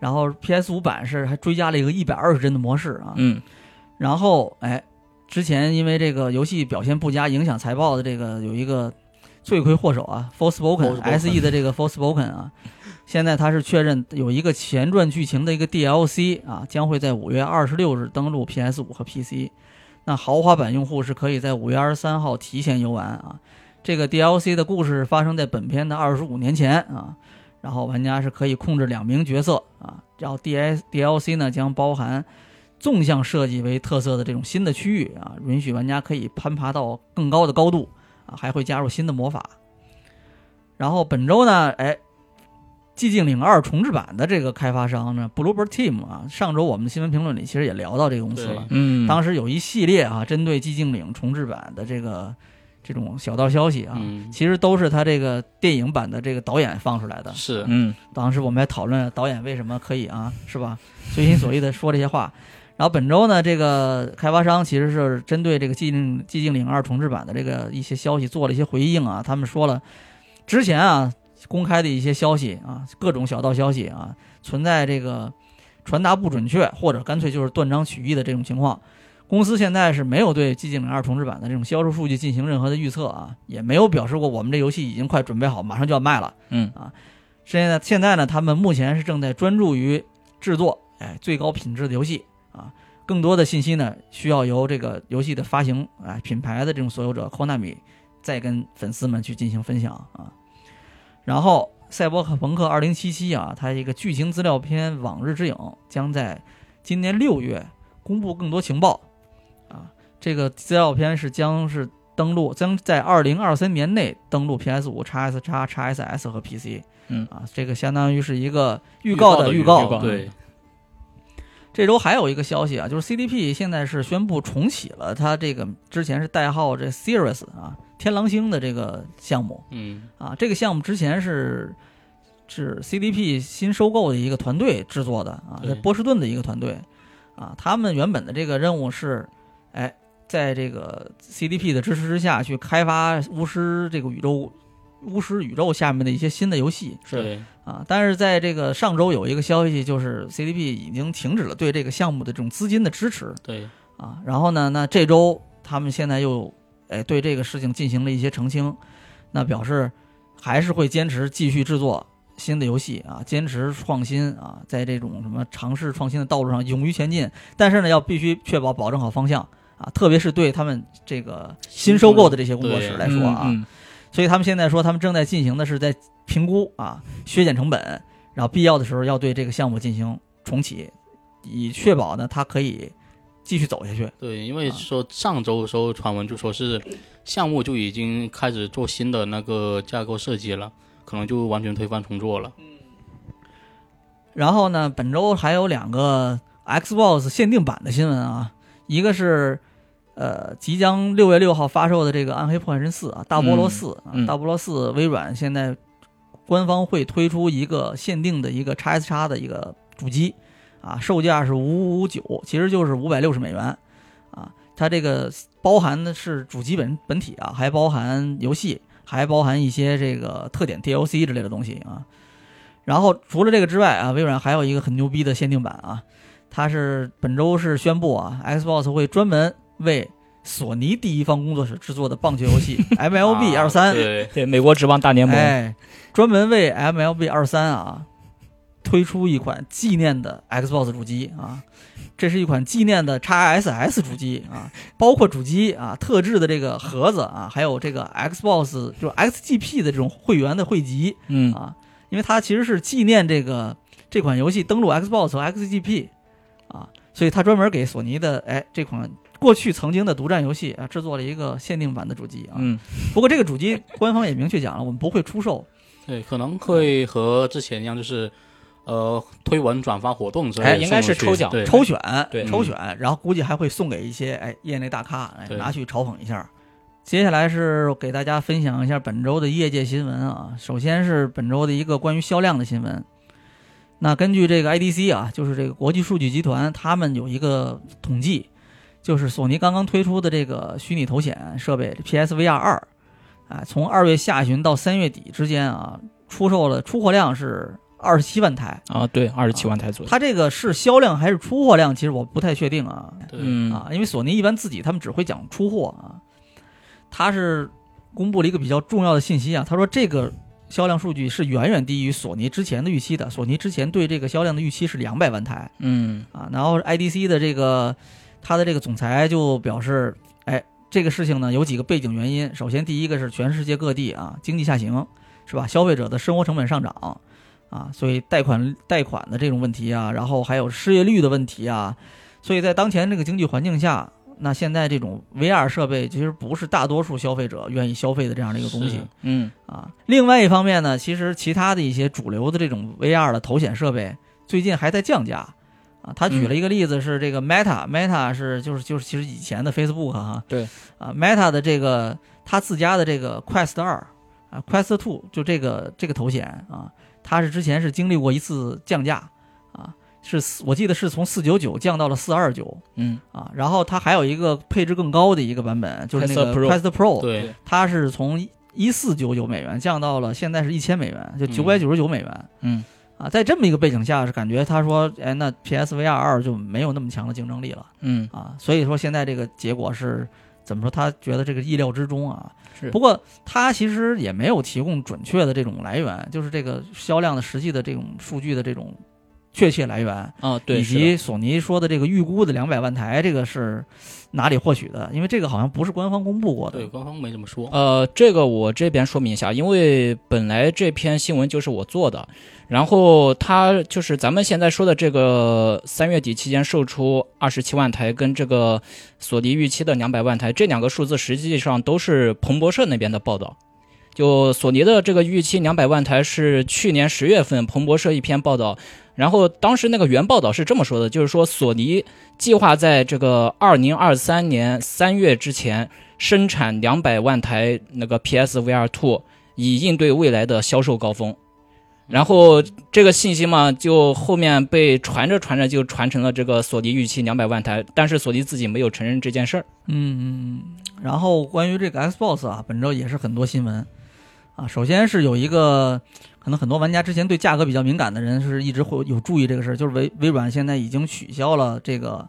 S1: 然后 PS 五版是还追加了一个一百二十帧的模式啊，
S2: 嗯，
S1: 然后哎，之前因为这个游戏表现不佳，影响财报的这个有一个罪魁祸首啊，Forspoken
S3: Forspoken
S1: SE E 的这个 Forspoken 啊，现在它是确认有一个前传剧情的一个 DLC 啊，将会在五月二十六日登陆 PS 五和 PC。那豪华版用户是可以在五月二十三号提前游玩啊。这个 DLC 的故事发生在本片的二十五年前啊，然后玩家是可以控制两名角色啊，然后 D S DLC 呢将包含纵向设计为特色的这种新的区域啊，允许玩家可以攀爬到更高的高度啊，还会加入新的魔法。然后本周呢，哎，《寂静岭二》重置版的这个开发商呢，Bluebird Team 啊，上周我们的新闻评论里其实也聊到这个公司了
S3: 对。
S2: 嗯，
S1: 当时有一系列啊，针对《寂静岭》重置版的这个这种小道消息啊，
S3: 嗯，
S1: 其实都是他这个电影版的这个导演放出来的。
S3: 是，
S2: 嗯
S1: 当时我们还讨论导演为什么可以啊，是吧？随心所欲的说这些话。然后本周呢，这个开发商其实是针对这个《寂静寂静岭二》重置版的这个一些消息做了一些回应啊。他们说了，之前啊公开的一些消息啊，各种小道消息啊，存在这个传达不准确或者干脆就是断章取义的这种情况。公司现在是没有对《寂静岭二》重置版的这种销售数据进行任何的预测啊，也没有表示过我们这游戏已经快准备好，马上就要卖了。
S2: 嗯
S1: 啊，现在现在呢，他们目前是正在专注于制作哎最高品质的游戏啊，更多的信息呢需要由这个游戏的发行哎品牌的这种所有者 Konami 再跟粉丝们去进行分享啊。然后《赛博朋克2077》啊，它一个剧情资料片《往日之影》将在今年六月公布更多情报啊。这个资料片是将是登陆，将在2023年内登陆 PS 5 x S x XSS 和 PC。
S2: 嗯
S1: 啊，这个相当于是一个预告的
S3: 预
S1: 告。
S2: 告
S3: 对，
S1: 这周还有一个消息啊，就是 CDP 现在是宣布重启了它这个之前是代号这 Series 啊天狼星的这个项目。
S3: 嗯，
S1: 啊，这个项目之前是是 CDP 新收购的一个团队制作的啊，在
S3: 对
S1: 波士顿的一个团队啊，他们原本的这个任务是，哎，在这个 CDP 的支持之下去开发巫师这个宇宙巫师宇宙下面的一些新的游戏
S3: 对，
S1: 啊，但是在这个上周有一个消息，就是 CDP 已经停止了对这个项目的这种资金的支持，
S3: 对，
S1: 啊，然后呢，那这周他们现在又哎对这个事情进行了一些澄清，那表示还是会坚持继续制作新的游戏啊，坚持创新啊，在这种什么尝试创新的道路上勇于前进，但是呢，要必须确保保证好方向啊，特别是对他们这个新收购的这些工作室
S3: 对
S1: 来说啊，
S2: 嗯
S1: 所以他们现在说，他们正在进行的是在评估啊，削减成本，然后必要的时候要对这个项目进行重启，以确保呢它可以继续走下去。
S3: 对，因为
S1: 啊
S3: 说上周的时候传闻就说是项目就已经开始做新的那个架构设计了，可能就完全推翻重做了。
S1: 然后呢，本周还有两个 Xbox 限定版的新闻啊，一个是呃即将六月六号发售的这个《暗黑破坏神四》啊，《大菠萝四》啊，
S2: 嗯
S1: 大菠萝四》微软现在官方会推出一个限定的一个 x S x 的一个主机啊，售价是五五九，其实就是五百六十美元啊。它这个包含的是主机本本体啊，还包含游戏，还包含一些这个特点 DLC 之类的东西啊。然后除了这个之外啊，微软还有一个很牛逼的限定版啊，它是本周是宣布啊，Xbox 会专门为索尼第一方工作室制作的棒球游
S3: [laughs]
S1: 戏 MLB
S3: 啊
S1: 二三、
S3: 对，
S2: 对美国职棒大联盟，
S1: 哎，专门为 MLB 二三啊推出一款纪念的 Xbox 主机啊，这是一款纪念的 XSS 主机啊，包括主机啊、特制的这个盒子啊，还有这个 Xbox 就是 XGP 的这种会员的汇集
S2: 嗯
S1: 啊，因为它其实是纪念这个这款游戏登陆 Xbox 和 XGP 啊，所以它专门给索尼的哎这款。过去曾经的独占游戏啊，制作了一个限定版的主机啊，
S2: 嗯
S1: 不过这个主机官方也明确讲了，我们不会出售。
S3: 对，可能会和之前一样，就是呃推文转发活动之类的
S2: 哎
S3: 送出去，
S2: 应该是抽奖
S3: 对，
S1: 抽选，
S2: 对
S1: 抽选，然后估计还会送给一些哎业内大咖，哎
S3: 对
S1: 拿去嘲讽一下。接下来是给大家分享一下本周的业界新闻啊。首先是本周的一个关于销量的新闻。那根据这个 IDC 啊，就是这个国际数据集团，他们有一个统计，就是索尼刚刚推出的这个虚拟头显设备 PSVR 二，啊，从二月下旬到三月底之间啊，出售了出货量是二十七万台。
S2: 啊，对，二十七万台左右。
S1: 它这个是销量还是出货量？其实我不太确定啊。
S3: 对，
S2: 嗯
S1: 啊，因为索尼一般自己他们只会讲出货啊，他是公布了一个比较重要的信息啊，他说这个销量数据是远远低于索尼之前的预期的，索尼之前对这个销量的预期是两百万台
S2: 嗯
S1: 啊，然后 IDC 的这个他的这个总裁就表示，哎，这个事情呢有几个背景原因，首先第一个是全世界各地啊经济下行是吧，消费者的生活成本上涨。啊，所以贷款贷款的这种问题啊，然后还有失业率的问题啊，所以在当前这个经济环境下，那现在这种 VR 设备其实不是大多数消费者愿意消费的这样的一个东西
S3: 是
S2: 嗯
S1: 啊。另外一方面呢，其实其他的一些主流的这种 VR 的头显设备最近还在降价啊。他
S2: 嗯
S1: 举了一个例子是这个 Meta，Meta、Meta 是就是就是其实以前的 Facebook 哈、
S2: 对
S1: 啊 Meta 的这个他自家的这个 Quest 二啊 Quest Two 就这个这个头显啊，它是之前是经历过一次降价啊，是四我记得是从四九九降到了四二九。
S2: 嗯
S1: 啊，然后它还有一个配置更高的一个版本，就是那
S2: Quest
S1: 个
S2: Pro
S1: Quest Pro，
S3: 对，
S1: 它是从一四九九美元降到了现在是一千美元，就
S3: 嗯
S1: 九百九十九美元、
S2: 嗯
S1: 啊。在这么一个背景下，是感觉他说，哎，那 PSVR 二就没有那么强的竞争力了
S2: 嗯，
S1: 啊。所以说现在这个结果是怎么说？他觉得这个意料之中啊。
S2: 是
S1: 不过他其实也没有提供准确的这种来源，就是这个销量的实际的这种数据的这种确切来源。
S2: 啊，对，
S1: 以
S2: 是的
S1: 及索尼说的这个预估的两百万台，这个是哪里获取的？因为这个好像不是官方公布过的哦
S3: 对，。官方没怎么说。
S2: 呃，这个我这边说明一下，因为本来这篇新闻就是我做的，然后它就是咱们现在说的这个三月底期间售出二十七万台，跟这个索尼预期的两百万台这两个数字，实际上都是彭博社那边的报道。就索尼的这个预期两百万台是去年十月份彭博社一篇报道，然后当时那个原报道是这么说的，就是说索尼计划在这个二零二三年三月之前生产两百万台那个 PSVR Two，以应对未来的销售高峰。然后这个信息嘛，就后面被传着传着就传成了这个索尼预期两百万台，但是索尼自己没有承认这件事儿。
S1: 嗯嗯。嗯。然后关于这个 Xbox 啊，本周也是很多新闻啊。首先是有一个，可能很多玩家之前对价格比较敏感的人是一直会有注意这个事儿，就是微微软现在已经取消了这个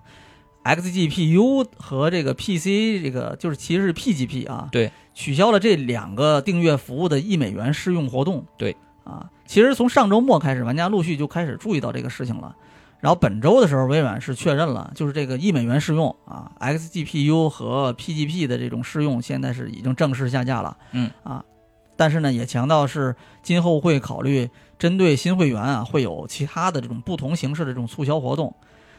S1: XGPU 和这个 PC 这个就是其实是 PGP 啊，
S2: 对，
S1: 取消了这两个订阅服务的一美元试用活动。
S2: 对
S1: 啊，其实从上周末开始，玩家陆续就开始注意到这个事情了。然后本周的时候，微软是确认了，就是这个一美元试用啊，XGPU 和 PGP 的这种试用，现在是已经正式下架了。
S2: 嗯
S1: 啊，但是呢，也强调是今后会考虑针对新会员啊，会有其他的这种不同形式的这种促销活动。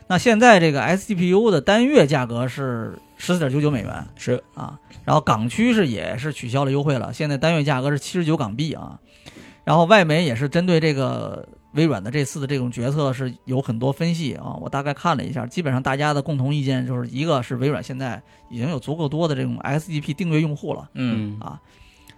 S1: 那现在这个 XGPU 的单月价格是十四点九九美元，
S2: 是
S1: 啊，然后港区是也是取消了优惠了，现在单月价格是七十九港币啊。然后外媒也是针对这个微软的这次的这种决策是有很多分析啊，我大概看了一下，基本上大家的共同意见就是一个是微软现在已经有足够多的这种 SGP 订阅用户了，
S2: 嗯，
S1: 啊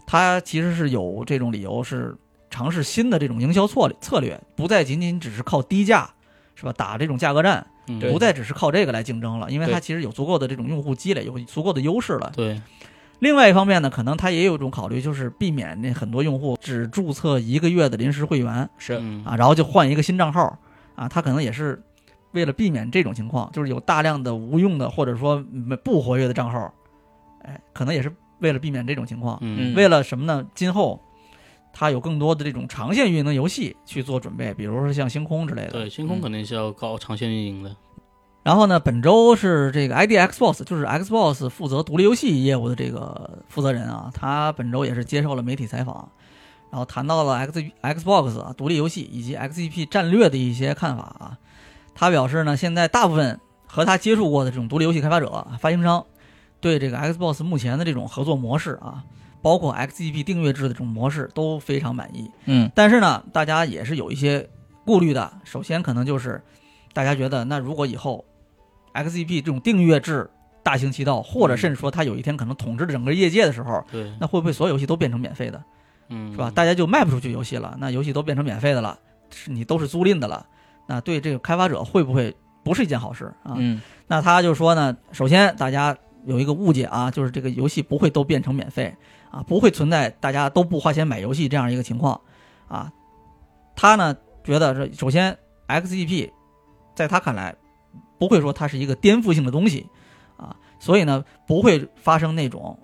S1: 它其实是有这种理由是尝试新的这种营销策略策略，不再仅仅只是靠低价是吧打这种价格战，
S3: 嗯
S2: 对
S1: 不再只是靠这个来竞争了，因为它
S2: 对
S1: 其实有足够的这种用户积累，有足够的优势了。
S3: 对，
S1: 另外一方面呢，可能它也有一种考虑，就是避免那很多用户只注册一个月的临时会员
S2: 是
S3: 嗯
S1: 啊，然后就换一个新账号啊，它可能也是为了避免这种情况，就是有大量的无用的或者说没不活跃的账号，哎，可能也是为了避免这种情况，
S3: 嗯
S1: 为了什么呢？今后它有更多的这种长线运营的游戏去做准备，比如说像星空之类的。嗯
S3: 对，星空肯定是要搞长线运营的。
S1: 然后呢，本周是这个 ID Xbox，就是 Xbox 负责独立游戏业务的这个负责人啊，他本周也是接受了媒体采访，然后谈到了 X Xbox 啊独立游戏以及 XGP 战略的一些看法啊。他表示呢，现在大部分和他接触过的这种独立游戏开发者、发行商，对这个 Xbox 目前的这种合作模式啊，包括 XGP 订阅制的这种模式都非常满意。
S2: 嗯
S1: 但是呢，大家也是有一些顾虑的。E 首先，可能就是大家觉得，那如果以后 XGP 这种订阅制大行其道，或者甚至说他有一天可能统治整个业界的时候，
S3: 对，
S1: 那会不会所有游戏都变成免费的，
S3: 嗯，
S1: 是吧？大家就卖不出去游戏了，那游戏都变成免费的了，是你都是租赁的了，那对这个开发者会不会不是一件好事啊？
S2: 嗯
S1: 那他就说呢，首先大家有一个误解啊，就是这个游戏不会都变成免费啊，不会存在大家都不花钱买游戏这样一个情况啊。他呢觉得这首先 XGP 在他看来不会说它是一个颠覆性的东西啊，所以呢不会发生那种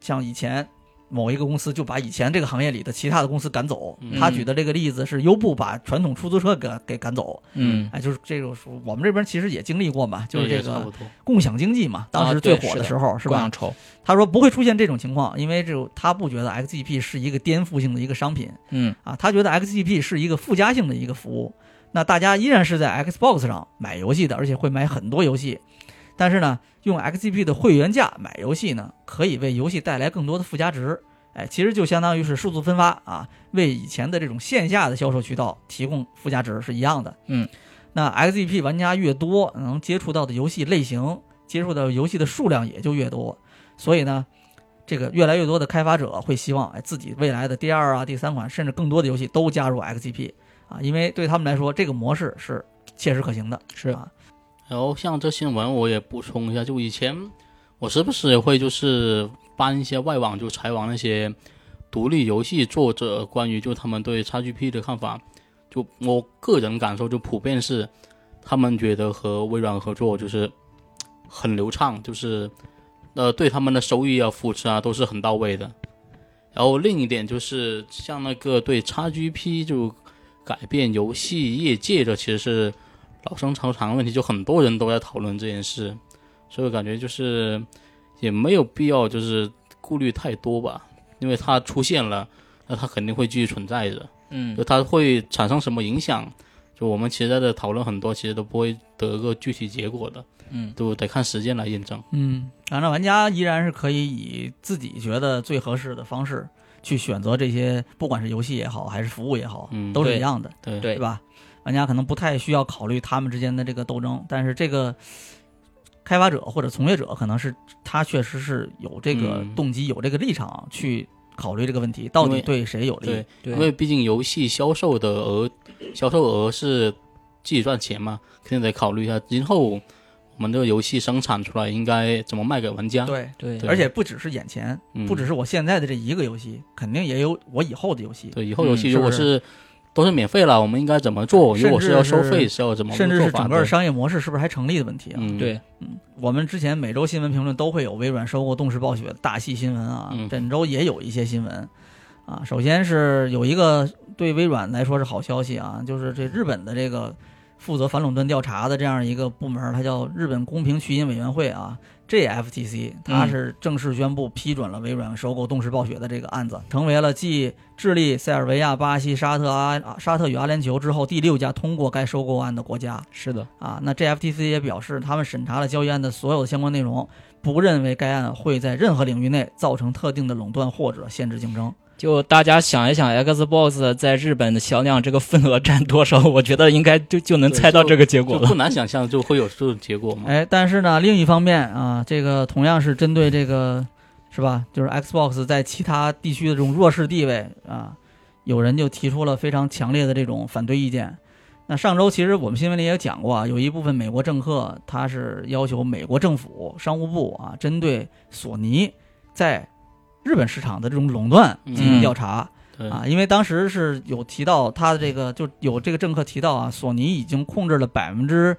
S1: 像以前。某一个公司就把以前这个行业里的其他的公司赶走，
S3: 嗯
S1: 他举的这个例子是优步把传统出租车给给赶走，
S2: 嗯
S1: 哎，就是这种说，我们这边其实也经历过嘛，就是
S3: 对
S1: 这
S3: 嗯也差不
S1: 个
S3: 多，
S1: 共享经济嘛，当时最火时候、是
S2: 共
S1: 吧
S2: 享？筹，
S1: 他说不会出现这种情况，因为这种他不觉得 XGP 是一个颠覆性的一个商品
S2: 嗯
S1: 啊，他觉得 XGP 是一个附加性的一个服务。那大家依然是在 Xbox 上买游戏的，而且会买很多游戏，但是呢，用 XGP 的会员价买游戏呢，可以为游戏带来更多的附加值。哎，其实就相当于是数字分发啊，为以前的这种线下的销售渠道提供附加值是一样的。
S2: 嗯，
S1: 那 XGP 玩家越多，能接触到的游戏类型、接触到游戏的数量也就越多。所以呢，这个越来越多的开发者会希望，哎，自己未来的第二啊、第三款，甚至更多的游戏都加入 XGP 啊，因为对他们来说，这个模式是切实可行的。
S2: 是
S1: 啊，
S3: 然后像这新闻我也补充一下，就以前我时不时也会就是搬一些外网就采访那些独立游戏作者关于就他们对 XGP 的看法，就我个人感受就普遍是他们觉得和微软合作就是很流畅，就是呃对他们的收益啊、扶持啊都是很到位的。然后另一点就是像那个对 XGP 就改变游戏业界的其实是。老生常谈的问题，就很多人都在讨论这件事，所以我感觉就是也没有必要就是顾虑太多吧，因为它出现了，那它肯定会继续存在着，
S2: 嗯
S3: 就它会产生什么影响，就我们其实在这讨论很多，其实都不会得个具体结果的，
S2: 嗯，
S3: 都得看时间来验证。
S1: 嗯，啊，那玩家依然是可以以自己觉得最合适的方式去选择这些，不管是游戏也好，还是服务也好，
S3: 嗯
S1: 都是
S2: 对
S1: 一样的，
S3: 对
S2: 对
S1: 对吧？玩家可能不太需要考虑他们之间的这个斗争，但是这个开发者或者从业者可能是他确实是有这个
S3: 嗯
S1: 动机、有这个立场去考虑这个问题，到
S3: 因
S1: 底
S3: 为
S1: 对谁有利
S3: 对？
S2: 对，
S3: 因为毕竟游戏销售的额，销售额是自己赚钱嘛，肯定得考虑一下今后我们这个游戏生产出来应该怎么卖给玩家。
S1: 对，
S2: 对
S3: 对
S1: 而且不只是眼前，
S3: 嗯
S1: 不只是我现在的这一个游戏，肯定也有我以后的游戏。
S3: 对，以后
S2: 嗯
S3: 游戏
S1: 是
S3: 如
S1: 不
S3: 果
S1: 是
S3: 是都是免费了，我们应该怎么做？
S1: 甚
S3: 如果
S1: 至
S3: 是要收
S1: 是
S3: 费，是要怎么
S1: 甚至
S3: 做
S1: 是
S3: 法
S1: 整个
S3: 的
S1: 商业模式是不是还成立的问题啊？
S3: 嗯，
S2: 对，
S1: 嗯，我们之前每周新闻评论都会有微软收购动视暴雪的大戏新闻啊，
S3: 嗯
S1: 本周也有一些新闻啊。首先是有一个对微软来说是好消息啊，就是这日本的这个负责反垄断调查的这样一个部门，它叫日本公平渠因委员会啊，JFTC，它是正式宣布批准了微软收购动视暴雪的这个案子，成为了继智利、塞尔维亚、巴西、沙特阿啊沙特与阿联酋之后第六家通过该收购案的国家。
S2: 是的，
S1: 啊，那 JFTC 也表示，他们审查了交易案的所有相关内容，不认为该案会在任何领域内造成特定的垄断或者限制竞争。
S2: 就大家想一想，Xbox 在日本的销量这个份额占多少？我觉得应该就就能
S3: 对
S2: 猜到
S3: 就
S2: 这个结
S3: 就
S2: 果了。
S3: 不难想象就会有这种结果嘛。
S1: 哎，但是呢，另一方面啊，这个同样是针对这个，是吧？就是 Xbox 在其他地区的这种弱势地位啊，有人就提出了非常强烈的这种反对意见。那上周其实我们新闻里也讲过啊，有一部分美国政客他是要求美国政府商务部啊，针对索尼在日本市场的这种垄断进行调查。
S3: 对，
S1: 啊，因为当时是有提到他的这个，就有这个政客提到啊，索尼已经控制了百分之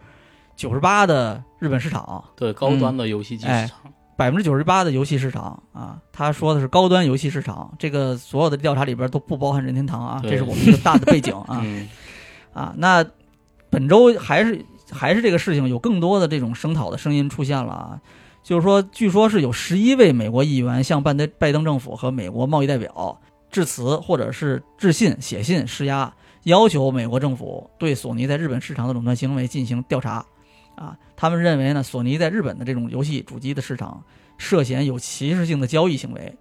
S1: 九十八的日本市场，
S3: 对，高端的游戏机
S1: 哎
S3: 市场，
S1: 百分之九十八的游戏市场啊，他说的是高端游戏市场，这个所有的调查里边都不包含任天堂啊，
S3: 对
S1: 这是我们一个大的背景
S3: [laughs]
S1: 啊
S3: 嗯，
S1: 啊。那本周还是还是这个事情，有更多的这种声讨的声音出现了啊。就是说，据说是有十一位美国议员向拜登拜登政府和美国贸易代表致辞，或者是致信、写信施压，要求美国政府对索尼在日本市场的垄断行为进行调查。啊，他们认为呢，索尼在日本的这种游戏主机的市场涉嫌有歧视性的交易行为，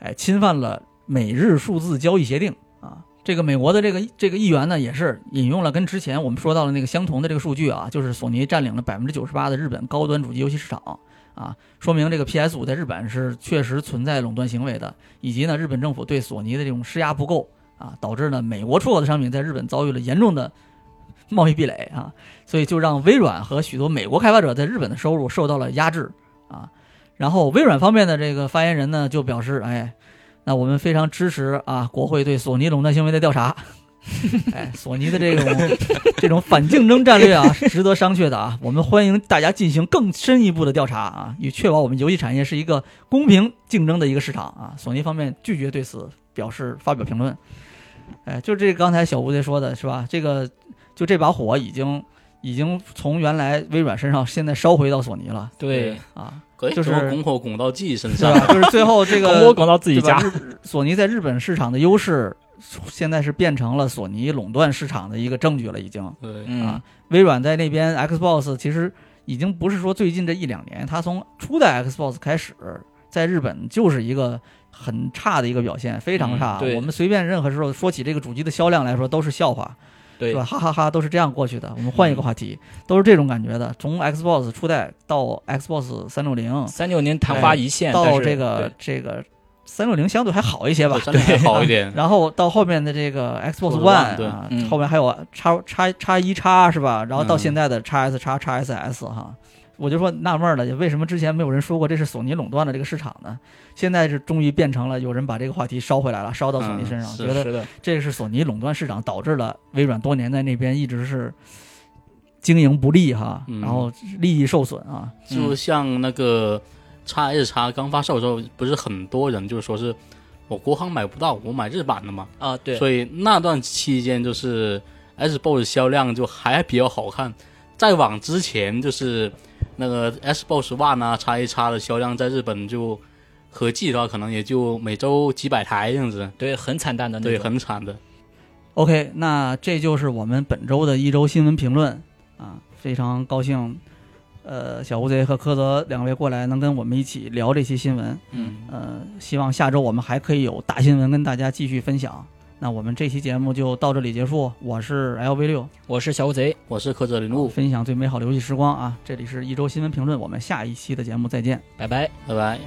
S1: 哎，侵犯了美日数字交易协定啊。这个美国的这个这个议员呢，也是引用了跟之前我们说到的那个相同的这个数据啊，就是索尼占领了百分之九十八的日本高端主机游戏市场。啊，说明这个 PS 五在日本是确实存在垄断行为的，以及呢日本政府对索尼的这种施压不够啊，导致呢美国出口的商品在日本遭遇了严重的贸易壁垒啊，所以就让微软和许多美国开发者在日本的收入受到了压制啊。然后微软方面的这个发言人呢就表示，哎，那我们非常支持啊国会对索尼垄断行为的调查。 [laughs] 哎，索尼的这种 [laughs] 这种反竞争战略啊，是值得商榷的啊。我们欢迎大家进行更深一步的调查啊，以确保我们游戏产业是一个公平竞争的一个市场啊。索尼方面拒绝对此表示发表评论。哎，就这刚才小吴姐说的是吧？这个就这把火已经已经从原来微软身上现在烧回到索尼了
S2: 对，
S1: 啊，
S3: 可以
S1: 就是
S3: 怎么拱火拱到自己身
S1: 是
S3: 上，
S1: 吧？就是最后
S2: [laughs]
S1: 这个
S2: 我拱到自己
S1: 对吧
S2: 家，
S1: 日索尼在日本市场的优势，现在是变成了索尼垄断市场的一个证据了，已经。
S3: 对，
S2: 嗯
S1: 啊，微软在那边 Xbox 其实已经不是说最近这一两年，它从初代 Xbox 开始，在日本就是一个很差的一个表现，非常差。
S2: 嗯对
S1: 我们随便任何时候说起这个主机的销量来说，都是笑话，
S2: 对嗯
S1: 是吧？哈哈哈都是这样过去的。我们换一个话题，都是这种感觉的。从 Xbox 初代到 Xbox 三六零，
S2: 三六年昙花一现，但
S1: 到
S2: 是
S1: 这个这个三六零相对还好一些吧，嗯
S3: 真的还好一
S1: [laughs]
S3: 点，
S1: 然后到后面的这个 Xbox
S3: Xbox One，
S1: One
S3: 对
S1: 啊，
S2: 嗯
S1: 后面还有叉叉叉一叉是吧？然后到
S3: 嗯
S1: 现在的叉 S 叉叉 SS 哈，我就说纳闷了，为什么之前没有人说过这是索尼垄断了这个市场呢？现在是终于变成了有人把这个话题烧回来了，烧到索尼身上，
S3: 嗯
S1: 觉
S2: 对
S1: 得
S2: 是的，
S1: 这是索尼垄断市场导致了微软多年在那边一直是经营不利哈，
S3: 嗯
S1: 然后利益受损啊，
S3: 就像那个叉 S 叉刚发售的时候，不是很多人就说是我国行买不到，我买日版的嘛，
S2: 啊，对，
S3: 所以那段期间就是 Xbox 销量就还比较好看。再往之前就是那个 Xbox One 啊、x 一 x 的销量在日本就合计的话，可能也就每周几百台这样子，
S2: 对，很惨淡的那
S3: 对，
S2: 种。
S3: 很惨的。
S1: OK，那这就是我们本周的一周新闻评论啊，非常高兴，呃，小乌贼和科泽两位过来能跟我们一起聊这些新闻，
S3: 嗯，
S1: 呃，希望下周我们还可以有大新闻跟大家继续分享。那我们这期节目就到这里结束，我是 LV 六，
S2: 我是小乌贼，
S3: 我是柯泽林路，
S1: 分享最美好的游戏时光啊，这里是一周新闻评论，我们下一期的节目再见。
S2: 拜拜。
S3: 拜拜。